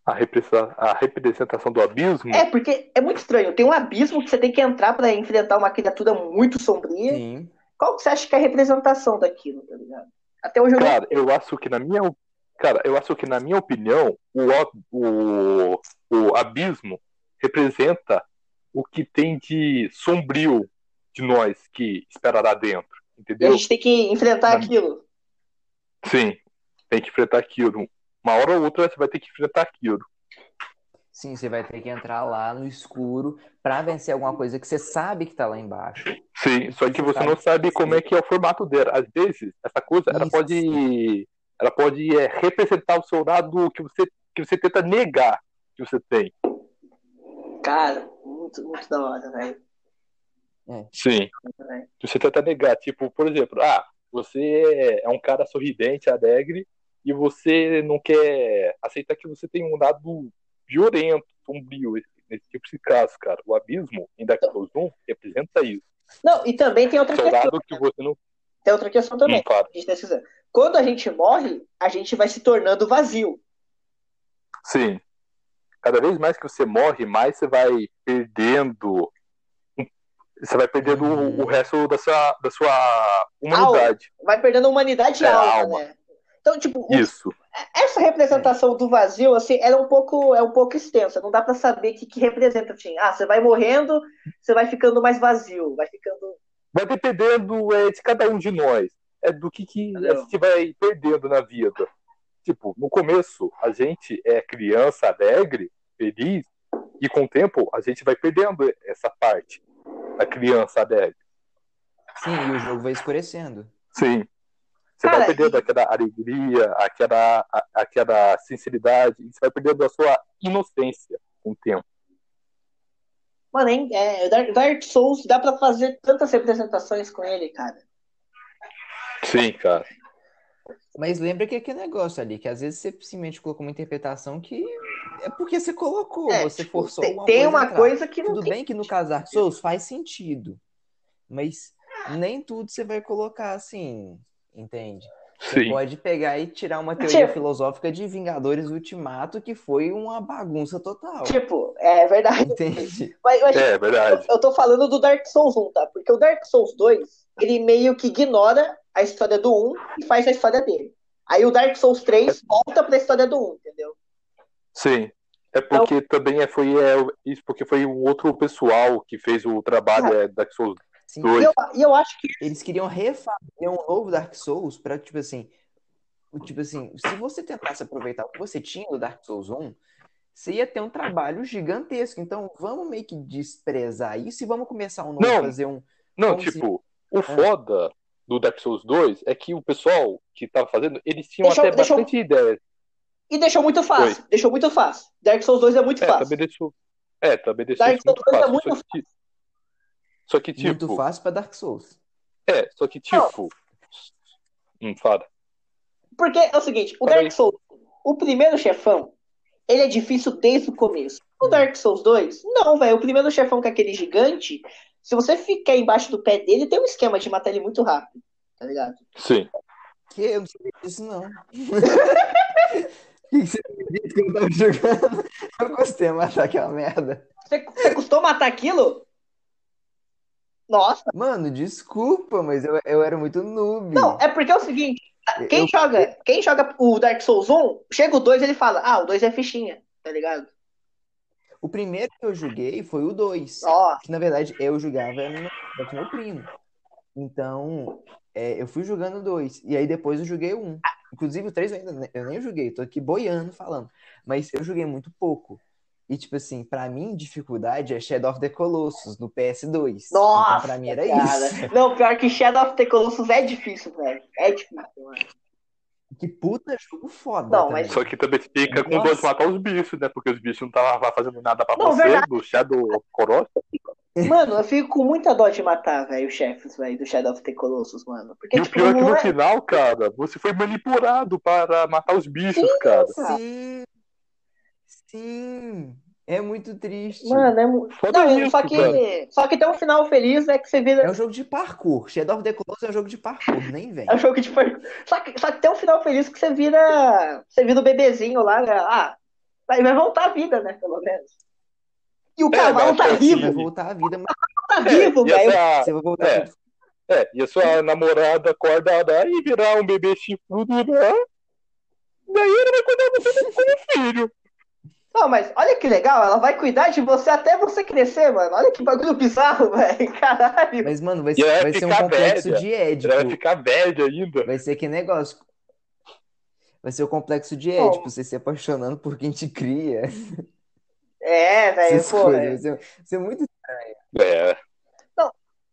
D: A, repressa- a representação do abismo?
A: É, porque é muito estranho. Tem um abismo que você tem que entrar pra enfrentar uma criatura muito sombria.
B: Sim.
A: Qual que você acha que é a representação daquilo, tá ligado? Até hoje eu não
D: Cara, eu acho que na minha op- cara, eu acho que na minha opinião o ab- o, o abismo representa o que tem de sombrio de nós que esperará dentro,
A: E a
D: entendeu?
A: gente tem que enfrentar
D: Não.
A: aquilo.
D: Sim, tem que enfrentar aquilo. Uma hora ou outra você vai ter que enfrentar aquilo.
B: Sim, você vai ter que entrar lá no escuro pra vencer alguma coisa que você sabe que tá lá embaixo.
D: Sim, só que você não sabe como é que é o formato dela. Às vezes, essa coisa, ela
B: Isso.
D: pode, ela pode é, representar o seu lado que você, que você tenta negar que você tem.
A: Cara, muito, muito da hora, velho.
D: Sim. que você tenta negar. Tipo, por exemplo, ah, você é um cara sorridente, alegre, e você não quer aceitar que você tem um lado violento, sombrio. esse- Nesse tipo de caso, cara. O abismo, em Dark Souls 1, representa isso.
A: Não, e também tem outra
D: Seu
A: questão.
D: lado que você não.
A: Tem outra questão também.
D: Hum, claro.
A: que a gente tá esquecendo. Quando a gente morre, a gente vai se tornando vazio.
D: Sim. Cada vez mais que você morre, mais você vai perdendo. um, Você vai perdendo
A: Ah.
D: o- o resto da sua, da sua humanidade.
A: Vai perdendo a humanidade e
D: É,
A: a
D: a
A: alma, né? Então, tipo, o-
D: Isso.
A: essa representação do vazio, assim, ela é um pouco, é um pouco extensa. Não dá pra saber o que, que representa. Assim. Ah, você vai morrendo, você vai ficando mais vazio. Vai ficando.
D: Vai dependendo é, de cada um de nós. É do que, que a
A: Entendeu?
D: gente vai perdendo na vida. Tipo, no começo, a gente é criança alegre, feliz, e com o tempo a gente vai perdendo essa parte da criança alegre.
B: Sim, e o jogo vai escurecendo.
D: Sim. Você
A: Cara,
D: vai perdendo
A: e-
D: aquela alegria, aquela, a- aquela sinceridade, e você vai perdendo a sua inocência com o tempo.
A: Mano, hein? É, Dark- Dark Souls dá pra fazer tantas representações com ele, cara.
D: Sim, cara.
B: Mas lembra que é aquele negócio ali, que às vezes você simplesmente colocou uma interpretação que é porque você colocou,
A: É,
B: você
A: tipo,
B: forçou
A: tem,
B: alguma
A: tem
B: coisa a
A: uma
B: entrar.
A: coisa que não
B: Tudo
A: tem.
B: bem que no caso Dark Souls faz sentido, mas
A: Ah.
B: nem tudo você vai colocar assim, entende?
D: Sim.
B: Pode pegar e tirar uma teoria
A: Tipo-
B: filosófica de Vingadores Ultimato, que foi uma bagunça total,
A: Tipo, é verdade.
B: entende?
A: Mas, mas
D: É
A: eu,
D: verdade.
A: eu tô falando do Dark Souls 1, tá? Porque o Dark Souls 2, ele meio que ignora a história do 1 e faz a história dele. Aí o Dark Souls 3 volta pra história do 1, entendeu?
D: Sim. É
A: Então
D: porque também é, foi é, isso porque foi um outro pessoal que fez o trabalho
A: Ah.
D: é, Dark Souls
B: Sim.
D: 2.
A: E eu, e eu acho que.
B: Assim, Eles queriam refazer um novo Dark Souls pra, tipo assim, o tipo assim, se você tentasse aproveitar o que você tinha do Dark Souls 1, você ia ter um trabalho gigantesco. Então, vamos meio que desprezar isso e vamos começar um novo,
D: Não.
B: fazer um.
D: Não,
B: Como
D: tipo,
A: Ah.
D: o foda do Dark Souls 2 é que o pessoal que tava fazendo, eles tinham
A: Deixa eu-
D: até
A: deixa eu-
D: bastante ideia.
A: E deixou muito fácil. Deixou muito fácil. Dark Souls 2 é muito
D: É,
A: fácil.
D: também deixou. É, também deixou
A: Dark
D: isso muito
A: Souls é
D: fácil.
A: muito
D: só, que, só que, tipo,
B: Muito fácil pra Dark Souls.
D: é, só que tipo. Hum, fala.
A: Porque é o seguinte, o
D: Peraí.
A: Dark Souls, o primeiro chefão, ele é difícil desde o começo.
D: Hum.
A: O Dark Souls 2, não, velho. O primeiro chefão que é aquele gigante, se você ficar embaixo do pé dele, tem um esquema de matar ele muito rápido. Tá ligado?
D: Sim.
B: Que eu não sabia disso, não. que que você acredita que eu tava jogando? Eu gostei, mas daquela merda.
A: Você, você custou matar aquilo? Nossa,
B: Mano, desculpa, mas eu, eu era muito noob.
A: não, é porque é o seguinte, quem
B: Eu-
A: joga, quem joga o Dark Souls 1, chega o 2 ele fala: "Ah, o 2 é fichinha", tá ligado?
B: O primeiro que eu joguei foi o 2.
A: Ó,
B: que na verdade eu jogava no- com meu primo. Então, é, eu fui jogando dois. E aí depois eu joguei um. Inclusive o três eu ainda ne- eu nem joguei, tô aqui boiando falando. Mas eu joguei muito pouco. E tipo assim, pra mim, dificuldade é Shadow of the Colossus no PS2.
A: Nossa,
B: então, pra mim era
A: cara.
B: isso.
A: Não, pior que Shadow of the Colossus é difícil, velho. É difícil, mano.
B: Que puta jogo foda.
A: Não,
B: também.
A: mas-
D: Só que também fica com
B: Nossa.
D: dor de matar os bichos, né? Porque os bichos não estavam fazendo nada pra
A: Não,
D: você,
A: verdade.
D: do Shadow of Colossus.
A: Mano, eu fico com muita dó de matar, velho, os chefes, velho, do Shadow of the Colossus, mano. Porque
D: E o
A: tipo,
D: pior é que
A: não
D: no
A: é-
D: final, cara, você foi manipulado para matar os bichos, cara.
B: Sim. Sim. É muito triste.
A: Mano, é muito.
D: Foda
A: Não,
D: isso,
A: só que,
D: velho.
A: só que tem um final feliz é que você vira.
B: É um jogo de parkour. Shadow of the Colossus é um jogo de parkour, nem vem.
A: É um jogo que tipo. Só que, só que tem um final feliz que você vira. Você vira o bebezinho lá, né? Ah, vai vai voltar a vida, né? Pelo menos. E o
D: É,
A: cavalo
D: mas
A: tá
D: assim, É,
A: vivo,
B: Vai voltar à vida, mas
A: tá vivo,
D: e a
A: velho.
D: sua-
B: você vai voltar
D: É. É, e a sua namorada acordar lá e virar um bebê chifrudo lá. Daí ele vai cuidar de você como filho.
A: Não, mas olha que legal, ela vai cuidar de você até você crescer, mano. Olha que bagulho bizarro, velho. Caralho.
B: Mas, mano, vai,
D: E ela vai
B: vai ser um
D: ficar
B: complexo
D: velha.
B: de Édipo.
D: Ela vai ficar velha ainda.
B: Vai ser que negócio. Vai ser o complexo de
A: Bom.
B: Édipo, você se apaixonando por quem te cria.
A: É, velho,
B: Essas
A: pô.
B: coisas.
A: velho.
B: Vai ser, vai ser muito.
D: É.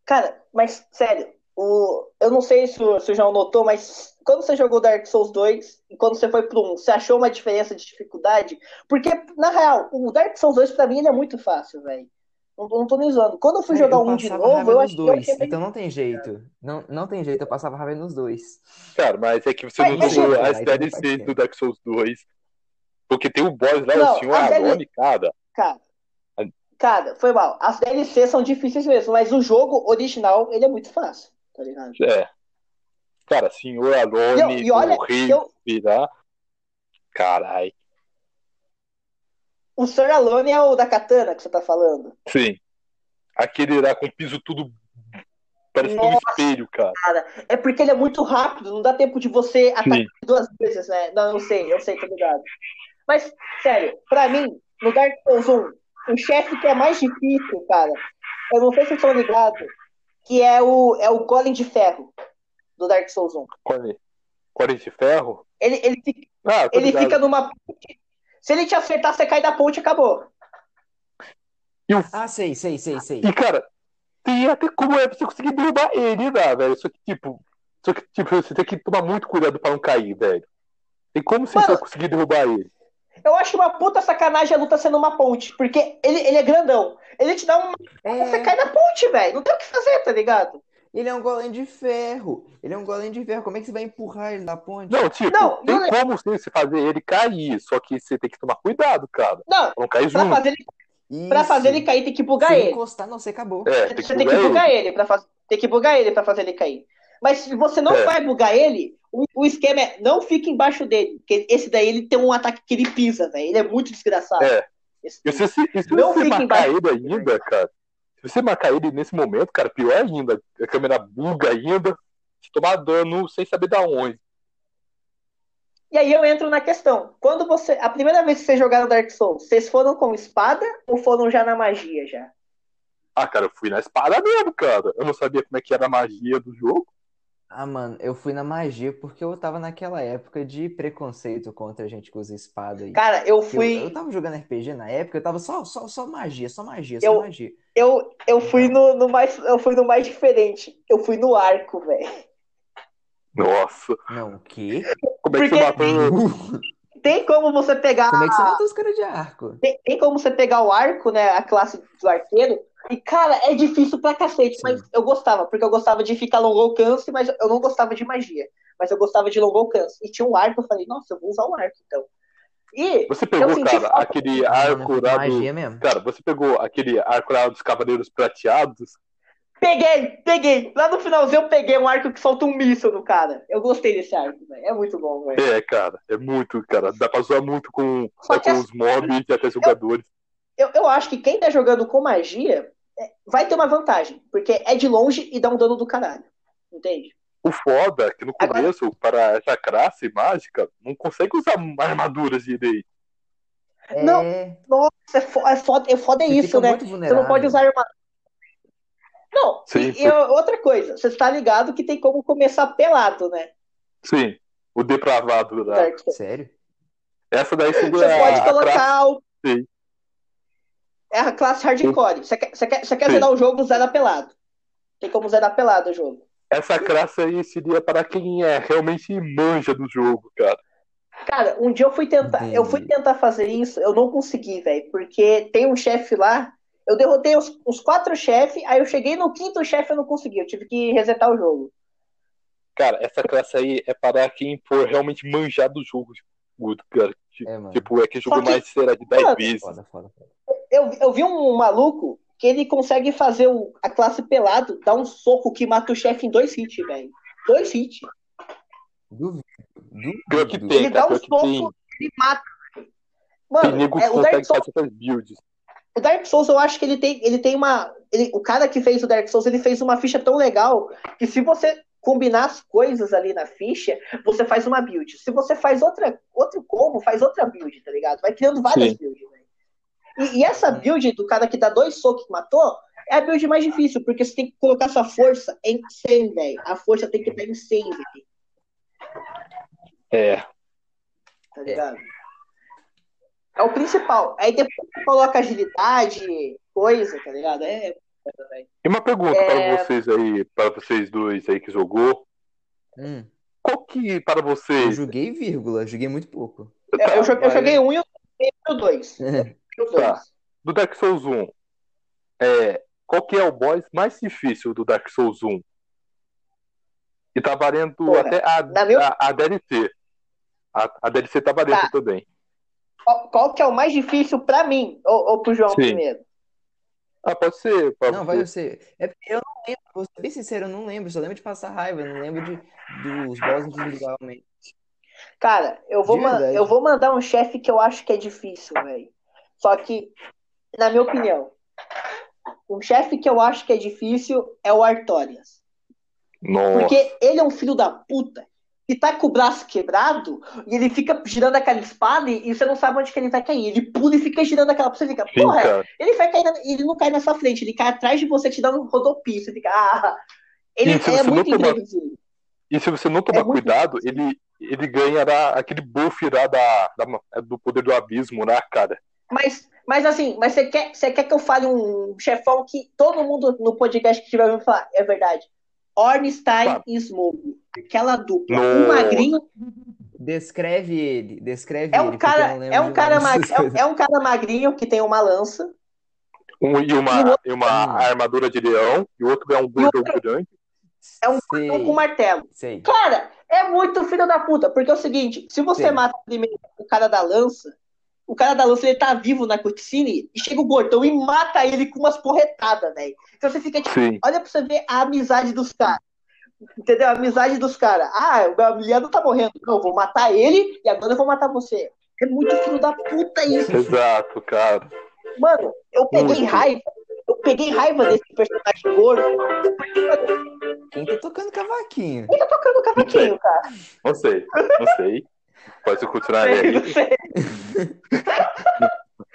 A: Cara, mas sério, o... eu não sei se o, se o João notou, mas quando você jogou Dark Souls 2 e quando você foi pro 1, você achou uma diferença de dificuldade? Porque, na real, o Dark Souls 2 pra mim ele é muito fácil, velho. Não, tô- não tô nem usando. Quando eu fui jogar
B: É, eu
A: um de
B: passava
A: novo,
B: raiva
A: eu
B: nos
A: achei, eu
B: dois,
A: achei bem-
B: Então não tem jeito. Não, não tem jeito, eu passava raiva nos dois.
D: Cara, mas é que você
A: Mas-
D: não
A: mas
D: jogou
B: eu-
D: as
B: Aí também faz
D: DLCs do
B: tempo.
D: Dark Souls 2. Porque tem o boss lá,
A: Não,
D: o senhor
A: as DL-
D: Arone, cara.
A: Cara, cara, foi mal. As DLCs são difíceis mesmo, mas o jogo original ele é muito fácil, tá ligado?
D: É. Cara, senhor Arone,
A: E- e olha
D: o rei
A: que eu-
D: virar. Carai.
A: O Sir Alone é o da katana que você tá falando.
D: Sim. Aquele lá com o piso tudo. Parece um
A: Nossa.
D: espelho, cara.
A: É porque ele é muito rápido, não dá tempo de você atacar
D: Sim.
A: duas vezes, né? Não, eu sei, eu sei, tô ligado. Mas, sério, pra mim, no Dark Souls 1, o chefe que é mais difícil, cara, eu não sei se vocês estão ligados, que é o, é o Golem de Ferro do Dark Souls 1.
D: Corre. Corre de ferro?
A: Ele, ele, fi-
D: Ah, tô
A: ele
D: ligado.
A: fica numa ponte. Se ele te acertar, você cai da ponte e acabou.
D: E o
B: Ah, sei, sei, sei, sei.
D: E, cara, tem até como é pra você conseguir derrubar ele, né, velho? Só que, tipo, só que, tipo, você tem que tomar muito cuidado pra não cair, velho. Tem como você
A: Mano.
D: vai conseguir derrubar ele?
A: Eu acho uma puta sacanagem a luta sendo uma ponte, porque ele, ele é grandão. Ele te dá uma. Você
B: É,
A: cai na ponte, velho. Não tem o que fazer, tá ligado?
B: ele é um golem de ferro. Ele é um golem de ferro. Como é que você vai empurrar ele da ponte?
D: Não, tipo,
A: Não, é- e
D: tem
A: olha-
D: como sim, você fazer ele cair, só que você tem que tomar cuidado, cara.
A: Não,
D: Pra não cair
A: Pra
D: junto.
A: fazer, ele, pra
B: Isso.
A: fazer ele cair, tem que bugar
B: Se ele
A: ele.
B: encostar, não, você acabou.
D: É, tem que
A: Você tem que
D: bugar ele.
A: bugar ele pra fazer. Tem que bugar ele pra fazer ele cair. Mas se você não
D: É.
A: vai bugar ele, o, o esquema é não fique embaixo dele. Porque esse daí ele tem um ataque que ele pisa, velho. Ele é muito desgraçado.
D: É.
A: Esse-
D: E se, se- e se
A: Não
D: você
A: fique
D: marcar
A: embaixo.
D: ele ainda, cara, se você marcar ele nesse momento, cara, pior ainda. A câmera buga ainda, se tomar dano sem saber da onde.
A: E aí eu entro na questão. Quando você. A primeira vez que vocês jogaram Dark Souls, vocês foram com espada ou foram já na magia já?
D: Ah, cara, eu fui na espada mesmo, cara. Eu não sabia como é que era a magia do jogo.
B: Ah, mano, eu fui na magia porque eu tava naquela época de preconceito contra a gente que usa espada. aí.
A: Cara, eu
B: Eu,
A: fui.
B: eu tava jogando RPG na época, eu tava só, só, só magia, só magia, só
A: Eu-
B: magia.
A: Eu, eu fui no, no mais. Eu fui no mais diferente. Eu fui no arco, velho.
D: Nossa,
B: Não, o quê?
D: como é
A: Porque-
D: que você matou?
A: Tem como você pegar
B: Como é que você matou os caras de arco?
A: tem, tem como você pegar o arco, né? A classe do arqueiro. E, cara, é difícil pra cacete, mas eu gostava, porque eu gostava de ficar longo alcance, mas eu não gostava de magia. Mas eu gostava de longo alcance. E tinha um arco, eu falei, nossa, eu vou usar um arco então. E
D: Você pegou,
A: Eu senti
D: cara,
A: falta. né,
D: aquele
B: Mano,
D: arco lá do...
B: é magia mesmo.
D: Cara, você pegou aquele arco lá dos Cavaleiros Prateados?
A: peguei, peguei. Lá no finalzinho eu peguei um arco que solta um míssil no cara. Eu gostei desse arco, velho. É muito bom, velho.
D: É, cara, é muito, cara. Dá pra zoar muito com,
A: Só
D: né,
A: que
D: com
A: as-
D: os mobs e até os jogadores.
A: Eu, eu acho que quem tá jogando com magia é, vai ter uma vantagem, porque é de longe e dá um dano do caralho. Entende?
D: O foda é que no
A: Agora-
D: começo, para essa classe mágica, não consegue usar armaduras direito.
A: Não,
B: É,
A: Isso é fo- é foda, é foda é
B: você
A: isso,
B: fica
A: né?
B: muito
A: Você não pode
B: vulnerável.
A: usar armadura. Não,
D: Sim,
A: e, e outra coisa, você está ligado que tem como começar pelado, né?
D: Sim, o depravado lá.
A: Dark Souls?
B: Sério?
D: Essa daí
A: É. Você
D: segura
A: pode
D: Tá. É, a classe.
A: colocar o.
D: sim.
A: É a classe hardcore. Você quer, você quer, você quer
D: Sim.
A: zerar o jogo, zera pelado. Tem como zerar pelado o jogo.
D: Essa classe aí seria para quem é realmente manja do jogo, cara.
A: Cara, um dia eu fui tentar,
B: Entendi.
A: eu fui tentar fazer isso, eu não consegui, velho, porque tem um chefe lá, eu derrotei os, os quatro chefes, aí eu cheguei no quinto chefe e eu não consegui, eu tive que resetar o jogo.
D: Cara, essa classe aí é para quem for realmente manjar do jogo, tipo, cara. Tipo,
B: É, mano.
D: tipo, é que jogou
A: Só que-
D: mais será de 10
A: Mano,
D: vezes.
B: Foda, foda, foda.
A: Eu, eu vi um maluco que ele consegue fazer o- a classe pelado, dar um soco que mata o chefe em dois hits, velho. Dois hits.
B: Duvido. Duvido.
D: Pior que tem,
A: Ele dá
D: cara.
A: um
D: tá Pior que tem.
A: soco e mata.
D: Tem
A: Mano,
D: nego que
A: é, o, Dark
D: consegue
A: Souls,
D: fazer essas builds.
A: o Dark Souls, eu acho que ele tem, ele tem uma. ele- o cara que fez o Dark Souls, ele fez uma ficha tão legal que se você combinar as coisas ali na ficha, você faz uma build. Se você faz outra, outro combo, faz outra build, tá ligado? Vai criando várias
D: Sim.
A: builds, velho. E, e essa build do cara que dá dois socos e matou é a build mais difícil, porque você tem que colocar sua força em 100, velho. A força tem que estar em 100, velho.
D: É.
A: tá ligado? É o principal. Aí depois você coloca agilidade, coisa, tá ligado? É.
D: E uma pergunta
A: É.
D: para vocês aí, para vocês dois aí que jogou.
B: Hum,
D: Qual que, para
B: eu
D: vocês,
B: joguei vírgula, joguei muito pouco.
A: é, eu, joguei, eu joguei um e eu joguei o dois. O dois.
D: Tá. do Dark Souls 1, é, qual que é o boss mais difícil do Dark Souls 1? E tá valendo
A: Porra,
D: até a,
A: na minha-
D: a, a DLC. A, a DLC tá valendo
A: Tá.
D: também.
A: Qual, qual que é o mais difícil pra mim? Ou, ou pro João
D: Sim.
A: primeiro?
D: Ah, pode ser. Pode
B: Não, vai ser. É porque eu não lembro, vou ser bem sincero, eu não lembro. Só lembro de passar raiva, eu não lembro de, dos bosses individualmente.
A: Cara, eu vou,
B: De
A: man-
B: verdade.
A: eu vou mandar um chefe que eu acho que é difícil, velho. Só que, na minha opinião, um chefe que eu acho que é difícil é o Artorias.
D: Nossa.
A: Porque ele é um filho da puta que tá com o braço quebrado e ele fica girando aquela espada e, e você não sabe onde que ele vai cair. Ele pula e fica girando aquela você fica,
D: Sim,
A: porra,
D: cara.
A: ele vai cair, na- ele não cai na sua frente, ele cai atrás de você te dando um rodopio, você fica, ah, ele
D: Sim, se
A: é
D: você não
A: muito
D: tomar-
A: imprevisível.
D: E se você não tomar
A: é muito
D: cuidado, ele, ele ganha da- aquele buff lá da, da- do poder do abismo, né, cara?
A: Mas, mas assim, mas você quer, você quer que eu fale um chefão que todo mundo no podcast que estiver ouvindo falar, é verdade. Ornstein
D: Claro.
A: e Smoke. Aquela dupla. Um
D: Nossa.
A: magrinho
B: Descreve ele, descreve
A: é
B: ele,
A: um
B: porque eu
A: cara,
B: não lembro
A: é
B: de
A: um cara,
B: nada
A: mag-
B: dessas
A: é um-
B: coisas.
A: é um cara magrinho que tem uma lança.
D: Um, e
A: E o
D: uma, e uma
B: Hum.
D: armadura de leão, e o outro é um gordão gigante.
A: é um
B: Sei,
A: um com martelo.
B: sei.
A: Cara, é muito filho da puta, porque é o seguinte, se você
B: Sim.
A: mata primeiro o cara da lança, o cara da lança ele tá vivo na cutscene e chega o gordão e mata ele com umas porretadas, velho. Então você fica tipo,
D: Sim.
A: olha pra você ver a amizade dos caras. Entendeu? A amizade dos caras. Ah, o meu aliado tá morrendo. Não, eu vou matar ele e agora eu vou matar você. É muito filho da puta isso.
D: Exato, cara.
A: Mano, eu peguei
D: Muito.
A: raiva. Eu peguei raiva desse personagem gordo.
B: Quem tá tocando cavaquinho?
A: Ele tá tocando o cavaquinho, cara.
D: Não sei, não sei. Pode continuar aí.
A: Não sei.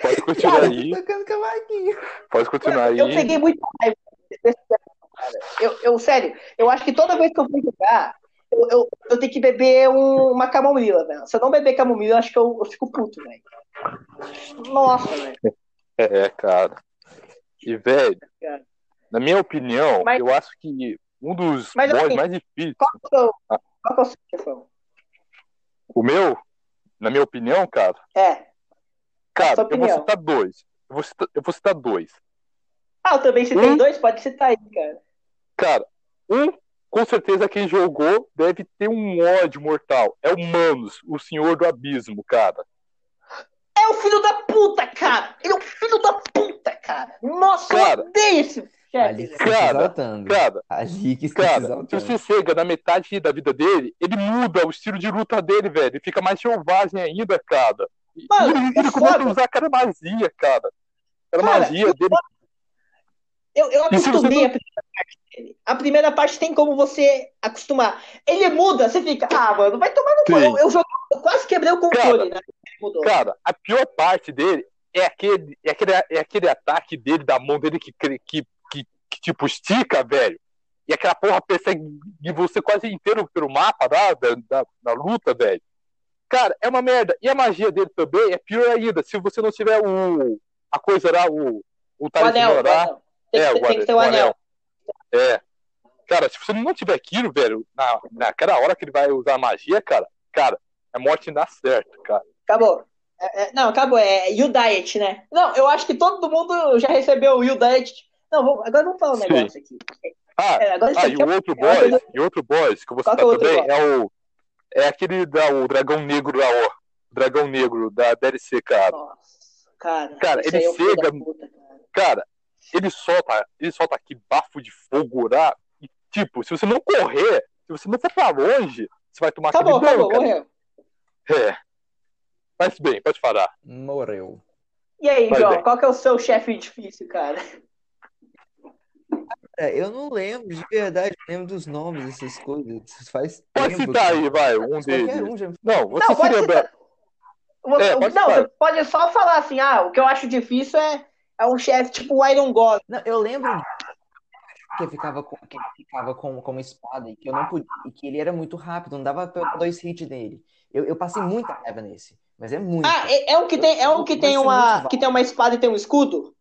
D: Pode continuar
B: Cara,
D: aí.
B: tá tocando cavaquinho.
D: Pode continuar aí.
A: Eu peguei muito raiva desse jogo, cara. Eu, eu, sério, eu acho que toda vez que eu vou jogar, eu, eu, eu tenho que beber um- uma camomila, velho. Se eu não beber camomila, eu acho que eu, eu fico puto, velho. Nossa, velho.
D: É, cara. E, velho,
A: Cara.
D: na minha opinião,
A: Mas-
D: eu acho que um dos
A: Mas,
D: boys
A: assim,
D: mais difíceis.
A: Qual que é o qual que é o seu chefão?
D: O meu, na minha opinião, cara,
A: É. Sua
D: cara, eu vou
A: opinião.
D: citar dois. Eu vou citar, eu vou citar dois.
A: Ah, eu também citei
D: Hum?
A: dois, pode citar aí, cara.
D: Cara, um, com certeza quem jogou deve ter um ódio mortal. É o Manos, o senhor do abismo, cara.
A: É o filho da puta, cara! Ele é o filho da puta, cara! Nossa,
D: Cara.
A: eu odeio esse chefe,
B: Ali que
A: velho.
B: está se
D: Cara,
B: exaltando.
D: Cara,
B: Ali que está se
D: cara, se
B: exaltando.
D: você chega na metade da vida dele, ele muda o estilo de luta dele, velho. Ele fica mais selvagem ainda, cara. E
A: Mano,
D: ele, ele
A: é
D: começa a
A: foda.
D: usar aquela magia, cara. Aquela
A: Cara,
D: magia dele.
A: Eu, eu
D: E se você
A: acostumei a primeira parte dele. A primeira parte tem como você acostumar. Ele muda, você fica, ah, mano, vai tomar no cu.
D: Sim.
A: Eu, eu joguei- eu quase quebrei o controle, né? Ele mudou.
D: Cara, a pior parte dele é aquele, é aquele, é aquele ataque dele, da mão dele que, cre- que, que, que, tipo estica, velho. E aquela porra persegue você quase inteiro pelo mapa lá, da, da, da luta, velho. Cara, é uma merda. E a magia dele também é pior ainda. Se você não tiver o. A coisa lá, o. O
A: o anel, o
D: talismã lá.
A: anel. Tem,
D: é,
A: que, ter- tem que ter o anel.
D: É. Cara, se você não tiver aquilo, velho, na, naquela hora que ele vai usar a magia, cara, cara, é morte na certa, cara.
A: Acabou. É, é, não, acabou. É You Diet, né? Não, eu acho que todo mundo já recebeu o You Diet. Não, vamos- agora vamos falar um
D: Sim.
A: negócio aqui.
D: Ah,
A: É, agora isso
D: Ah,
A: aqui
D: e
A: é
D: o outro
A: eu acho
D: boss, e outro boss que eu vou
A: Qual
D: citar
A: que é o outro
D: também é o. É aquele da o dragão negro da O. Dragão negro da DLC, cara.
A: Nossa. cara.
D: Cara,
A: isso
D: ele
A: aí é o filho
D: chega-
A: da puta, cara.
D: Cara, ele solta, ele solta aqui bafo de fulgurar. E, tipo, se você não correr, se você não for pra longe, você vai tomar
A: Acabou,
D: aquele
A: acabou,
D: dano, cara.
A: morreu.
D: É. Mas bem, pode parar.
B: Morreu.
A: E aí,
D: Vai
A: João,
D: bem.
A: qual que é o seu chefe difícil, cara?
B: Cara, É, eu não lembro, de verdade, eu lembro dos nomes dessas coisas. Faz
D: Pode
B: tempo
D: citar
B: que-
D: aí, vai, um
B: Qualquer
D: deles.
B: um já me
D: Não, você
A: Não,
D: se
A: pode
D: lembra.
A: Você,
D: É, pode
A: não,
D: falar.
A: você pode só falar assim, ah, o que eu acho difícil é, é um chefe tipo o Iron God.
B: Não, eu lembro que eu ficava com, que ele ficava com, com uma espada e que eu não podia, e que ele era muito rápido, não dava pra eu dar dois hits nele. Eu, eu passei muita raiva nesse, mas é muito.
A: Ah, é, é um que tem, é um que
B: Vai
A: tem
B: ser
A: uma
B: muito
A: que tem uma espada e tem um escudo?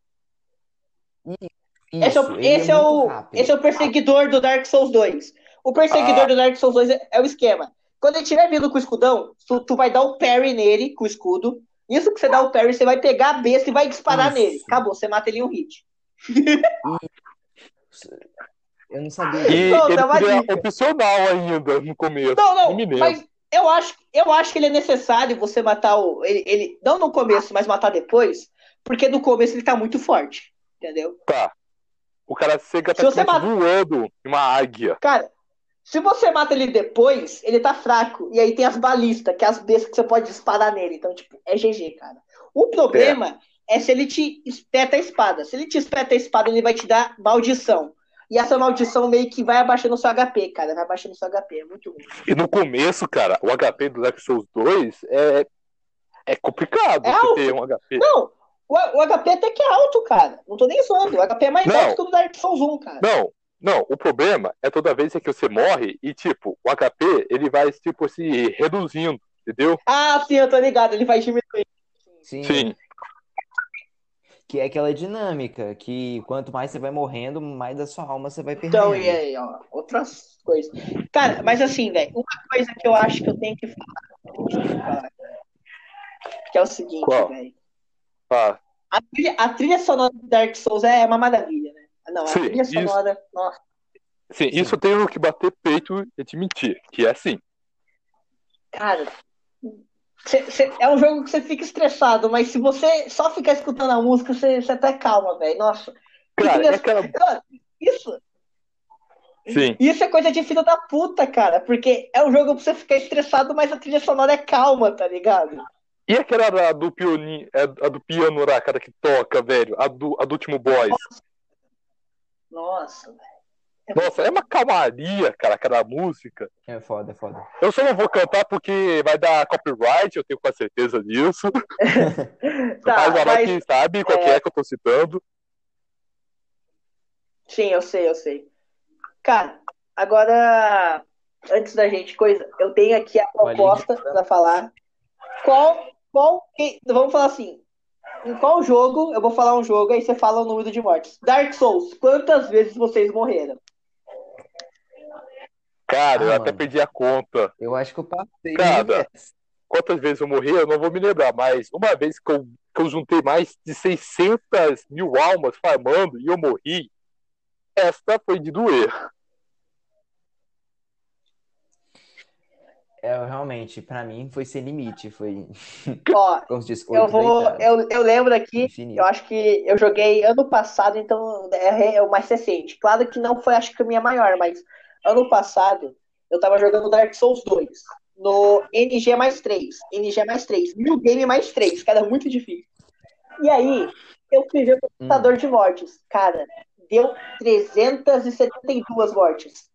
A: Esse é,
B: Isso,
A: o,
B: ele
A: esse, é
B: muito
A: o,
B: rápido. Ah.
A: esse é o perseguidor do Dark Souls 2. O perseguidor do Dark Souls 2 é, é o esquema. Quando ele tiver vindo com o escudão, tu, tu vai dar o parry nele com o escudo. Isso que você dá o parry, você vai pegar a besta e vai disparar
B: Isso.
A: nele. Acabou, você mata ele em um hit.
B: Eu não sabia.
D: E ele
A: Não, dá uma
D: é
A: dica.
D: opcional ainda no começo.
A: Não, não,
D: Me lembro.
A: mas eu acho, eu acho que ele é necessário você matar o. Ele, ele- não no começo, mas matar depois. Porque no começo ele tá muito forte. Entendeu?
D: Tá. O cara chega
A: Se você
D: praticamente voando em uma águia.
A: Cara, se você mata ele depois, ele tá fraco. E aí tem as balistas, que é as bestas que você pode disparar nele. Então, tipo, é GG, cara. O problema é, se ele te espeta a espada. Se ele te espeta a espada, ele vai te dar maldição. E essa maldição meio que vai abaixando o seu HP, cara. Vai abaixando o seu HP. É muito ruim.
D: E no começo, cara, o HP do Dark Souls 2 é, é complicado
A: É
D: você
A: alto.
D: ter um HP.
A: Não, o, o HP até que é alto, cara. Não tô nem zoando. O HP é mais
D: Não.
A: alto que o do Dark Souls 1, cara.
D: Não, não, o problema é toda vez que você morre e, tipo, o HP ele vai, tipo, se reduzindo, entendeu?
A: Ah, sim, eu tô ligado. Ele vai diminuir.
B: Sim,
D: Sim.
B: que é aquela dinâmica que quanto mais você vai morrendo, mais da sua alma você vai
D: Uhum.
A: Então,
B: perdendo.
A: e aí, ó. Outras coisas. Cara, mas assim, velho. Uma coisa que eu acho que eu tenho que falar. Que, eu tenho que falar, que é o seguinte,
D: Qual?
A: velho.
D: Ah,
A: A, trilha- a trilha sonora do Dark Souls é uma maravilha, né? Não, a
D: Sim,
A: trilha
D: isso.
A: sonora. Nossa.
D: sim, isso eu tenho que bater peito e admitir, que é assim.
A: Cara, cê- cê- é um jogo que você fica estressado, mas se você só ficar escutando a música, você você até calma, velho. Nossa. Que
D: Cara, é
A: trilha-
D: aquela.
A: Mano, Isso,
D: Sim,
A: isso é coisa de filho da puta, cara, porque é um jogo pra você ficar estressado, mas a trilha sonora é calma, tá ligado?
D: E aquela da- do pianinho, é, a do piano lá, cara, que toca, velho? A do, a do último boss.
A: Nossa,
D: Tá,
A: velho.
D: Nossa, é uma calmaria, cara, aquela música.
B: É foda, é foda.
D: Eu só não vou cantar porque vai dar copyright, eu tenho quase certeza disso.
A: Tá,
D: mas a
A: mas-
D: que sabe qual que é que eu tô citando.
A: Sim, eu sei, eu sei. Cara, agora, antes da gente coisa, eu tenho aqui a proposta pra falar. Qual, qual, que- vamos falar assim, em qual jogo, eu vou falar um jogo, aí você fala o número de mortes. Dark Souls, quantas vezes vocês morreram?
D: Cara, eu
B: Ah,
D: até
B: mano.
D: perdi a conta.
B: Eu acho que é eu passei.
D: Cara.
B: dessa.
D: Quantas vezes eu morri, eu não vou me lembrar, mas uma vez que eu, que eu juntei mais de 600 mil almas farmando e eu morri, esta foi de doer.
B: É, realmente, pra mim foi sem limite, foi,
A: Ó,
B: como se diz,
A: eu
B: oito
A: vou,
B: deitadas,
A: eu, eu lembro aqui,
B: infinito.
A: eu acho que eu joguei ano passado, então é, é o mais recente. Claro que não foi, acho que a minha maior, mas ano passado eu tava jogando Dark Souls 2 no NG mais 3, NG mais 3, New Game mais 3, cara, muito difícil. E aí, eu fui ver o
B: Hum.
A: computador de mortes, cara, deu 372 mortes.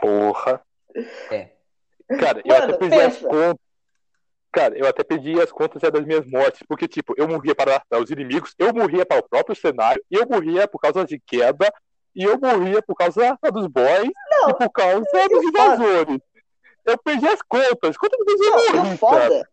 D: Porra.
B: É.
D: Cara, eu
A: Mano,
D: até perdi as
A: pensa.
D: contas. Cara, eu até perdi as contas já das minhas mortes, porque, tipo, eu morria para os inimigos, eu morria para o próprio cenário, eu morria por causa de queda, e eu morria por causa dos boys
A: Não, é
D: e por causa dos
A: foda.
D: invasores. Eu perdi as contas. Quantas vezes
A: Não, e
D: eu
A: o
D: morri, cara?
A: foda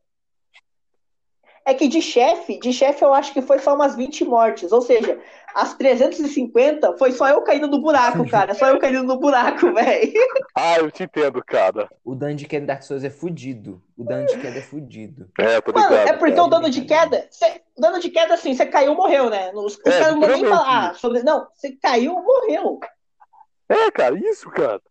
A: é que de chefe, de chefe eu acho que foi só umas 20 mortes. Ou seja, as 350 foi só eu caindo no buraco,
D: Uhum.
A: cara. Só eu caindo no buraco, velho.
D: Ah, eu te entendo, cara.
B: Hum, O dano de queda em Dark Souls é fudido. O dano de queda é fudido.
D: É, eu tô
A: Mano,
D: ligado.
A: é porque
B: cara.
A: o
D: né?
A: dano de queda. cê- dano de queda, assim, você caiu, morreu, né? Os, os
D: É,
A: caras não vão nem
D: literalmente.
A: falar ah, sobre. Não, você caiu, morreu.
D: É, cara, isso, cara.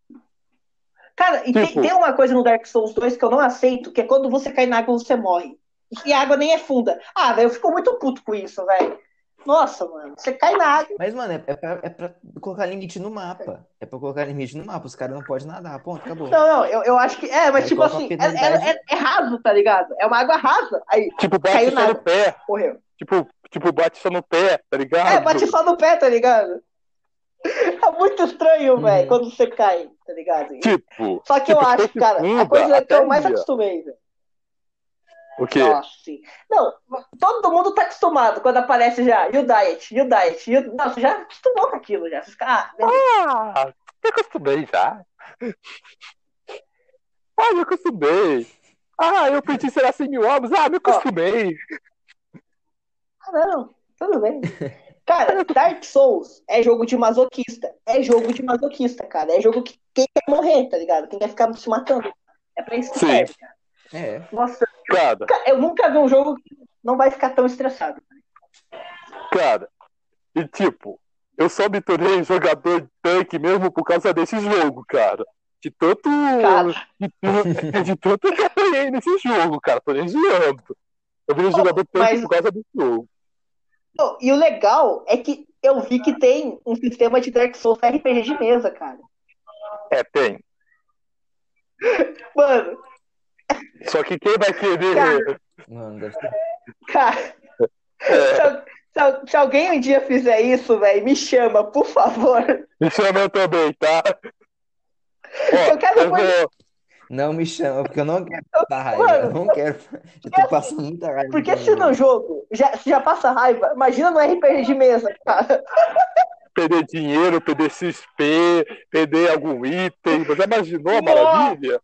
A: Cara, e tem,
D: Tipo-
A: tem uma coisa no Dark Souls 2 que eu não aceito, que é quando você cai na água, você morre. E a água nem é funda. Ah, velho, eu fico muito puto com isso, velho. Nossa, mano, você cai na água.
B: Mas, mano, é pra, é pra colocar limite no mapa. É pra colocar limite no mapa. Os caras não podem nadar. Ponto, acabou.
A: Não, não, eu, eu acho que. É, mas
B: Aí
A: tipo
B: coloca uma
A: assim, é,
B: penalidade.
A: é- é- é raso, tá ligado? É uma água rasa. Aí
D: Tipo, bate
A: Caiu
D: só
A: nada.
D: no pé.
A: correu.
D: Tipo, tipo, bate só no pé, tá ligado?
A: É, bate só no pé, tá ligado? É muito estranho, velho,
B: Uhum.
A: quando você cai, tá ligado?
D: Tipo,
A: Só que eu
D: tipo,
A: acho,
D: se
A: cara, a
D: funda,
A: coisa que
D: até
A: eu mais
D: ia.
A: acostumei, velho.
D: o quê?
A: Nossa, sim. Não, todo mundo tá acostumado quando aparece já. E o diet, e o diet, e o... Nossa, já acostumou com aquilo, já. Você fica, ah, beleza.
D: Ah, eu acostumei já. Ah, eu acostumei. Ah, eu perdi será 100 mil ovos. Ah, me acostumei.
A: Ah, não, tudo bem. Cara, Dark Souls é jogo de masoquista. É jogo de masoquista, cara. É jogo que quem quer morrer, tá ligado? Quem quer ficar se matando. É pra isso que
D: Sim.
A: serve, cara.
B: É.
A: Nossa,
D: Cara,
A: nunca- eu nunca vi um jogo que não vai ficar tão estressado.
D: cara. E tipo, eu só me tornei jogador de tanque mesmo por causa desse jogo, cara. De tanto.
A: Cara.
D: De, de tanto que eu apanhei nesse jogo, cara. Tô nem zoando. Eu virei jogador de tanque
A: mas-
D: por causa desse jogo.
A: Não, E o legal é que eu vi que tem um sistema de Dark Souls RPG de mesa, cara.
D: É, tem.
A: Mano,
D: Só que quem vai querer.
A: Cara.
B: Mano, deve ser...
A: cara.
D: é,
A: Se, al- se al- se alguém um dia fizer isso, velho, me chama, por favor.
D: Me chama eu também, tá? Ó,
A: Eu quero
D: eu
A: muito-
D: vou-
B: Não me chama, porque eu não quero
A: Então,
B: passar raiva. Eu não quero. Eu tô passando muita raiva.
A: assim, Porque
B: também,
A: se no
B: mano.
A: jogo já, se já passa raiva, imagina no RPG de mesa, cara.
D: perder dinheiro, perder XP, perder algum item. Você já imaginou a
A: Nossa.
D: maravilha?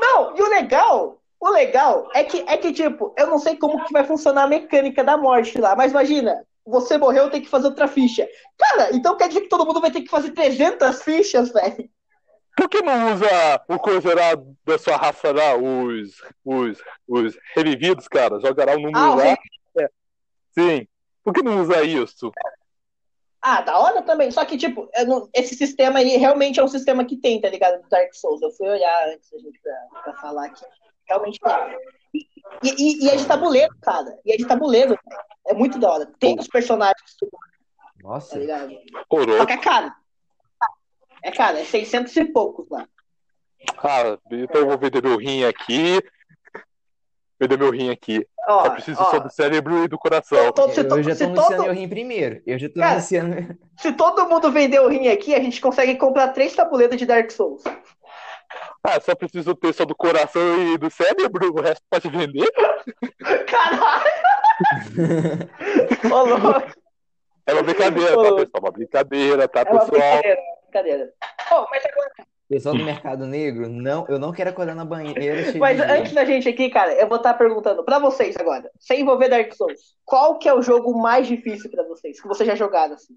A: Não, e o legal, o legal é que, é que, tipo, eu não sei como que vai funcionar a mecânica da morte lá, mas imagina, você morreu, tem que fazer outra ficha. Cara, então quer dizer que todo mundo vai ter que fazer 300 fichas, velho?
D: Por que não usa o coisa lá da sua raça lá, os, os, os revividos, cara? Jogará o número
A: Ah, o
D: lá.
A: re-
D: É. Sim. Por que não usa isso?
A: Ah, da hora também. Só que, tipo, eu não- esse sistema aí realmente é um sistema que tem, tá ligado? Do Dark Souls. Eu fui olhar antes da gente pra, pra falar aqui. Realmente tem. E, e, e é de tabuleiro, cara. E é de tabuleiro, cara. É muito da hora. Tem os personagens, tá
B: Nossa.
A: ligado? Só
D: Coroa.
A: que é caro. É caro, é 600 e poucos lá.
D: Ah, então eu vou vender meu rim aqui. Vender meu rim aqui.
A: Ó,
D: Só É preciso
A: ó,
D: só do cérebro e do coração.
A: to- to- se, to-
B: Eu já
A: se
B: tô anunciando
A: todo,
B: meu rim primeiro. Eu já tô
A: tá- Cara,
B: anunciando.
A: se todo mundo vender o rim aqui, a gente consegue comprar três tabuletas de Dark Souls.
D: Ah, só preciso ter só do coração e do cérebro. O resto pode vender.
A: Caralho! Ô, louco.
D: É uma brincadeira, tá,
A: Ô.
D: pessoal? Uma brincadeira, tá,
A: É uma
D: pessoal?
A: brincadeira, brincadeira. Ô, mas agora,
B: Pessoal do Mercado Negro, não, eu não quero acordar na banheira cheio
A: mas
B: de
A: antes da gente aqui, cara, eu vou estar perguntando pra vocês agora, sem envolver Dark Souls, qual que é o jogo mais difícil pra vocês, que vocês já jogaram assim?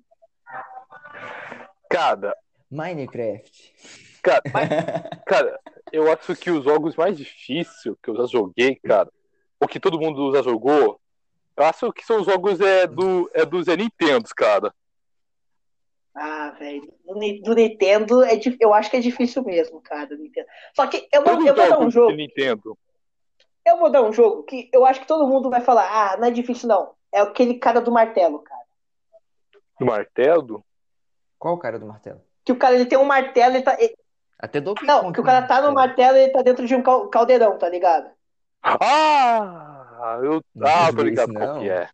D: Cara,
B: Minecraft.
D: cara, cara, eu acho que os jogos mais difíceis que eu já joguei, cara, ou que todo mundo já jogou, eu acho que são os jogos é, do, é dos é Nintendos, cara.
A: Ah, velho, do, Ni- do Nintendo, é, dif- eu acho que é difícil mesmo, cara, do Nintendo. Só que eu vou,
D: Todos
A: eu
D: os
A: vou dar um
D: jogos
A: jogo,
D: de Nintendo.
A: eu vou dar um jogo que eu acho que todo mundo vai falar, ah, não é difícil não, é aquele cara do martelo, cara.
D: Do martelo?
B: Qual o cara do martelo?
A: Que o cara, ele tem um martelo, ele tá, ele-
B: Até Donkey
A: não,
B: Kong
A: que o
B: tem
A: cara tá no martelo e ele tá dentro de um cal- caldeirão, tá ligado?
D: Ah! Eu,
B: Não
D: ah, tô
B: joguei
D: ligado
B: isso,
D: qual que
B: não.
D: é.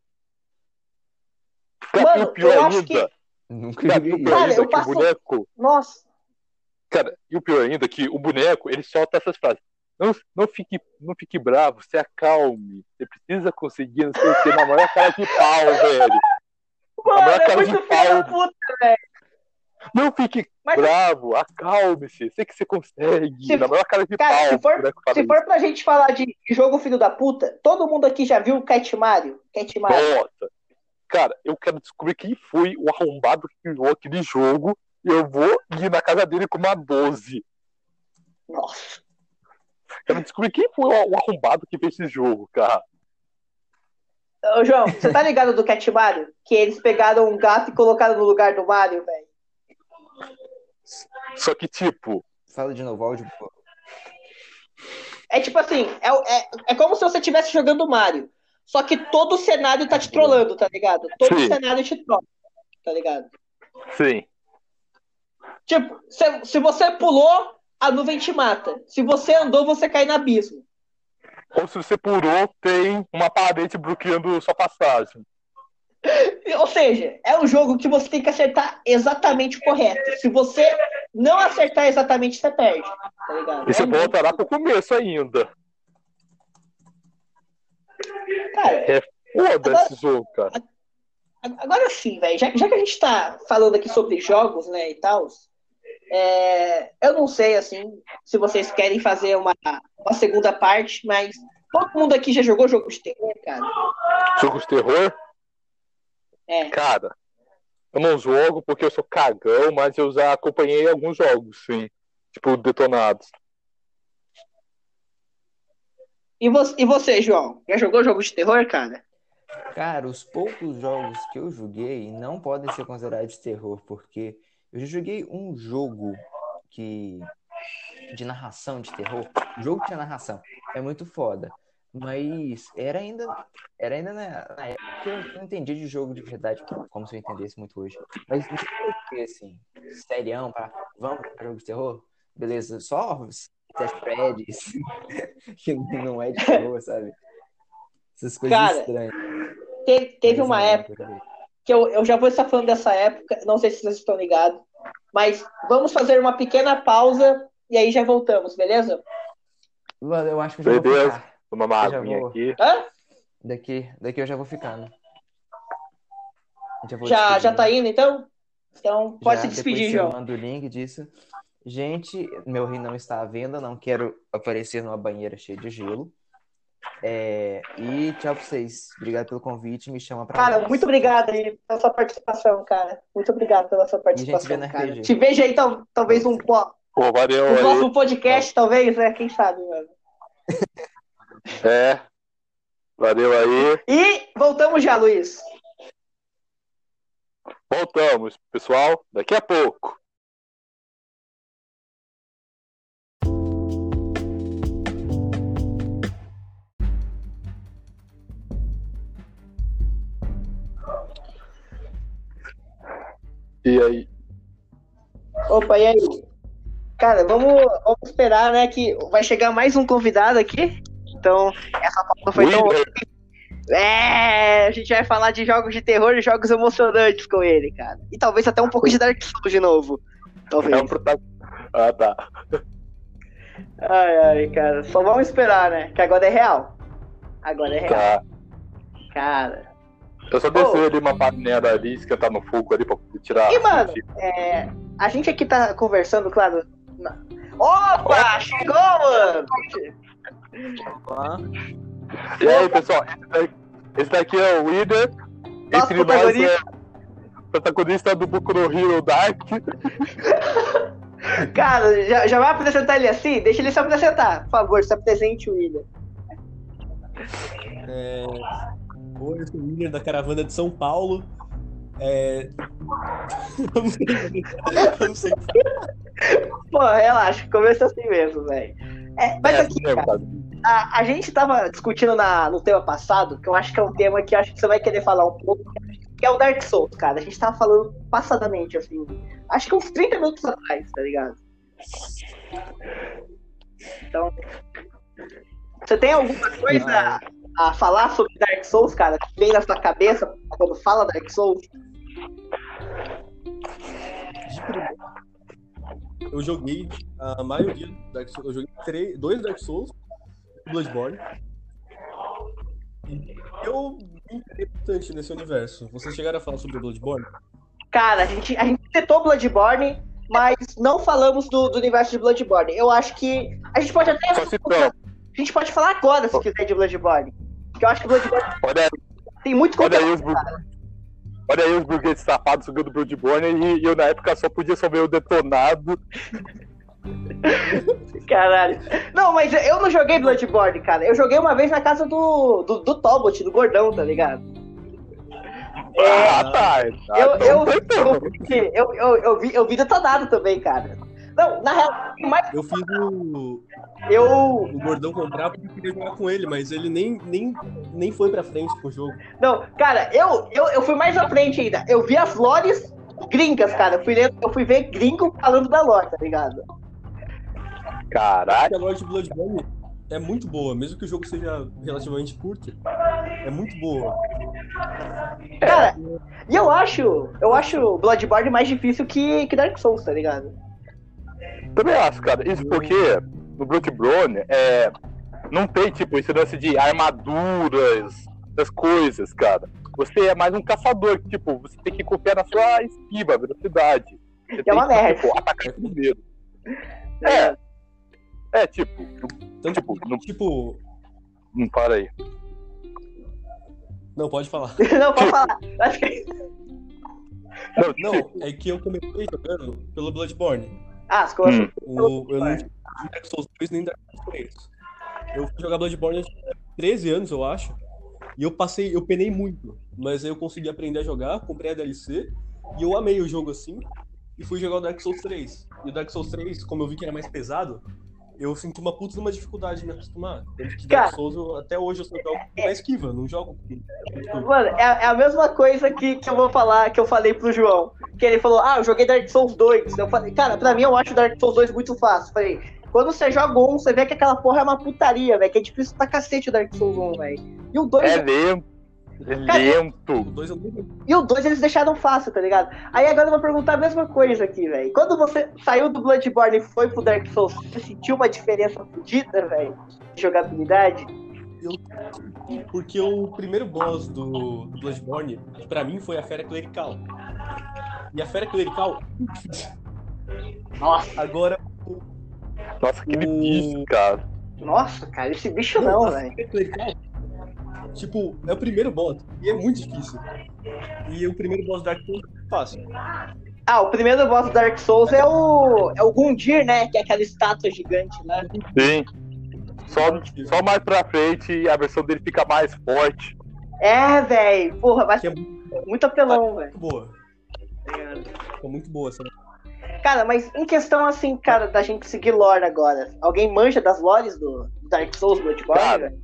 D: Cara, e
A: Mano,
D: o pior
A: eu acho
D: ainda,
A: que,
B: Nunca
D: cara, e
B: joguei
D: o
B: isso.
D: pior
A: Cara,
D: ainda
A: eu
D: que
A: passo-
D: o boneco
A: nossa...
D: Cara, e o pior ainda é que o boneco, ele solta essas frases. Não, não, fique, não fique bravo, se acalme. Você precisa conseguir, não sei o que, na maior cara de pau, velho.
A: Mano,
D: maior
A: é
D: cara de
A: muito filho da
D: pau.
A: puta.
D: Não fique
A: Mas-
D: bravo, acalme-se. Sei que você consegue.
A: Se-
D: na maior cara de
A: cara,
D: pau,
A: se for-
D: o boneco fala
A: Se for pra gente falar de jogo filho da puta, todo mundo aqui já viu o Cat Mario? Cat
D: isso.
A: Mario.
D: Nossa. Cara, eu quero descobrir quem foi o arrombado que criou aquele jogo. E eu vou ir na casa dele com uma 12.
A: Nossa.
D: Quero descobrir quem foi o arrombado que fez esse jogo, cara.
A: Ô, João, você tá ligado do Cat Mario? Que eles pegaram um gato e colocaram no lugar do Mario, velho.
D: Só que, tipo,
B: Fala de novo, áudio. pô.
A: É tipo assim, é, é, é como se você estivesse jogando Mario. Só que todo o cenário tá te trollando, tá ligado? Todo
D: Sim.
A: o cenário te trolla, tá ligado?
D: Sim.
A: Tipo, se, se você pulou, a nuvem te mata. Se você andou, você cai no abismo.
D: Ou se você pulou, tem uma parede bloqueando sua passagem.
A: Ou seja, é um jogo que você tem que acertar exatamente o correto. Se você não acertar exatamente, você perde. Tá ligado?
D: E você
A: É muito-
D: voltará pro começo ainda.
A: Cara,
D: É foda esse jogo, cara.
A: a- agora sim, velho. Já, já que a gente tá falando aqui sobre jogos, né, e tal, é, eu não sei, assim, se vocês querem fazer uma, uma segunda parte, mas todo mundo aqui já jogou jogo de terror, cara.
D: Jogo de terror?
A: É.
D: Cara, eu não jogo porque eu sou cagão, mas eu já acompanhei alguns jogos, sim. Tipo, detonados.
A: E, vo- e você, João? Já jogou jogo de terror, cara?
B: Cara, os poucos jogos que eu joguei não podem ser considerados de terror, porque eu já joguei um jogo que de narração de terror, jogo que tinha narração, é muito foda. Mas era ainda, era ainda na, na época que eu não entendia de jogo de verdade, como se eu entendesse muito hoje. Mas não foi assim, serião, pra, vamos pra jogo de terror? Beleza, só Seth Freddy's, que não é de terror, sabe? Essas coisas
A: Cara,
B: estranhas.
A: Te- teve
B: Mas
A: uma
B: é,
A: época. que eu, eu já vou estar falando dessa época, não sei se vocês estão ligados, mas vamos fazer uma pequena pausa e aí já voltamos, beleza?
B: Luan, eu acho que eu já vou
D: Beleza.
B: ficar.
D: Tomar uma
B: Eu já
D: aguinha
B: vou.
D: aqui.
A: Hã?
B: Daqui, daqui eu já vou ficando. Já, vou
A: Já, já
B: despedindo.
A: tá indo então? Então pode
B: Já,
A: se
B: depois
A: despedir,
B: você
A: João.
B: manda o link disso. Gente, meu rim não está à venda, não quero aparecer numa banheira cheia de gelo. É, e tchau pra vocês. Obrigado pelo convite, me chama pra
A: Cara,
B: mais.
A: muito obrigado aí pela sua participação, cara. Muito obrigado pela sua
B: gente vê
A: participação,
B: no
A: cara.
B: RPG.
A: Te vejo aí, tal, talvez, num po-
D: Pô, valeu
A: num
D: aí.
A: próximo podcast, talvez, né? Quem sabe, mano.
D: É. Valeu aí.
A: E voltamos já, Luiz.
D: Voltamos, pessoal, daqui a pouco. E aí?
A: Opa, e aí? Cara, vamos, vamos esperar, né? Que vai chegar mais um convidado aqui. Então, essa pausa foi tão
D: Wheeler,
A: É, a gente vai falar de jogos de terror e jogos emocionantes com ele, cara. E talvez até um pouco de Dark Souls de novo.
D: é um
A: Talvez.
D: protagonista. Ah, tá.
A: Ai, ai, cara. Só vamos esperar, né? Que agora é real. Agora é real,
D: tá.
A: cara.
D: Eu só descer ali uma panela ali, esquentar no fogo ali pra poder tirar.
A: E, mano, É, a gente aqui tá conversando, claro. na- Opa, chegou, mano!
D: E aí, pessoal, esse daqui, esse daqui é o Wither.
A: Nosso
D: Entre nós é o protagonista do Boku no Hero Dark.
A: Cara, já, já vai apresentar ele assim? Deixa ele se apresentar. Por favor, se apresente, William.
H: É... Oi, eu sou o Miller da caravana de São Paulo. É... eu não sei o que falar, eu não sei o que falar.
A: Pô, relaxa, começa assim mesmo, velho. É, mas
D: É,
A: aqui,
D: né,
A: cara, A, a gente tava discutindo na, no tema passado, que eu acho que é um tema que eu acho que você vai querer falar um pouco, que é o Dark Souls, cara. A gente tava falando passadamente, assim. Acho que uns 30 minutos atrás, tá ligado? Então. Você tem alguma coisa a, a falar sobre Dark Souls, cara? Que vem na sua cabeça quando fala Dark Souls?
H: Eu joguei a maioria do Dark Souls. Eu joguei três, dois Dark Souls, um Bloodborne. E eu me interessei bastante nesse universo. Vocês chegaram a falar sobre Bloodborne?
A: Cara, a gente, a gente citou Bloodborne, mas não falamos do, do universo de Bloodborne. Eu acho que. A gente pode até.
D: Só citando.
A: A gente pode falar agora, se quiser, de Bloodborne. Porque eu acho que Bloodborne
D: Olha aí,
A: tem muito
D: olha aí
A: conteúdo.
D: os burgueses. Olha aí os burgueses safados jogando Bloodborne e e eu na época só podia só ver o detonado.
A: Caralho. Não, mas eu não joguei Bloodborne, cara. Eu joguei uma vez na casa do, do, do Talbot, do gordão, tá ligado?
D: Ah, tá. Ah,
A: Eu- eu-
D: então tá, então.
A: Eu, eu, eu, vi, eu vi detonado também, cara. Não, na real, o mais
H: Eu fiz o,
A: eu.
H: o Gordão comprar porque eu queria jogar com ele, mas ele nem, nem, nem foi pra frente com o jogo.
A: Não, cara, eu, eu, eu fui mais à frente ainda. Eu vi as lores gringas, cara. Eu fui, ler- eu fui ver gringo falando da lore, tá ligado?
D: Caralho.
H: Porque a lore de Bloodborne é muito boa, mesmo que o jogo seja relativamente curto, é muito boa.
D: É.
A: Cara, e eu acho, eu acho Bloodborne mais difícil que, que Dark Souls, tá ligado?
D: Também acho, cara. Isso porque no Bloodborne é, não tem, tipo, esse lance de armaduras, das coisas, cara. Você é mais um caçador, que, tipo, você tem que confiar na sua esquiva, velocidade. Você tem
A: uma
D: que,
A: merda.
D: Tipo, atacar primeiro. É. É, tipo,
H: Então,
D: Tipo, não-
H: tipo.
D: não para aí.
H: Não, pode falar.
A: Não, pode falar. Acho que-
D: Não,
H: Não,
D: tipo,
H: é que eu comecei jogando pelo Bloodborne.
A: Ah, as coisas.
D: Hum.
H: O, eu não joguei Dark Souls 2 nem Dark Souls 3. Eu fui jogar Bloodborne eu tinha 13 anos, eu acho. E eu passei, eu penei muito. Mas aí eu consegui aprender a jogar, comprei a DLC. E eu amei o jogo assim. E fui jogar o Dark Souls 3. E o Dark Souls 3, como eu vi que era mais pesado, eu senti uma puta de uma dificuldade de me acostumar. Tanto que Dark
A: Cara.
H: Souls, eu- até hoje eu só jogo na esquiva, não jogo com. com-
A: Mano, é, é a mesma coisa que, que eu vou falar, que eu falei pro João. Que ele falou, ah, eu joguei Dark Souls 2. Eu falei, cara, pra mim eu acho Dark Souls 2 muito fácil. Falei, quando você joga um, você vê que aquela porra é uma putaria, velho. Que é difícil pra cacete o Dark Souls 1, velho. E o 2
D: é lento. É lento.
H: com dois eu nunca
A: E o 2 eles deixaram fácil, tá ligado? Aí agora eu vou perguntar a mesma coisa aqui, velho. Quando você saiu do Bloodborne e foi pro Dark Souls, você sentiu uma diferença fodida, velho? De jogabilidade?
H: Porque o primeiro boss do, do Bloodborne, pra mim, foi a Fera Clerical. E a Fera Clerical.
A: Nossa,
H: Agora,
D: Nossa, que
H: O-
D: difícil, cara.
A: nossa, cara, esse bicho não,
H: a
A: velho.
H: Fera Clerical, tipo, é o primeiro boss. E é muito difícil. E o primeiro boss do Dark Souls é fácil.
A: Ah, o primeiro boss do Dark Souls é o. é o Gundir, né? Que é aquela estátua gigante lá.
D: Sim. Só, só mais pra frente a versão dele fica mais forte.
A: É, velho. Porra, mas
H: Que Ah. é
A: muito apelão, velho.
H: Muito boa. É muito boa essa.
A: Tá Cara, mas em questão assim, cara, da gente seguir lore agora. Alguém manja das lores do Dark Souls Bloodborne,
D: Cara,
A: velho?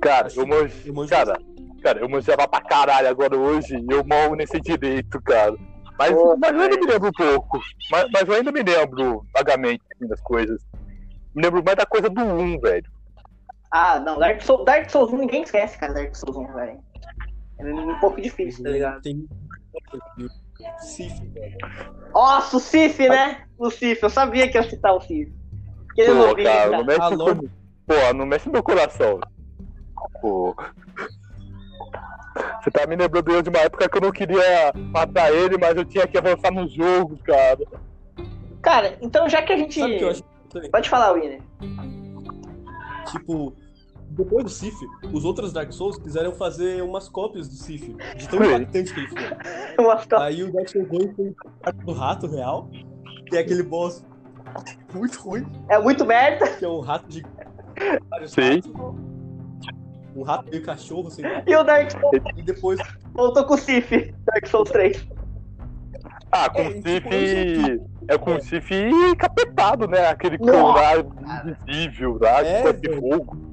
D: Cara, eu manjo.
H: Eu manjo
D: Cara, cara, eu manjava pra caralho agora hoje e eu mal nem sei direito, cara. Mas,
A: Pô,
D: mas eu ainda
A: velho.
D: me lembro um pouco. Mas, mas eu ainda me lembro vagamente assim, das coisas. Me lembro mais da coisa do 1, velho.
A: Ah, não, Dark Souls, Dark Souls 1 ninguém esquece, cara, Dark Souls 1, velho. É um pouco difícil, tá ligado?
H: Tem. Sif, velho.
A: Nossa, o Sif, né? O Sif, eu sabia que ia citar o Sif. Que
D: Pô,
A: resolvi,
D: cara, não
A: cara.
D: mexe
H: A
D: com-
H: Lorde-
D: Pô, não mexe no meu coração. Pô. Você tá me lembrando eu de uma época que eu não queria matar ele, mas eu tinha que avançar no jogo, cara.
A: Cara, então já que a gente.
H: Sabe o que eu acho também?
A: Pode falar, Winner.
H: Tipo, depois do Sif, os outros Dark Souls quiseram fazer umas cópias do Sif, de tão
D: Sim.
H: impactante que ele foi.
A: Eu acho que-
H: Aí o Dark Souls 2 foi o quarto do rato real, que é aquele boss muito ruim,
A: É muito merda.
H: que é um rato de vários
D: Sim.
H: ratos. Um rato meio cachorro, assim.
A: E o Dark Souls
H: E depois.
A: voltou com o Sif. Dark Souls 3.
D: Ah, com o
H: É, e
D: Sif.
H: tipo, hoje
D: É com o Sif capetado, né? Aquele
A: Nossa.
D: cão lá invisível lá,
H: É,
D: de corpo de
H: velho.
D: fogo.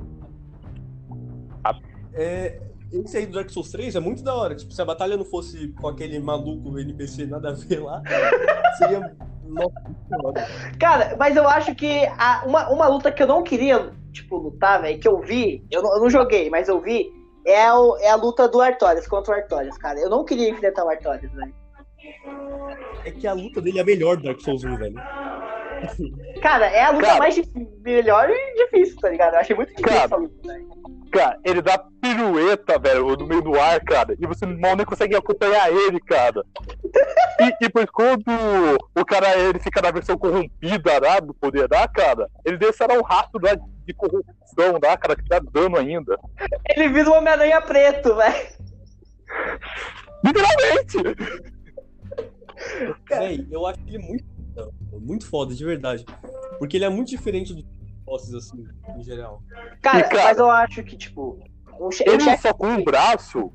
H: É, esse aí do Dark Souls 3 é muito da hora. Tipo, se a batalha não fosse com aquele maluco NPC nada a ver lá, seria. Nossa, muito da hora.
A: Cara, mas eu acho que a- uma, uma luta que eu não queria, tipo, lutar, velho, que eu vi, eu não, eu não joguei, mas eu vi, é, o- é a luta do Artorias contra o Artorias, cara. Eu não queria enfrentar o Artorias, velho.
H: é que a luta dele é a melhor do Dark Souls 1, velho.
A: Cara, é a luta
D: Cara.
A: mais dif- melhor e difícil, tá ligado? Eu achei muito difícil
D: Cara.
A: essa luta, velho.
D: Cara, ele dá pirueta, velho, no meio do ar, cara. E você mal nem consegue acompanhar ele, cara. E, e pois quando o cara ele fica na versão corrompida lá, do poder lá, cara, ele deixa lá um rastro lá de corrupção lá, cara, que dá dano ainda.
A: Ele vira um Homem-Aranha preto, velho.
D: Literalmente!
H: Véi, eu acho ele muito foda, muito foda, de verdade. Porque ele é muito diferente dos bosses, assim, em geral.
A: Cara,
D: cara-
A: mas eu acho que, tipo, um che- um
D: Ele
A: chefe.
D: só com um braço.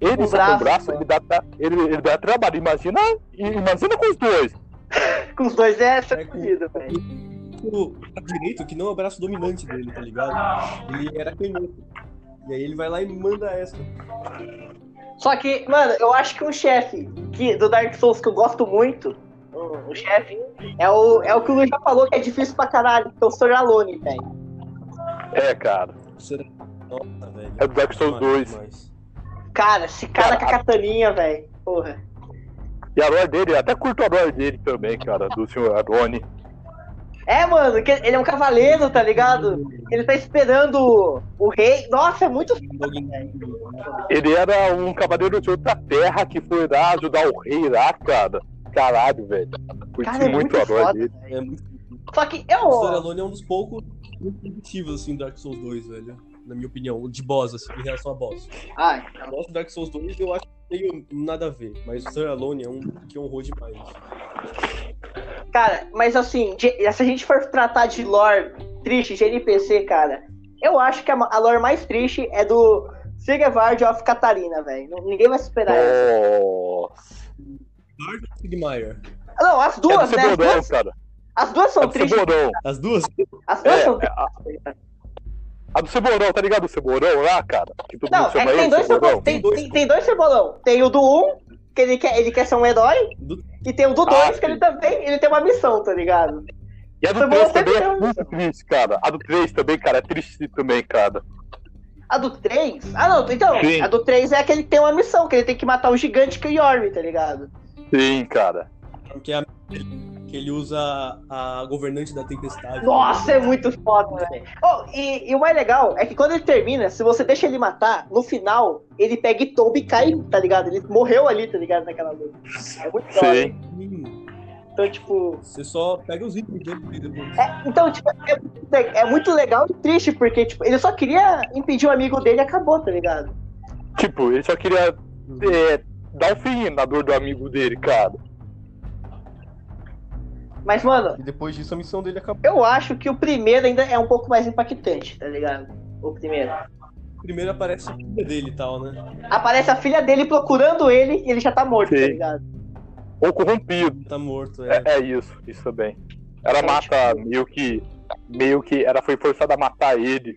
D: Ele
A: Um
D: só
A: braço,
D: com um braço,
A: cara.
D: ele dá, tra- ele, ele dá trabalho. Imagina, imagina com os dois.
A: Com os dois é essa
H: É, com-
A: corrida, velho.
H: o braço direito, que não é o braço dominante dele, tá ligado? Ele era canhoto. E aí ele vai lá e manda essa.
A: Só que, mano, eu acho que um chefe que, do Dark Souls que eu gosto muito, o, o chefe, é o, é o que o Luiz já falou que é difícil pra caralho, que é o Soralone, velho.
D: É, cara.
H: Será- Nossa, velho.
D: É do Dark Souls
H: Demais,
D: 2.
H: demais.
A: Cara, esse cara
D: Cara,
A: com a cataninha, velho. Porra.
D: E a lore dele, eu até curto a lore dele também, cara, do senhor Aroni.
A: É, mano, que ele é um cavaleiro, tá ligado? Ele tá esperando o, o rei. Nossa, é muito
H: Alguém-
D: Ele era um cavaleiro de outra terra que foi lá ajudar o rei lá, cara. Caralho, velho. Curti
A: Cara, é muito
D: muito, a lore
A: foda,
D: dele.
A: velho.
H: É muito.
A: Só que
H: O
A: eu.
H: Zoralone é um dos poucos competitivos, assim, do Dark Souls 2, velho. Na minha opinião, de boss, assim, em relação a boss.
A: Ai,
H: O boss do Dark Souls 2 eu acho que meio nada a ver, mas o Zoralone é um que honrou demais.
A: cara, mas assim, de- se a gente for tratar de lore triste, de NPC, cara, eu acho que a, ma- a lore mais triste é do Sigvard of Catarina, velho. Não- Ninguém vai superar
D: É.
A: essa.
D: Nossa.
H: Lord Sigmire.
A: Não, as
D: É do
A: duas, né? As
D: Ceborão,
A: duas,
D: cara.
A: as duas
D: É
A: são
D: do
A: tristes.
D: Ceborão.
H: As duas?
A: As duas são
D: É,
A: tristes.
D: a, a do Ceborão, tá ligado? O Ceborão lá, cara. Que todo
A: Não,
D: mundo
A: é
D: chama
A: que tem
D: ele,
A: dois cebolão.
D: Ceborão.
A: Tem, tem, tem dois cebolão. Tem o do 1, um, que ele quer, ele quer ser um herói.
H: Do-
A: E tem o do
D: Ah,
A: 2, que
D: sim.
A: ele também ele tem uma missão, tá ligado?
D: E a do
A: Ceborão
D: 3
A: sempre
D: também
A: tem
D: é
A: um,
D: muito
A: então.
D: triste, cara. A do 3 também, cara, é triste também, cara.
A: A do 3? Ah, não, então.
D: Sim.
A: A do 3 é aquele que tem uma missão, que ele tem que matar o gigante que o Yorm, tá ligado?
D: Sim, cara.
H: Que, é a- que ele usa a governante da tempestade.
A: Nossa, é muito foda, velho. Oh, e, e o mais legal é que quando ele termina, se você deixa ele matar, no final, ele pega e tomba e cai, tá ligado? Ele morreu ali, tá ligado? Naquela luta. É muito da hora.
D: Sim.
H: Hum,
A: Então, tipo.
H: Você só pega os itens dele e depois.
A: É, então, tipo, é, é muito legal e triste, porque, tipo, ele só queria impedir o amigo dele e acabou, tá ligado?
D: Tipo, ele só queria é, dar um fim na dor do amigo dele, cara.
A: Mas, mano,
H: E depois disso a missão dele acabou.
A: eu acho que o primeiro ainda é um pouco mais impactante, tá ligado? O primeiro.
H: Primeiro aparece a filha dele e tal, né?
A: Aparece a filha dele procurando ele e ele já tá morto,
D: Sim.
A: tá ligado?
D: Ou corrompido.
H: Ele tá morto, é.
D: É, é isso, isso também. Ela
A: É,
D: mata meio que. Meio que ela foi forçada a matar ele.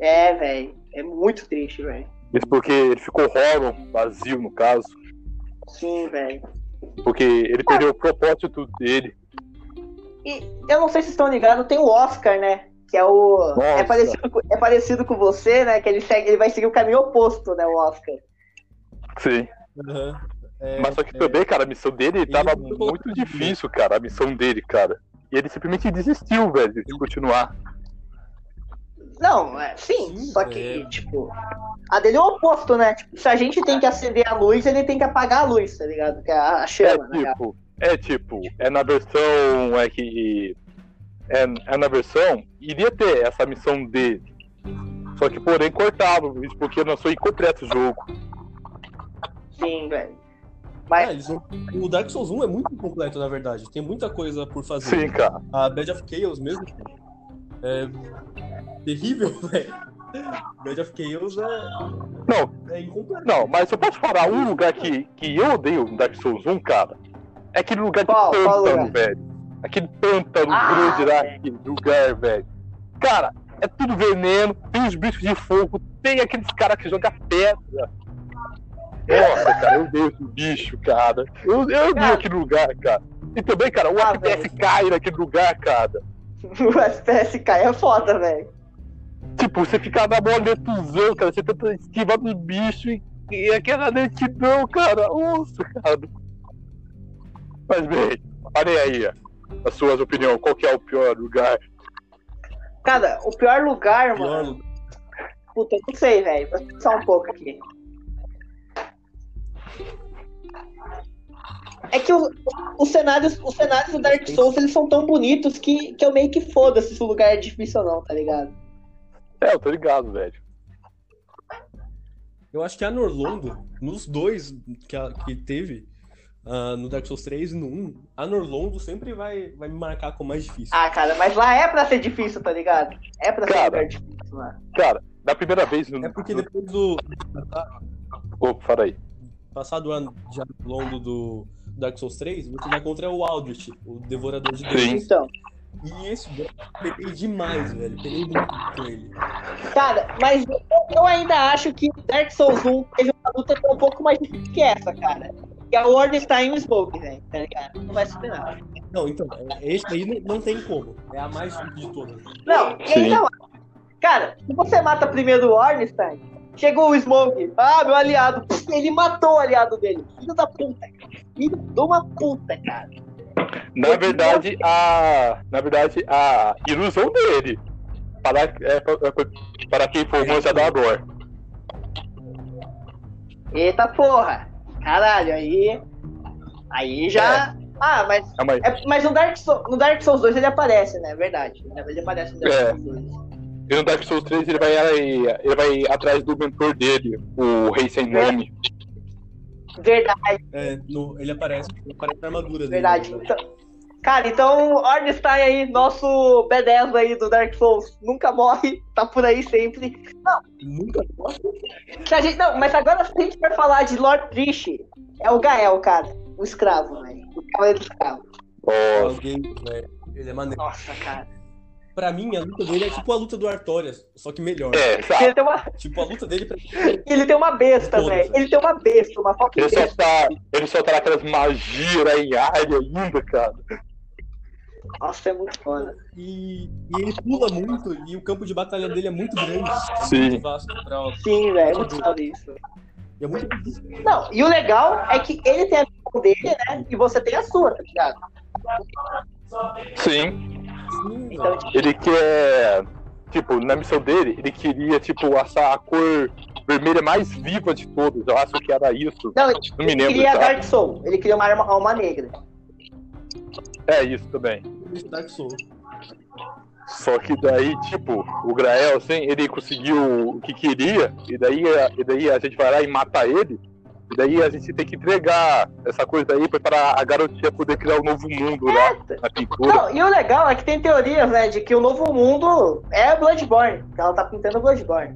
A: É, velho. É muito triste, velho.
D: Isso porque ele ficou Horon, vazio no caso.
A: Sim, velho.
D: Porque ele perdeu o propósito dele.
A: E eu não sei se vocês estão ligados, tem o Oscar, né? Que é o. É
D: Nossa.
A: parecido, com- é parecido com você, né? Que ele, segue, ele vai seguir o caminho oposto, né? O Oscar.
D: Sim.
H: Aham. É,
D: Mas só que
H: é.
D: também, cara, a missão dele tava
H: Ele-
D: muito difícil, cara. A missão dele, cara. E ele simplesmente desistiu, velho, de continuar.
A: Não, é, sim,
H: Sim,
A: só que,
H: é.
A: tipo. A dele é o oposto, né? Tipo, se a gente tem que acender a luz, ele tem que apagar a luz, tá ligado? Que é a, a
D: É
A: chama, né?
D: tipo, é tipo, é na versão. É que. É, é na versão. Iria ter essa missão dele. Só que, porém, cortava, isso porque lançou incompleto o jogo.
A: Sim, velho.
H: Ah,
A: Mas.
H: eles não- O Dark Souls 1 é muito incompleto, na verdade. Tem muita coisa por fazer.
D: Sim, cara.
H: A Bad of Chaos mesmo é terrível, velho. Bad of Chaos é,
D: Não,
H: é incompleto.
D: Não, mas eu posso falar um lugar que, que eu odeio no Dark Souls 1, cara. É aquele lugar de
A: Qual? Qual
D: pântano,
A: lugar?
D: velho. Aquele pântano
A: Ah,
D: grande lá, aquele lugar, velho. Cara, é tudo veneno, tem os bichos de fogo, tem aqueles caras que jogam pedra. Nossa, cara, eu odeio esse bicho, cara. Eu, eu odeio
A: Cara.
D: aquele lugar, cara. E também, cara, o
A: Ah,
D: FPS
A: velho.
D: cai naquele lugar, cara.
A: O SPSK é foda, velho.
D: Tipo, você fica na bola lentuzão, cara. Você tenta esquivar dos bichos e, e aquela lentidão, cara. Nossa, cara. Mas bem, olha aí ó, as suas opiniões. Qual que é o pior lugar?
A: Cara, o pior lugar,
H: Pior
A: mano.
H: lugar.
A: Puta, eu não sei, velho. Vou pensar um pouco aqui. É que o- os cenários, os cenários do Dark Souls eles são tão bonitos que, que eu meio que foda-se se o lugar é difícil ou não, tá ligado?
D: É, eu tô ligado, velho.
H: Eu acho que a Norlondo, nos dois que, a- que teve, ah, no Dark Souls 3 e no 1, a Norlondo sempre vai, vai me marcar como mais difícil.
A: Ah, cara, mas lá é pra ser difícil, tá ligado? É pra ser
D: Cara.
A: lugar difícil lá.
D: Cara, da primeira vez. No...
H: É porque depois do
D: Opa, fala aí.
H: passado ano de Norlondo do Dark Souls 3, você vai contra o Aldrich, o Devorador de
D: Sim.
H: Deuses.
A: Então,
H: E esse boss, eu penei demais, velho. Penei muito com ele.
A: cara, mas eu, eu ainda acho que Dark Souls 1 teve uma luta que é um pouco mais difícil que essa, cara. Que a World está em Smoke, velho, tá ligado? Não vai superar.
H: Não, então, é- esse aí não, não tem como. É a mais difícil de todas.
A: Não, e
D: Sim.
A: então, cara, se você mata primeiro o Ornstein, chegou o Smoke, ah, meu aliado, pff, ele matou o aliado dele, filho da puta, cara. filho de uma puta, cara.
D: Na verdade, a. Na verdade, a ilusão dele. Para, é, para, para quem for
H: É,
D: manjador.
A: Eita porra, caralho, aí, aí
D: É.
A: já, ah, mas
D: Calma aí.
A: É, mas no Dark, Souls, no Dark Souls 2 ele aparece, né? É verdade. Ele aparece no Dark
D: É.
A: Souls 2.
D: E no Dark Souls 3 ele vai, ele vai atrás do mentor dele, o Rei Sem Nome.
A: Verdade,
H: É, no- ele aparece, ele aparece na armadura dele.
A: verdade. Então- cara, então Ornstein aí, nosso B10 aí do Dark Souls, nunca morre, tá por aí sempre.
H: Nunca
A: Se a gente, não, mas agora se a gente for falar de Lord Trish, é o Gael, cara. O escravo, velho. O cavaleiro do escravo. É.
D: Nossa,
H: alguém, velho. Ele é maneiro.
A: Nossa, cara.
H: Pra mim, a luta dele é tipo a luta do Artorias, só que melhor.
D: é, sabe?
A: Ele tem uma,
H: Tipo, a luta dele pra mim
A: ele tem uma besta,
H: Todos,
A: velho.
H: velho.
A: Ele tem uma besta, uma foca
D: Ele
A: besta.
D: só tá. Ele só tá naquelas magias em área ainda, cara.
A: Nossa, é muito foda.
H: E, e ele pula muito e o campo de batalha dele é muito grande. É
D: Sim.
H: Muito vasto pra-
A: Sim, velho. É muito foda isso.
H: e é muito
A: Não, e o legal é que ele tem a visão dele, né? E você tem a sua, tá ligado?
D: Sim.
H: assim,
A: Então,
H: velho.
A: tipo,
D: Ele quer. Tipo, na missão dele, ele queria, tipo, achar a cor vermelha mais viva de todos. Eu acho que era isso.
A: não,
D: Não me
A: ele
D: lembro,
A: queria a
D: tá?
A: Dark Soul, ele queria uma arma, alma negra.
D: É isso também.
H: Dark Souls.
D: Só que daí, tipo, o Grael, assim, ele conseguiu o que queria, e daí, a- e daí a gente vai lá e mata ele, e daí a gente tem que entregar essa coisa aí pra- pra a garotinha poder criar um novo mundo lá na pintura.
A: É, Não, e o legal é que tem teorias, né, de que o novo mundo é Bloodborne, que ela tá pintando Bloodborne.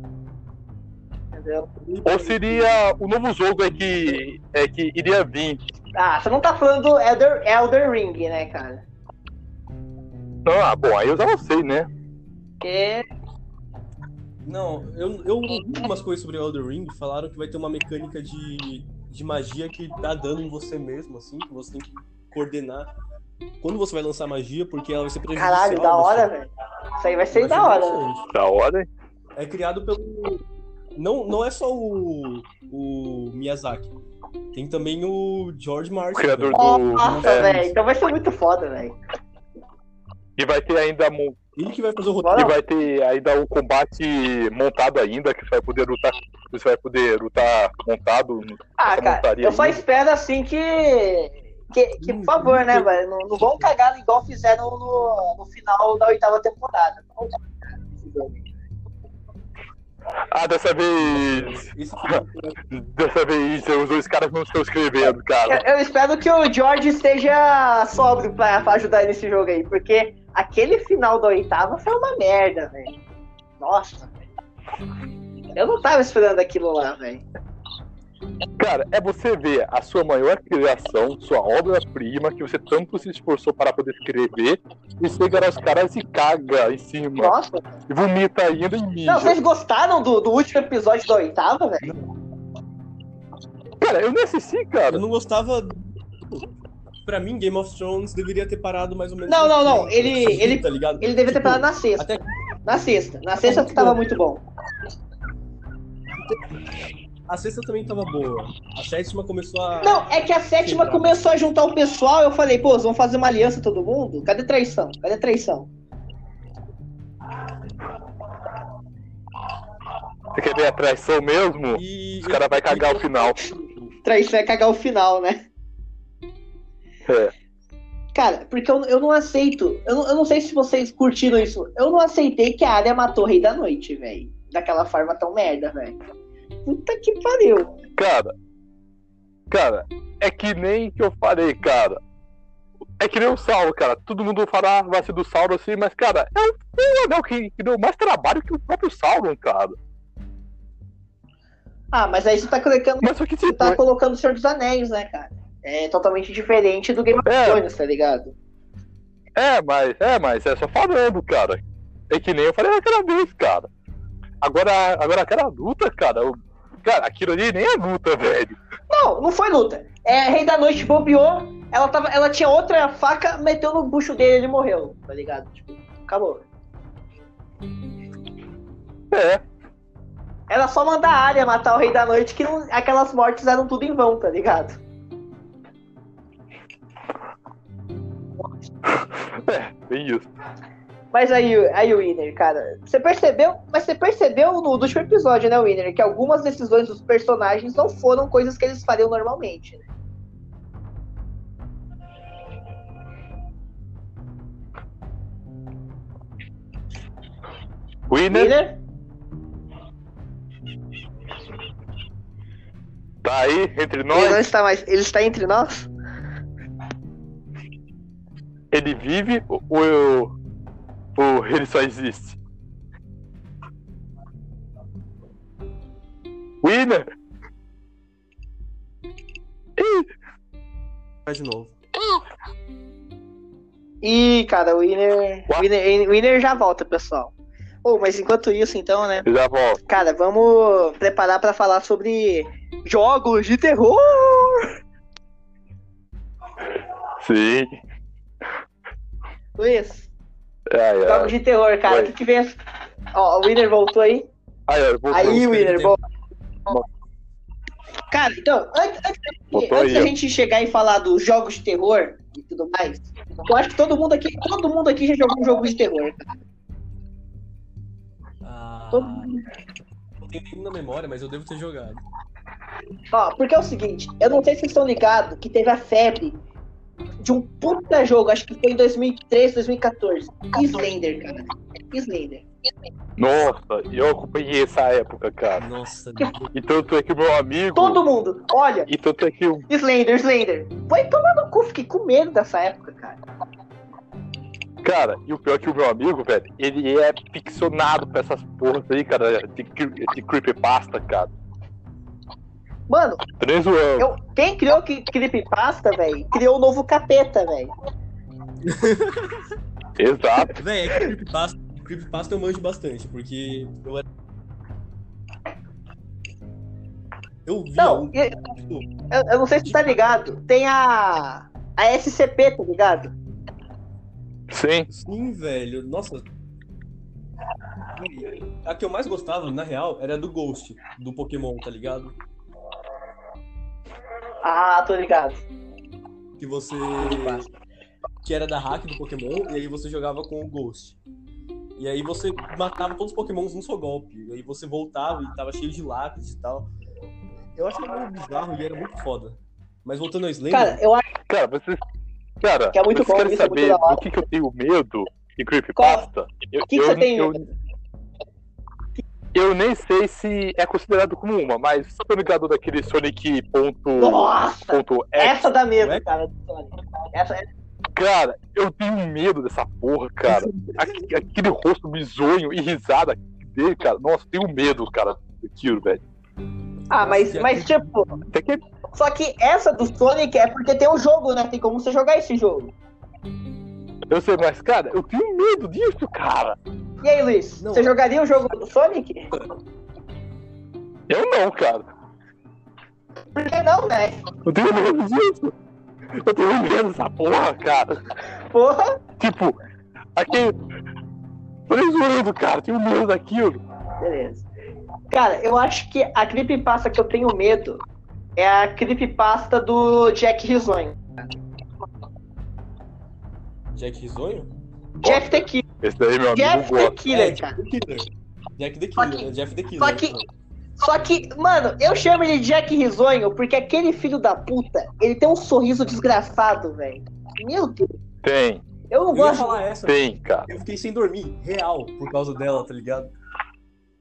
A: Entendeu?
D: Ou seria o novo jogo é que, é que iria vir.
A: Ah, você não tá falando do Elder, Elder Ring, né, cara?
D: Não, ah, bom, aí eu já não sei, né?
A: Porque.
H: Não, eu, eu ouvi umas coisas sobre Elden Ring, falaram que vai ter uma mecânica de, de magia que dá dano em você mesmo, assim, que você tem que coordenar quando você vai lançar magia, porque ela vai ser prejudicial.
A: Caralho, da hora, velho. Isso aí vai ser da hora. velho.
D: Da hora, hein?
H: É criado pelo. Não, não é só o, o Miyazaki. Tem também o George Martin. né?
D: O criador
H: velho.
D: do.
A: Nossa,
D: é,
A: velho. Então vai ser muito foda, velho.
D: e vai ter ainda mu-
H: Ele que vai fazer o roteiro.
A: Bora
D: E
A: lá.
D: vai ter ainda o combate montado ainda, que você vai poder lutar. Você vai poder lutar montado.
A: Ah,
D: Essa
A: cara,
D: montaria
A: eu só
D: aí.
A: espero assim que. Que, que,
H: Hum,
A: por favor, né, velho? Não, não vão cagar igual fizeram no, no final da oitava temporada. Não vão cagar nesse jogo.
D: Ah, dessa vez.
H: Esse
D: Dessa vez os dois caras não estão escrevendo, cara.
A: Eu, eu espero que o George esteja sóbrio pra, pra ajudar nesse jogo aí, porque aquele final da oitava foi uma merda, velho. Nossa, velho. Eu não tava esperando aquilo lá, velho.
D: Cara, é você ver a sua maior criação, sua obra-prima, que você tanto se esforçou para poder escrever, e chega lá os caras e caga em cima.
A: Nossa.
H: Hum.
A: velho.
D: E vomita ainda em mídia.
A: Não, vocês gostaram do, do último episódio da oitava, velho?
D: Cara, eu não assisti,
H: Eu
D: cara.
H: não gostava. Pra mim, Game of Thrones deveria ter parado mais ou menos.
A: Não, não, não,
H: no-
A: ele- ele-
H: Tá ligado?
A: Ele devia ter
H: Tipo,
A: parado na sexta.
H: até- Tipo,
A: Na sexta. Na sexta tava muito bom.
H: A sexta também tava boa. A sétima começou a.
A: Não, é que a sétima começou a juntar o pessoal. Eu falei, pô, vamos fazer uma aliança todo mundo? Cadê traição? Cadê traição?
D: Você quer ver a traição mesmo?
H: E...
D: Os caras vão cagar o final.
A: Traição é cagar o final, né?
D: É.
A: Cara, porque eu, eu não aceito. Eu não, eu não sei se vocês curtiram isso. Eu não aceitei que a área matou o Rei da Noite, velho. Daquela forma tão merda, velho. Puta que pariu.
D: Cara, cara, é que nem que eu falei, cara. É que nem o Saulo, cara. Todo mundo fala, ah, vai ser do Saulo assim, mas, cara, é um filho anel que, que deu mais trabalho que o próprio Sauron, cara.
A: Ah, mas aí você tá colocando.
D: Mas só que,
A: Você
D: tipo,
A: tá colocando o Senhor dos Anéis, né, cara? É totalmente diferente do Game of
D: É.
A: Thrones, tá ligado?
D: É, mas é, mas é só falando, cara. É que nem eu falei naquela vez, cara. Agora, agora aquela luta, cara. eu- cara, aquilo ali nem é luta, velho.
A: Não, não foi luta. É, Rei da Noite bobeou, ela, tava, ela tinha outra faca, meteu no bucho dele e ele morreu, tá ligado? Tipo, acabou.
D: É.
A: Era só mandar a área matar o Rei da Noite, que não- aquelas mortes eram tudo em vão, tá ligado?
D: É, bem isso.
A: Mas aí, aí o Winner, cara, você percebeu? Mas você percebeu no, no último episódio, né, Winner, que algumas decisões dos personagens não foram coisas que eles fariam normalmente, né?
D: Winner,
A: Winner?
D: tá aí entre
A: Ele não
D: nós,
A: está mais. Ele está entre nós?
D: ele vive ou, ou, ou ele só existe? Winner,
H: Vai de novo.
A: Ih, cara, o Winner.
D: What?
A: Winner, Winner já volta, pessoal. Oh, mas enquanto isso, então, né?
D: já volto.
A: Cara, vamos preparar pra falar sobre jogos de terror.
D: Sim.
A: Luiz,
D: Ai,
A: jogos
D: ai.
A: de terror, cara.
D: Oi.
A: O que, que vem? Ó, o Winner voltou aí.
D: Ai, ai, vou-
A: Aí,
D: vou-
A: Winner, bom. Cara, então, an- antes,
D: Botou
A: antes
D: aí,
A: da
D: ó.
A: gente chegar e falar dos jogos de terror e tudo mais, eu acho que todo mundo aqui, todo mundo aqui já jogou um jogo de terror, cara.
H: Ah,
A: Todo
H: não tenho nenhum na memória, mas eu devo ter jogado.
A: Ó, porque é o seguinte, eu não sei se vocês estão ligados que teve a febre de um puta jogo, acho que foi em 2013, 2014. Slender, cara. Slender.
D: Nossa, eu acompanhei essa época, cara.
H: Nossa,
D: E tanto é que o meu amigo.
A: Todo mundo, olha,
D: E tanto é que o.
A: Slender, Slender. Foi tomar no cu, fiquei com medo dessa época, cara.
D: Cara, e o pior é que o meu amigo, velho, ele é ficcionado pra essas porras aí, cara, de, cre- de creepypasta, cara.
A: Mano,
D: Tô nem zoando.
A: Eu, quem criou que Creepypasta, velho, criou o novo capeta, velho.
D: Exato.
H: Véi, é que creepypasta, creepypasta eu manjo bastante, porque eu era. Eu vi
A: Não,
H: um.
A: e- eu, eu não sei se tu tá ligado. Tem a. A SCP, tá ligado?
D: Sim.
H: Sim, velho. Nossa. A que eu mais gostava, na real, era a do Ghost, do Pokémon, tá ligado?
A: Ah, tô ligado.
H: Que você. Que era da hack do Pokémon, e aí você jogava com o Ghost. E aí você matava todos os Pokémons num só golpe. E aí você voltava e tava cheio de lápis e tal. Eu achava meio bizarro e era muito foda. Mas voltando ao Slender.
A: Cara, eu acho
D: Cara, vocês. Cara,
A: Que é muito
D: vocês
A: bom,
D: querem
A: isso é muito
D: saber
A: da hora.
D: do que, que eu tenho medo de creepypasta? Eu,
A: O que que
D: eu,
A: você tem
D: eu, eu nem sei se é considerado como uma, mas você tá ligado daquele Sonic ponto.
A: Nossa!
D: Ponto X?
A: essa dá medo,
H: Ué?
A: cara. do Sonic. Essa, é, essa-
D: Cara, eu tenho medo dessa porra, cara. Aque- Aquele rosto bizonho e risada dele, cara. Nossa, eu tenho medo, cara, daquilo, velho.
A: Ah, mas,
H: Nossa,
A: mas tipo,
D: Até que
A: só que essa do Sonic é porque tem um jogo, né? Tem como você jogar esse jogo.
D: eu sei, mas, cara, eu tenho medo disso, cara.
A: E aí, Luiz,
H: Não.
A: você jogaria o jogo do Sonic?
D: Eu não, cara.
A: Por que não, né?
D: Eu tenho medo disso. Eu tenho medo dessa porra, cara.
A: Porra!
D: Tipo, aquele. Tô nem zoando, cara. eu Tenho medo daquilo.
A: Beleza. Cara, eu acho que a creepypasta que eu tenho medo é a creepypasta do Jack Risonho.
H: Jack Risonho?
A: Jeff the Killer.
D: Esse daí, meu amigo,
A: Jeff the
D: gosta.
A: Killer,
H: Jack
A: É, cara.
H: the Killer. Jack the
A: Só
H: Killer, né? Jeff the Killer.
A: só que- Só que, mano, eu chamo ele de Jack Risonho porque aquele filho da puta, ele tem um sorriso desgraçado, velho. Meu Deus,
D: Tem,
A: eu não
H: Eu ia
A: gosto.
H: falar essa.
D: tem, cara.
H: Eu fiquei sem dormir, real, por causa dela, tá ligado?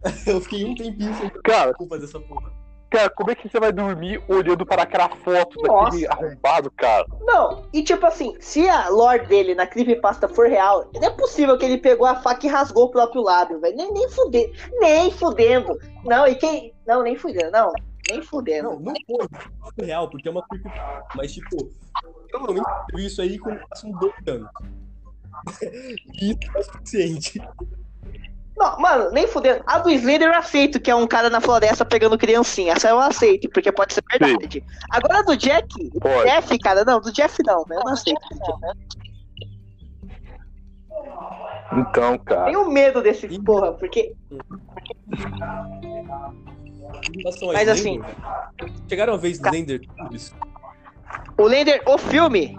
H: Eu fiquei um tempinho sem dormir
D: Cara,
H: por culpa dessa porra.
D: cara, como é que você vai dormir olhando para aquela foto daquele
A: Nossa.
D: arrombado, cara?
A: Não, e tipo assim, se a lore dele na creepypasta for real, não é possível que ele pegou a faca e rasgou o próprio lábio, velho. Nem, nem fudendo. Nem fudendo. Não, e quem. Não, nem fudendo. Não. Nem fudendo.
H: Não, não foi. Não foi real, porque é uma creep. Mas, tipo, provavelmente eu vi isso aí com no máximo dois anos. e isso é suficiente.
A: Não, mano, nem fudendo. A do Slender eu aceito, que é um cara na floresta pegando criancinha. Essa eu aceito, porque pode ser verdade. Agora a do Jack, do
D: Pode.
A: Jeff, cara, não, do Jeff não, né? Eu não aceito.
D: Então, cara.
A: Tenho medo desse porra, porque.
H: Em relação a
A: Mas assim-
H: Slender, Chegaram a ver Slender Tubes?
A: O Lender, o filme.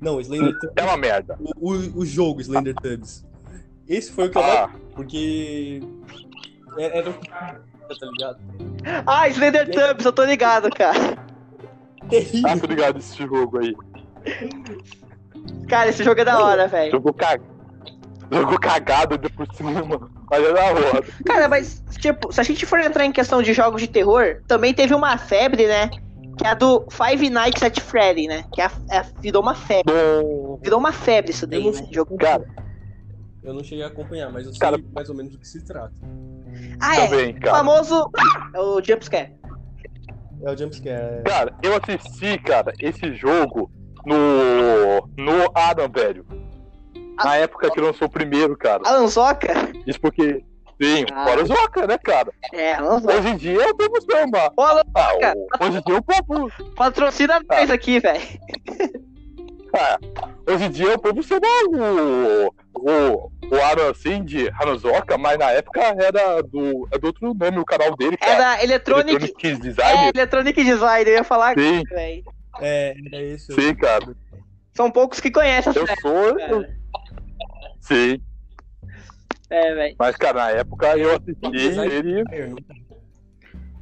H: Não, Slender Tubes.
D: É uma merda.
H: O, o, o jogo Slender Tubes. Esse foi o que eu mais.
D: Ah,
H: Porque. é- Era o que. Tá ligado?
A: Ah, Slender Thumbs, eu tô ligado, cara.
H: Terrível.
D: ah, tô ligado esse jogo aí.
A: Cara, esse jogo é da hora, velho.
D: Jogo cagado. Jogo cagado de por cima, mano. Mas é da hora.
A: Cara, mas, tipo, se a gente for entrar em questão de jogos de terror, também teve uma febre, né? Que é a do Five Nights at Freddy, né? Que é a- é a- virou uma febre.
D: Bom,
A: Virou uma febre isso daí,
H: Eu
A: né?
H: não-
A: Jogo...
D: cara,
H: Eu não cheguei a acompanhar, mas eu sei
D: Cara-
H: mais ou menos do que se trata.
A: Ah, é.
D: também,
A: O
D: cara.
A: famoso. É o Jumpscare.
H: É o Jumpscare.
D: Cara, eu assisti, cara, esse jogo no. no Adam, velho. Na
A: Ah.
D: época que lançou o primeiro, cara.
A: A Lanzoca?
D: Isso porque. Sim,
A: Ah.
D: fora o Zoca, né, cara?
A: É, a Lanzoca.
D: Hoje em dia eu devo samba.
A: Ô, Alan,
D: Ah, o- hoje em dia eu povo.
A: patrocina
D: Tá.
A: nós aqui, velho.
D: Ah, hoje em dia o povo samba o. o. o Adam assim de Hanazoka, mas na época era do. é do outro nome o canal dele, cara.
A: Era É Electronic.
D: Kids
A: É,
D: Design.
A: Electronic Design, eu ia falar agora,
D: Sim,
A: velho.
H: É, é isso.
D: sim, cara.
A: São poucos que conhecem essa
D: Eu sou. eu-
A: É, cara.
D: Sim.
A: É, velho.
D: Mas, cara, na época eu assisti
H: Design.
D: ele.
H: né?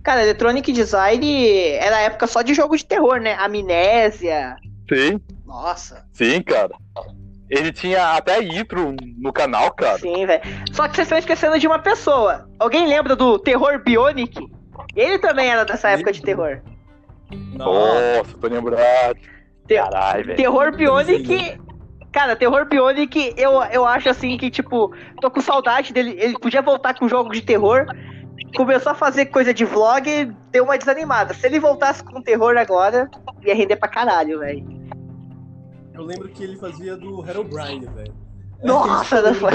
A: Cara, Electronic Design era época só de jogo de terror, né? Amnésia.
D: Sim,
A: Nossa,
D: sim, cara. Ele tinha até intro no canal, cara.
A: sim, velho. Só que vocês estão esquecendo de uma pessoa. Alguém lembra do Terror Bionic? Ele também era dessa época de terror.
H: Não,
D: Nossa, tô lembrado.
A: Ter-
D: Caralho, velho.
A: Terror Bionic. Cara, Terror Bionic, eu, eu acho assim que, tipo, tô com saudade dele. Ele podia voltar com jogo de terror. Começou a fazer coisa de vlog e deu uma desanimada. Se ele voltasse com terror agora, ia render pra caralho, velho.
H: eu lembro que ele fazia do Harold Bryan, velho.
A: Nossa, não foi.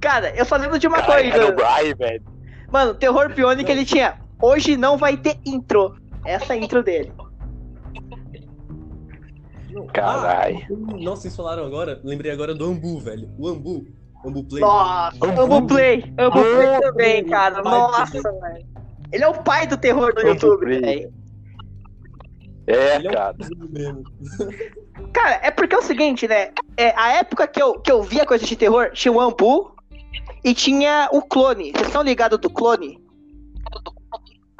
A: Cara, eu só lembro de uma
D: Caralho,
A: coisa.
D: era o Brian, velho.
A: Mano, terror biônico ele tinha. Hoje não vai ter intro. Essa é a intro dele.
H: Não.
D: Caralho.
H: Ah, hum, nossa, vocês falaram agora. Lembrei agora do Ambu, velho. O Ambu. Ambu Play.
A: Nossa, amo Play. Amo Play também, cara. Nossa, velho. Ele é o pai do terror do YouTube,
D: Play.
A: velho.
D: É,
H: Ele é um
D: cara.
H: cuzão mesmo.
A: Cara, é porque é o seguinte, né? É, a época que eu, que eu via coisa de terror, tinha o Ambu e tinha o Clone. Vocês estão ligados do Clone?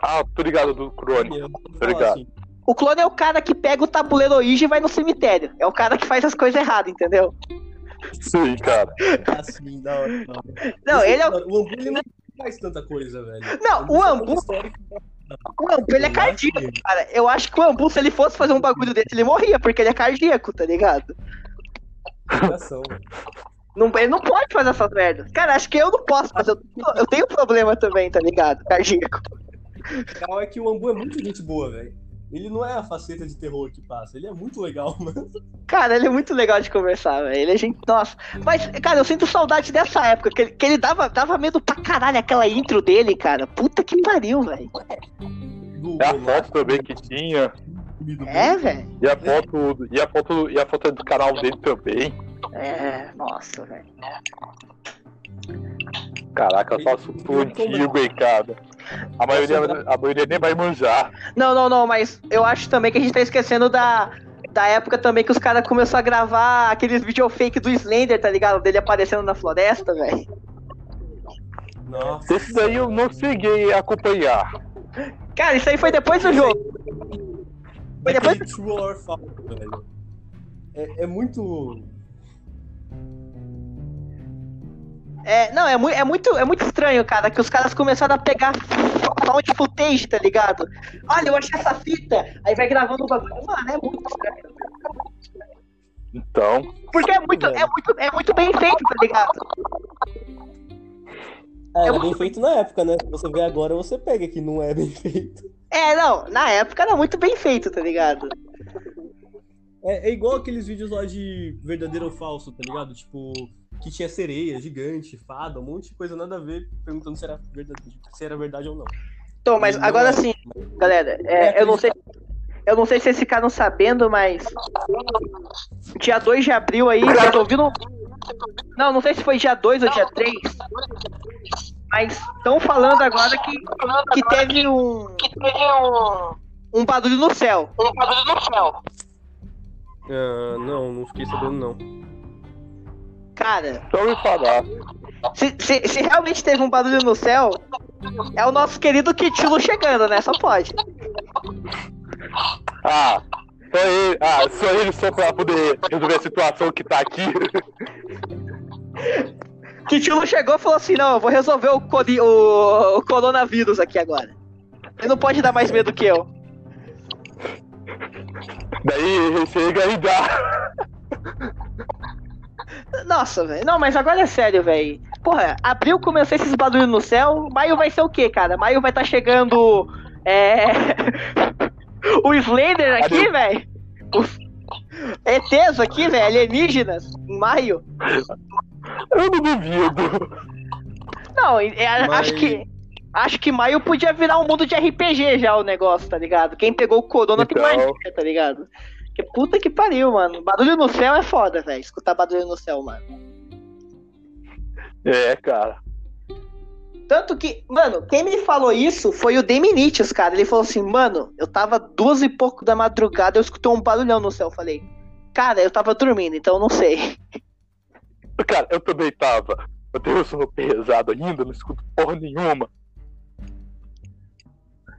D: Ah, tô ligado do Crônico.
H: Eu vou
D: Tá
H: falar
D: ligado.
H: assim,
A: O Clone é o cara que pega o tabuleiro Ouija e vai no cemitério. É o cara que faz as coisas erradas, entendeu?
D: Sim, cara.
H: assim, da hora. da hora.
A: Não, ele é o.
H: O Ambu ele não faz tanta coisa, velho.
A: Não, o Ambu, o Ambu ele é cardíaco. Cara, eu acho que o Ambu, se ele fosse fazer um bagulho desse, ele morria, porque ele é cardíaco, tá ligado? Não, ele não pode fazer essas merdas. Cara, acho que eu não posso fazer. Eu, tenho- eu tenho problema também, tá ligado? Cardíaco.
H: O legal é que o Ambu é muito gente boa, velho. Ele não é a faceta de terror que passa. Ele é muito legal, mano.
A: Cara, ele é muito legal de conversar, velho. Ele é gente. Nossa. Mas, cara, eu sinto saudade dessa época, que ele, que ele dava, dava medo pra caralho aquela intro dele, cara. Puta que pariu, velho.
H: Do,
D: É a foto também que tinha.
H: do-
A: É, velho?
D: E a foto. E a foto. E a foto do canal dele também.
A: É, nossa, velho.
D: Caraca, eu faço tudo
A: é
D: antigo, hein, cara. A maioria, a maioria nem vai manjar.
A: Não, não, não, mas eu acho também que a gente tá esquecendo da, da época também que os caras começaram a gravar aqueles vídeo fake do Slender, tá ligado? Dele aparecendo na floresta, velho.
H: Nossa.
D: Esse daí eu não cheguei a acompanhar.
A: Cara, isso aí foi depois do jogo. Foi depois.
H: Aquele True or False, velho. É, é muito.
A: É, não, é, mui- é muito, é muito estranho, cara, que os caras começaram a pegar sound footage, tá ligado? Olha, eu achei essa fita. Aí vai gravando o bagulho. Mano, é muito estranho.
D: Então.
A: Porque é muito, é muito, é muito bem feito, tá ligado?
H: É, era bem feito na época, né? Se você vê agora, você pega que não é bem feito.
A: É, não, na época era muito bem feito, tá ligado?
H: É, é igual aqueles vídeos lá de verdadeiro ou falso, tá ligado? Tipo, que tinha sereia, gigante, fada, um monte de coisa nada a ver, perguntando se era verdade, se era verdade ou não.
A: Então, mas
H: Não
A: agora
H: é-
A: sim, galera, é, eu não sei. Eu não sei se vocês ficaram sabendo, mas. Dia 2 de abril aí, vocês ouviram. um- Não, não sei se foi dia 2 ou dia 3. Mas estão falando agora que, que teve um. Um barulho no céu.
H: Ah, não, não fiquei sabendo, não.
A: Cara,
D: Só ouvi falar.
A: se, se- se realmente teve um barulho no céu, é o nosso querido Kitilo chegando, né? Só pode.
D: Ah, só ele, ah, só ele só pra poder resolver a situação que tá aqui.
A: Kitilo chegou e falou assim: não, eu vou resolver o, coli- o- o coronavírus aqui agora. Ele não pode dar mais medo que eu.
D: Daí ele chega e dá.
A: Nossa, velho. Não, mas agora é sério, velho. Porra, abril começou esses barulhos no céu. Maio vai ser o quê, cara? Maio vai estar tá chegando. É. o Slender aqui,
D: Adeus.
A: velho. Os... ETs aqui, velho. Alienígenas. Em maio.
D: Eu não duvido.
A: Não, e- é, a-
H: Mas-
A: acho que. Acho que maio podia virar um mundo de RPG já o negócio, tá ligado? Quem pegou o corona tem
D: Então.
A: magia, tá ligado? Que puta que pariu, mano. Barulho no céu é foda, velho. Escutar barulho no céu, mano.
D: É, cara.
A: Tanto que, mano, quem me falou isso foi o Deminitius, cara. Ele falou assim, mano, eu tava duas e pouco da madrugada, eu escutei um barulhão no céu. Eu falei, cara, eu tava dormindo, então eu não sei.
D: Cara, eu também tava. Eu tenho um sono pesado ainda, não escuto porra nenhuma.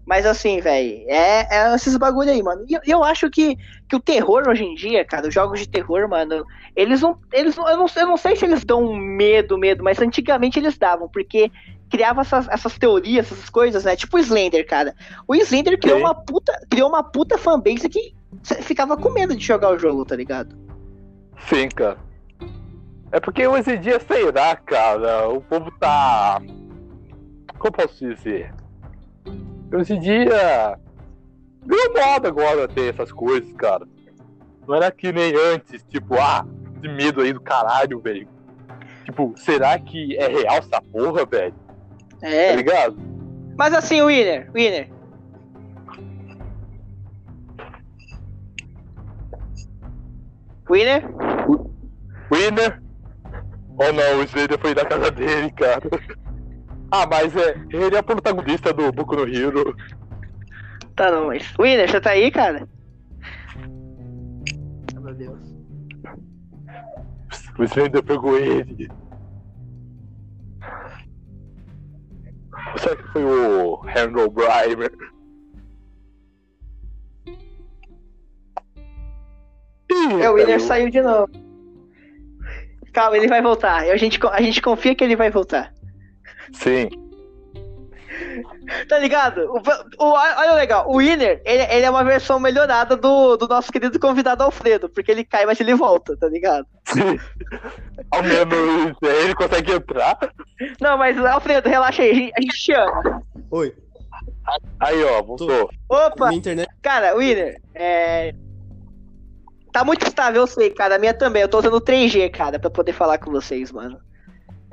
A: Mas assim, velho, é, é esses bagulho aí, mano. E eu, eu acho que, que o terror hoje em dia, cara, os jogos de terror, mano, eles não. Eles não eu, não eu não sei se eles dão medo, medo, mas antigamente eles davam, porque criava essas, essas teorias, essas coisas, né? Tipo o Slender, cara. O Slender criou
D: Sim.
A: uma puta, criou uma puta fanbase que cê ficava com medo de jogar o jogo, tá ligado?
D: Sim, cara. É porque hoje em dia, sei lá, cara, o povo tá. Como posso dizer? Hoje em dia. Deu moda agora ter essas coisas, cara. Não era que nem antes, tipo, ah, esse medo aí do caralho, velho. Tipo, será que é real essa porra, velho? Tá
A: É.
D: ligado?
A: Mas assim, Winner, Winner. Winner?
D: Winner? Ou não, o Slater foi da casa dele, cara. Ah, mas é, ele é o protagonista do Boku no Hero.
A: Tá não, mas. Winner, você tá aí, cara? Ah, Meu Deus.
D: O Slender pegou ele. Será que foi o Henry O'Brien? Ih,
A: É, o Winner
D: caiu.
A: saiu de novo. Calma, ele vai voltar. A gente, co- a gente confia que ele vai voltar.
D: Sim.
A: Tá ligado? O, o- olha o legal, o Winner, ele, ele é uma versão melhorada do, do nosso querido convidado Alfredo, porque ele cai, mas ele volta, tá ligado?
D: sim. Ao menos ele consegue entrar.
A: Não, mas Alfredo, relaxa aí, a gente- a gente te ama.
H: Oi,
D: Aí, ó, voltou.
A: Opa!
H: minha internet.
A: Cara, Winner, é. Tá muito estável, eu sei, cara. A minha também. Eu tô usando 3G, cara, pra poder falar com vocês, mano.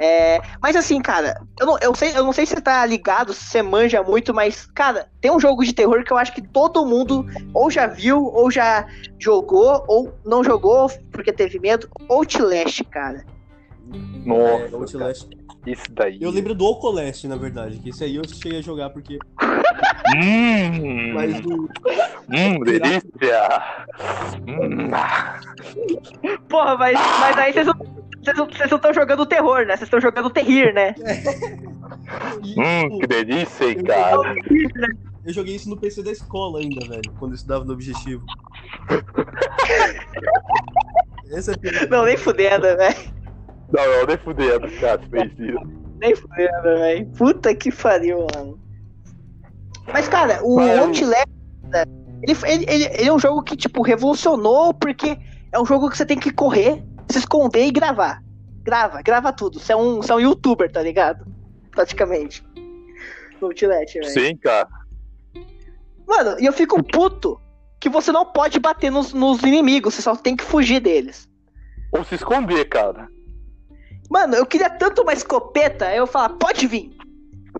A: É, mas assim, cara, eu não, eu, sei, eu não sei se você tá ligado, se você manja muito, mas, cara, tem um jogo de terror que eu acho que todo mundo ou já viu, ou já jogou, ou não jogou porque teve medo. Outlast, cara.
D: Nossa,
H: É, Outlast.
D: isso daí.
H: Eu lembro do Ocoleste, na verdade, que esse aí eu cheguei a jogar porque.
D: Hum,
H: Mas o.
D: hum delícia. Hum, ah,
A: Porra, mas, mas aí vocês não. Vocês não- vocês não estão jogando terror, né? Vocês estão jogando terrir, né?
H: e,
D: hum, que
H: tipo,
D: delícia, hein, cara.
H: eu joguei isso no PC da escola ainda, velho, quando eu estudava no objetivo. Esse é
A: Não, nem fudendo, né? velho.
D: Não, não, nem fudendo, cara, se fez isso.
A: Nem fudendo, velho. Puta que pariu, mano. Mas, cara, o
D: Mas- é um
A: Outlast, né, ele, ele, ele, ele é um jogo que, tipo, revolucionou porque é um jogo que você tem que correr, se esconder e gravar. Grava, grava tudo. Você é um, você é um youtuber, tá ligado? praticamente. No Outlet, velho.
D: Sim, cara.
A: Mano, e eu fico puto que você não pode bater nos, nos inimigos, você só tem que fugir deles.
D: Ou se esconder, cara.
A: Mano, eu queria tanto uma escopeta, eu falar, pode vir.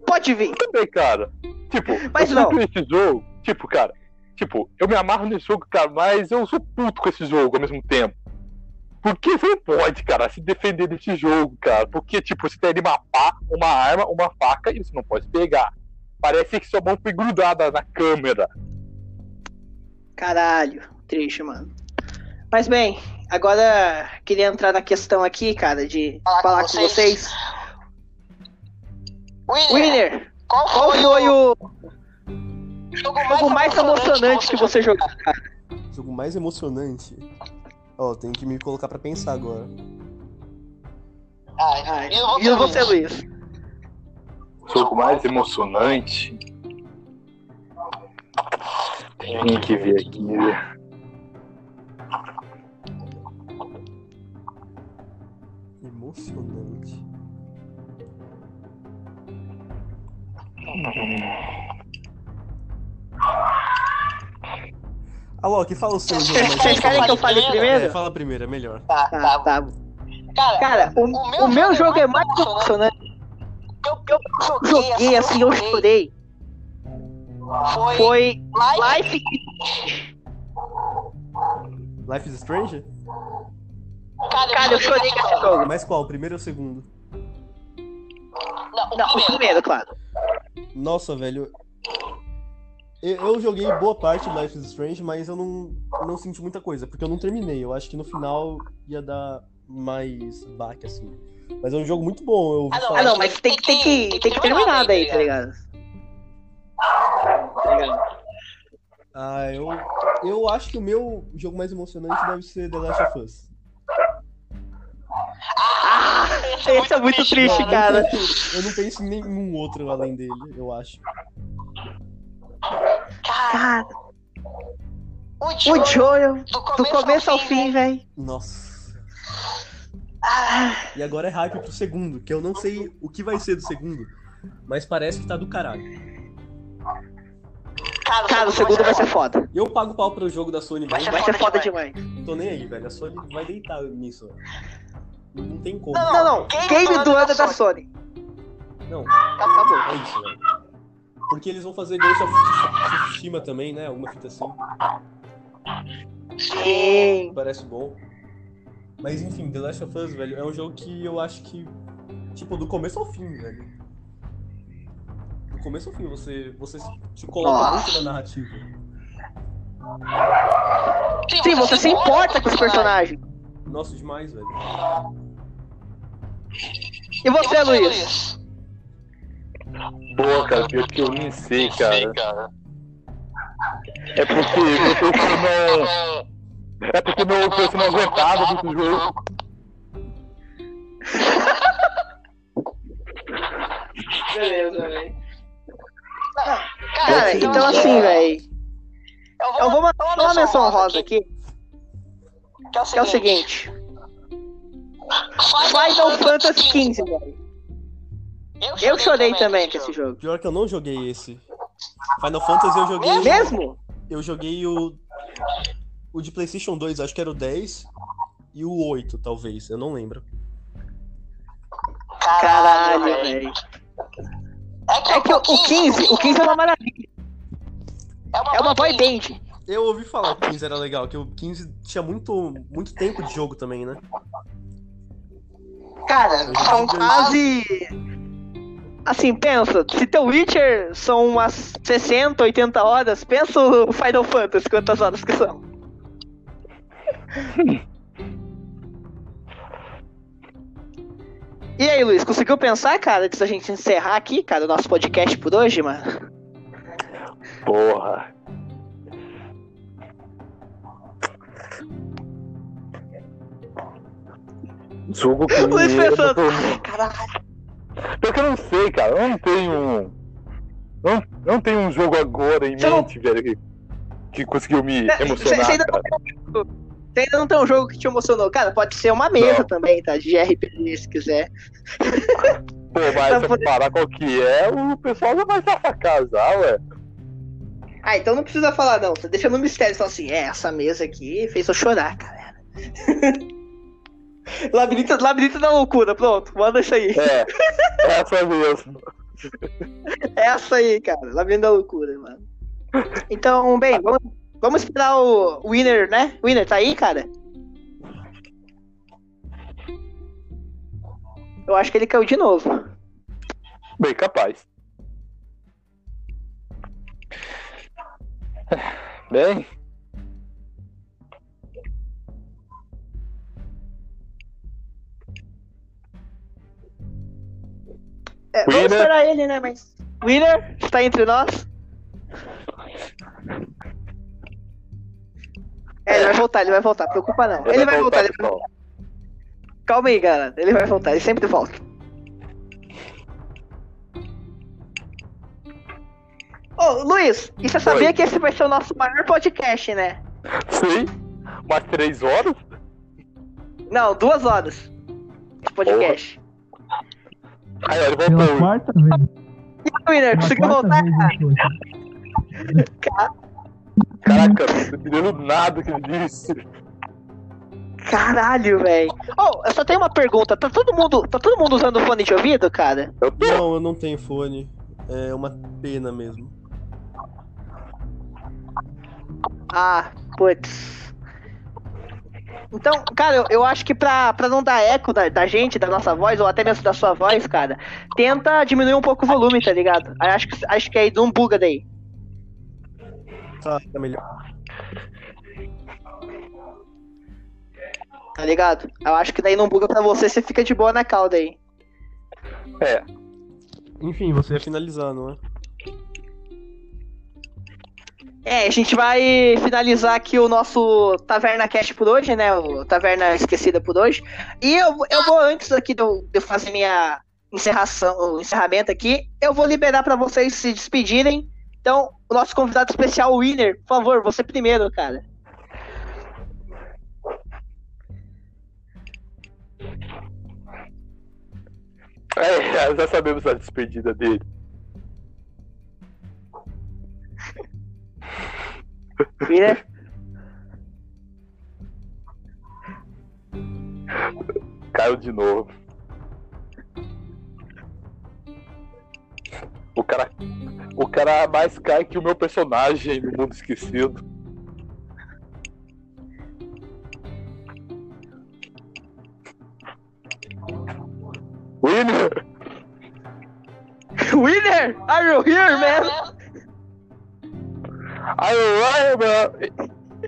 A: Pode vir.
D: Também, cara. Tipo,
A: Mas
D: eu
A: não.
D: sempre esse jogo, tipo, cara, tipo, eu me amarro nesse jogo, cara, mas eu sou puto com esse jogo ao mesmo tempo. Porque você não pode, cara, se defender desse jogo, cara. Porque, tipo, você tem ali uma pá, uma arma, uma faca e você não pode pegar. Parece que sua mão foi grudada na câmera.
A: Caralho, triste, mano. Mas bem, agora queria entrar na questão aqui, cara, de falar,
I: Falar com
A: com vocês. É.
I: Winner,
A: Winner,
I: qual foi,
A: qual foi o
I: o jogo mais,
A: jogo mais emocionante que você jogou?
H: Jogo mais emocionante. Ó, tenho que me colocar pra pensar agora.
I: Ah,
A: Ai,
I: e eu
A: Ah, E
I: vou
A: você,
I: você, Luiz.
A: Luiz?
D: jogo mais emocionante. Tem que ver aqui.
H: Emocionante. Alô, que fala o seu jogo? mais
A: Vocês querem que eu fale
I: Quarentena.
H: É,
A: primeiro?
H: fala primeiro, é melhor.
I: Tá,
A: Tá,
I: tá.
A: tá.
I: Cara,
A: Cara, o,
I: O meu
A: o meu
I: jogo
A: jogo
I: é
A: é mais
I: emocionante.
A: emocionante.
I: que eu, que eu joguei,
A: Joguei assim, eu chorei.
I: Foi,
A: Foi
I: Life,
A: Life
H: Life is Strange?
A: Cara, eu chorei com esse jogo.
H: Mas qual? O primeiro ou o segundo?
I: Não,
A: Não, o
I: primeiro.
A: primeiro, claro.
H: Nossa, velho. Eu, eu joguei boa parte de Life is Strange, mas eu não, não senti muita coisa, porque eu não terminei. Eu acho que no final ia dar mais baque, assim. Mas é um jogo muito bom, eu ouvi
I: Ah, não,
A: Ah,
H: falar.
A: não, mas tem, que- tem, que, tem que terminar daí, tá ligado?
H: Ah, eu, eu acho que o meu jogo mais emocionante deve ser The Last of Us.
A: Ah, esse é muito triste,
H: Eu
A: cara.
H: não penso- Eu não penso em nenhum outro além dele, eu acho.
I: Cara,
A: Cara,
I: o
A: o
I: jogo
A: Joel,
I: do
A: do
I: começo,
A: começo ao fim, né? velho.
H: Nossa.
A: Ah,
H: E agora é hype pro segundo, que eu não sei o que vai ser do segundo, mas parece que tá do caralho.
I: Cara,
A: né? cara, o segundo vai ser foda.
H: Eu pago pau pro jogo da Sony,
I: Vai
H: mas
A: Vai ser foda demais.
H: não tô nem aí, velho. A Sony vai deitar nisso, velho. Não não tem como.
A: Não, não. Game do ano é da Sony.
H: Não,
A: Acabou.
H: é isso, velho. Porque eles vão fazer Ghost of Tsushima também, né? Alguma fita assim.
A: Sim.
H: parece bom. Mas enfim, The Last of Us, velho, é um jogo que eu acho que, tipo, do começo ao fim, velho. Do começo ao fim, você, você se- se coloca
A: Nossa.
H: muito na narrativa.
A: Sim, você se importa com os personagens.
H: Nossa, demais, velho.
A: E você, é Luiz?
D: Boa, cara, pior que eu nem sei, cara. É porque eu tô com uma... É porque meu preço não aguentava desse jogo.
A: Beleza, velho.
I: Cara,
A: Cara, então assim, velho. Eu vou mandar só uma menção rosa aqui, que é o seguinte. Final Fantasy XV, velho. Eu chorei também com esse jogo.
H: Pior que eu não joguei esse. Final Fantasy eu joguei.
A: Mesmo?
H: Eu joguei o. O de PlayStation 2, acho que era o 10. E o 8, talvez, eu não lembro.
A: Caralho, velho. É que o o 15, o 15 é uma maravilha. É uma boy band.
H: Eu ouvi falar que o 15 era legal, que o 15 tinha muito, muito tempo de jogo também, né?
A: É um Cara, são
H: Deus.
A: quase. Assim, pensa, se teu Witcher são umas 60, 80 horas, pensa o Final Fantasy, quantas horas que são. E aí, Luiz, conseguiu pensar, cara, antes da gente encerrar aqui, cara, o nosso podcast por hoje, mano?
D: Porra. Jogo que me
A: Luiz
D: lembra
A: pensando,
D: por-
A: "Ai, caralho.
D: Pior que eu não sei, cara. Eu não tenho. eu Não, eu não tenho um jogo agora em
A: Você não-
D: mente, velho, que, que conseguiu me
A: Você-
D: emocionar.
A: você ainda
D: cara.
A: Você ainda não tem um jogo que te emocionou? Cara, pode ser uma mesa também, tá? De RPG, se quiser.
D: Pô, mas se eu parar qual que é, o pessoal não vai sacar casar, ué.
A: Ah, então não precisa falar, não. Você deixa no mistério. Você fala assim: é, essa mesa aqui fez eu chorar, galera. labirinto, labirinto da loucura, pronto, manda isso aí.
D: É, essa mesmo.
A: É essa aí, cara, labirinto da loucura, mano. Então, bem, vamos, vamos esperar o Winner, né? Winner, tá aí, cara? Eu acho que ele caiu de novo.
D: Bem capaz. Bem.
A: É, vamos
D: Winner.
A: esperar ele, né? Mas. Winner, está entre nós? É, ele vai voltar, ele vai voltar, preocupa não. Ele, vai voltar, ele vai...
D: pessoal.
A: calma aí, galera. Ele vai voltar, ele sempre volta. Ô, Luiz, e você sabia
D: Oi.
A: que esse vai ser o nosso maior podcast, né?
D: Sim. Mais três horas?
A: Não, duas horas de podcast.
D: Aí ele
J: Pela
D: voltou.
J: quarta vez.
A: Winner,
J: pela
A: conseguiu
J: quarta
A: voltar?
J: vez
A: cara?
J: depois.
D: Caraca, não tô entendendo nada que ele disse.
A: Caralho, velho. Ô, eu só tenho uma pergunta. Tá todo mundo, tá todo mundo usando fone de ouvido, cara?
D: Eu tô.
H: Não, eu não tenho fone. É uma pena mesmo.
A: Ah, putz. Então, cara, eu, eu acho que pra, pra não dar eco da, da gente, da nossa voz, ou até mesmo da sua voz, cara, tenta diminuir um pouco o volume, tá ligado? Aí Acho que, acho que aí não buga daí.
H: Tá, tá melhor.
A: Tá ligado? Eu acho que daí não buga pra você, você fica de boa na calda aí.
H: Enfim, você ia finalizar, não é?
A: É, a gente vai finalizar aqui o nosso Taverna Cast por hoje, né? O Taverna Esquecida por hoje. E eu, eu vou, antes aqui de eu de eu fazer minha encerração, o encerramento aqui, eu vou liberar pra vocês se despedirem. Então, o nosso convidado especial, o Winner, por favor, você primeiro, cara.
D: É, já sabemos a despedida dele.
A: Winner,
D: Caiu de novo. O cara. O cara mais cai que o meu personagem no mundo esquecido. Winner!
A: Winner, are you
I: Ah.
A: here, man?
D: Aí eu. Ai, meu.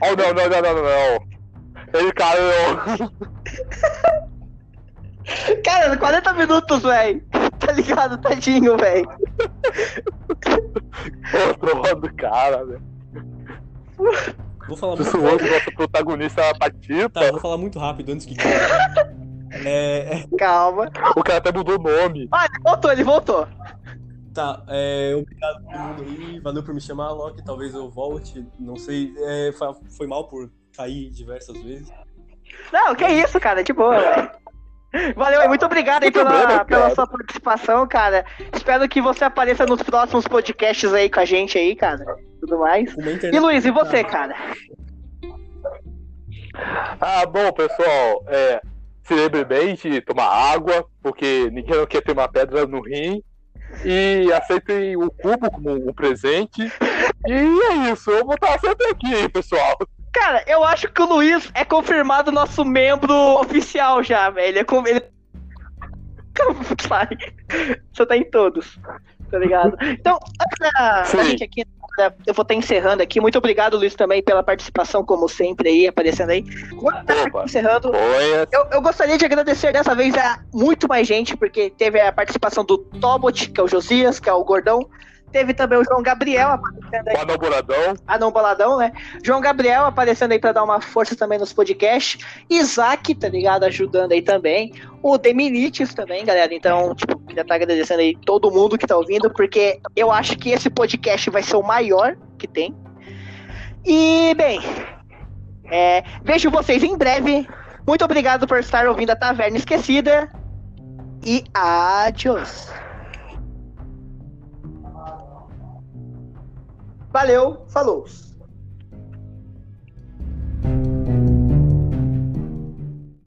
D: Oh, não, não, não, não, não. Ele caiu.
A: Cara, 40 minutos, velho. Tá ligado, tadinho, velho.
D: Outro do cara, velho.
H: Vou falar
D: Se
H: muito
D: o outro nosso protagonista é a Patita,
H: Tá, eu vou falar muito rápido antes que. É, é,
A: Calma.
D: o cara até mudou o nome.
A: Ah, ele voltou, ele voltou.
H: tá, é, obrigado a todo mundo aí, valeu por me chamar, Loki. Talvez eu volte, não sei. é, fa- foi mal por cair diversas vezes.
A: Não, que isso, cara, de boa. velho. Valeu aí, muito obrigado aí
D: Muito bem,
A: pela,
D: meu
A: pela
D: cara.
A: sua participação, cara. Espero que você apareça nos próximos podcasts aí com a gente aí, cara. Tudo mais.
H: Uma
A: E
H: internet.
A: Luiz, e você, cara?
D: Ah, bom, pessoal, é, se lembre bem de tomar água, porque ninguém não quer ter uma pedra no rim. E aceitem o cubo como um presente. E é isso, eu vou estar sempre aqui, pessoal.
A: Cara, eu acho que o Luiz é confirmado nosso membro oficial já, velho. Ele é com- Ele... Calma, Sai. Você tá em todos. Tá ligado? Então, antes da, da
D: Sim.
A: gente aqui, né, eu vou estar encerrando aqui. Muito obrigado, Luiz, também pela participação, como sempre, aí, aparecendo aí. Vou estar
D: Opa.
A: encerrando.
D: Oi,
A: Eu, eu gostaria de agradecer dessa vez a muito mais gente, porque teve a participação do Tobot, que é o Josias, que é o Gordão. Teve também o João Gabriel aparecendo aí,
D: o Anão Boradão.
A: ah não, Boladão, né? João Gabriel aparecendo aí pra dar uma força também nos podcasts. Isaac, tá ligado? Ajudando aí também. O Deminites também, galera. Então, tipo, queria tá agradecendo aí todo mundo que tá ouvindo, porque eu acho que esse podcast vai ser o maior que tem. E, bem, é, vejo vocês em breve. Muito obrigado por estar ouvindo a Taverna Esquecida. e adiós. Valeu, falou.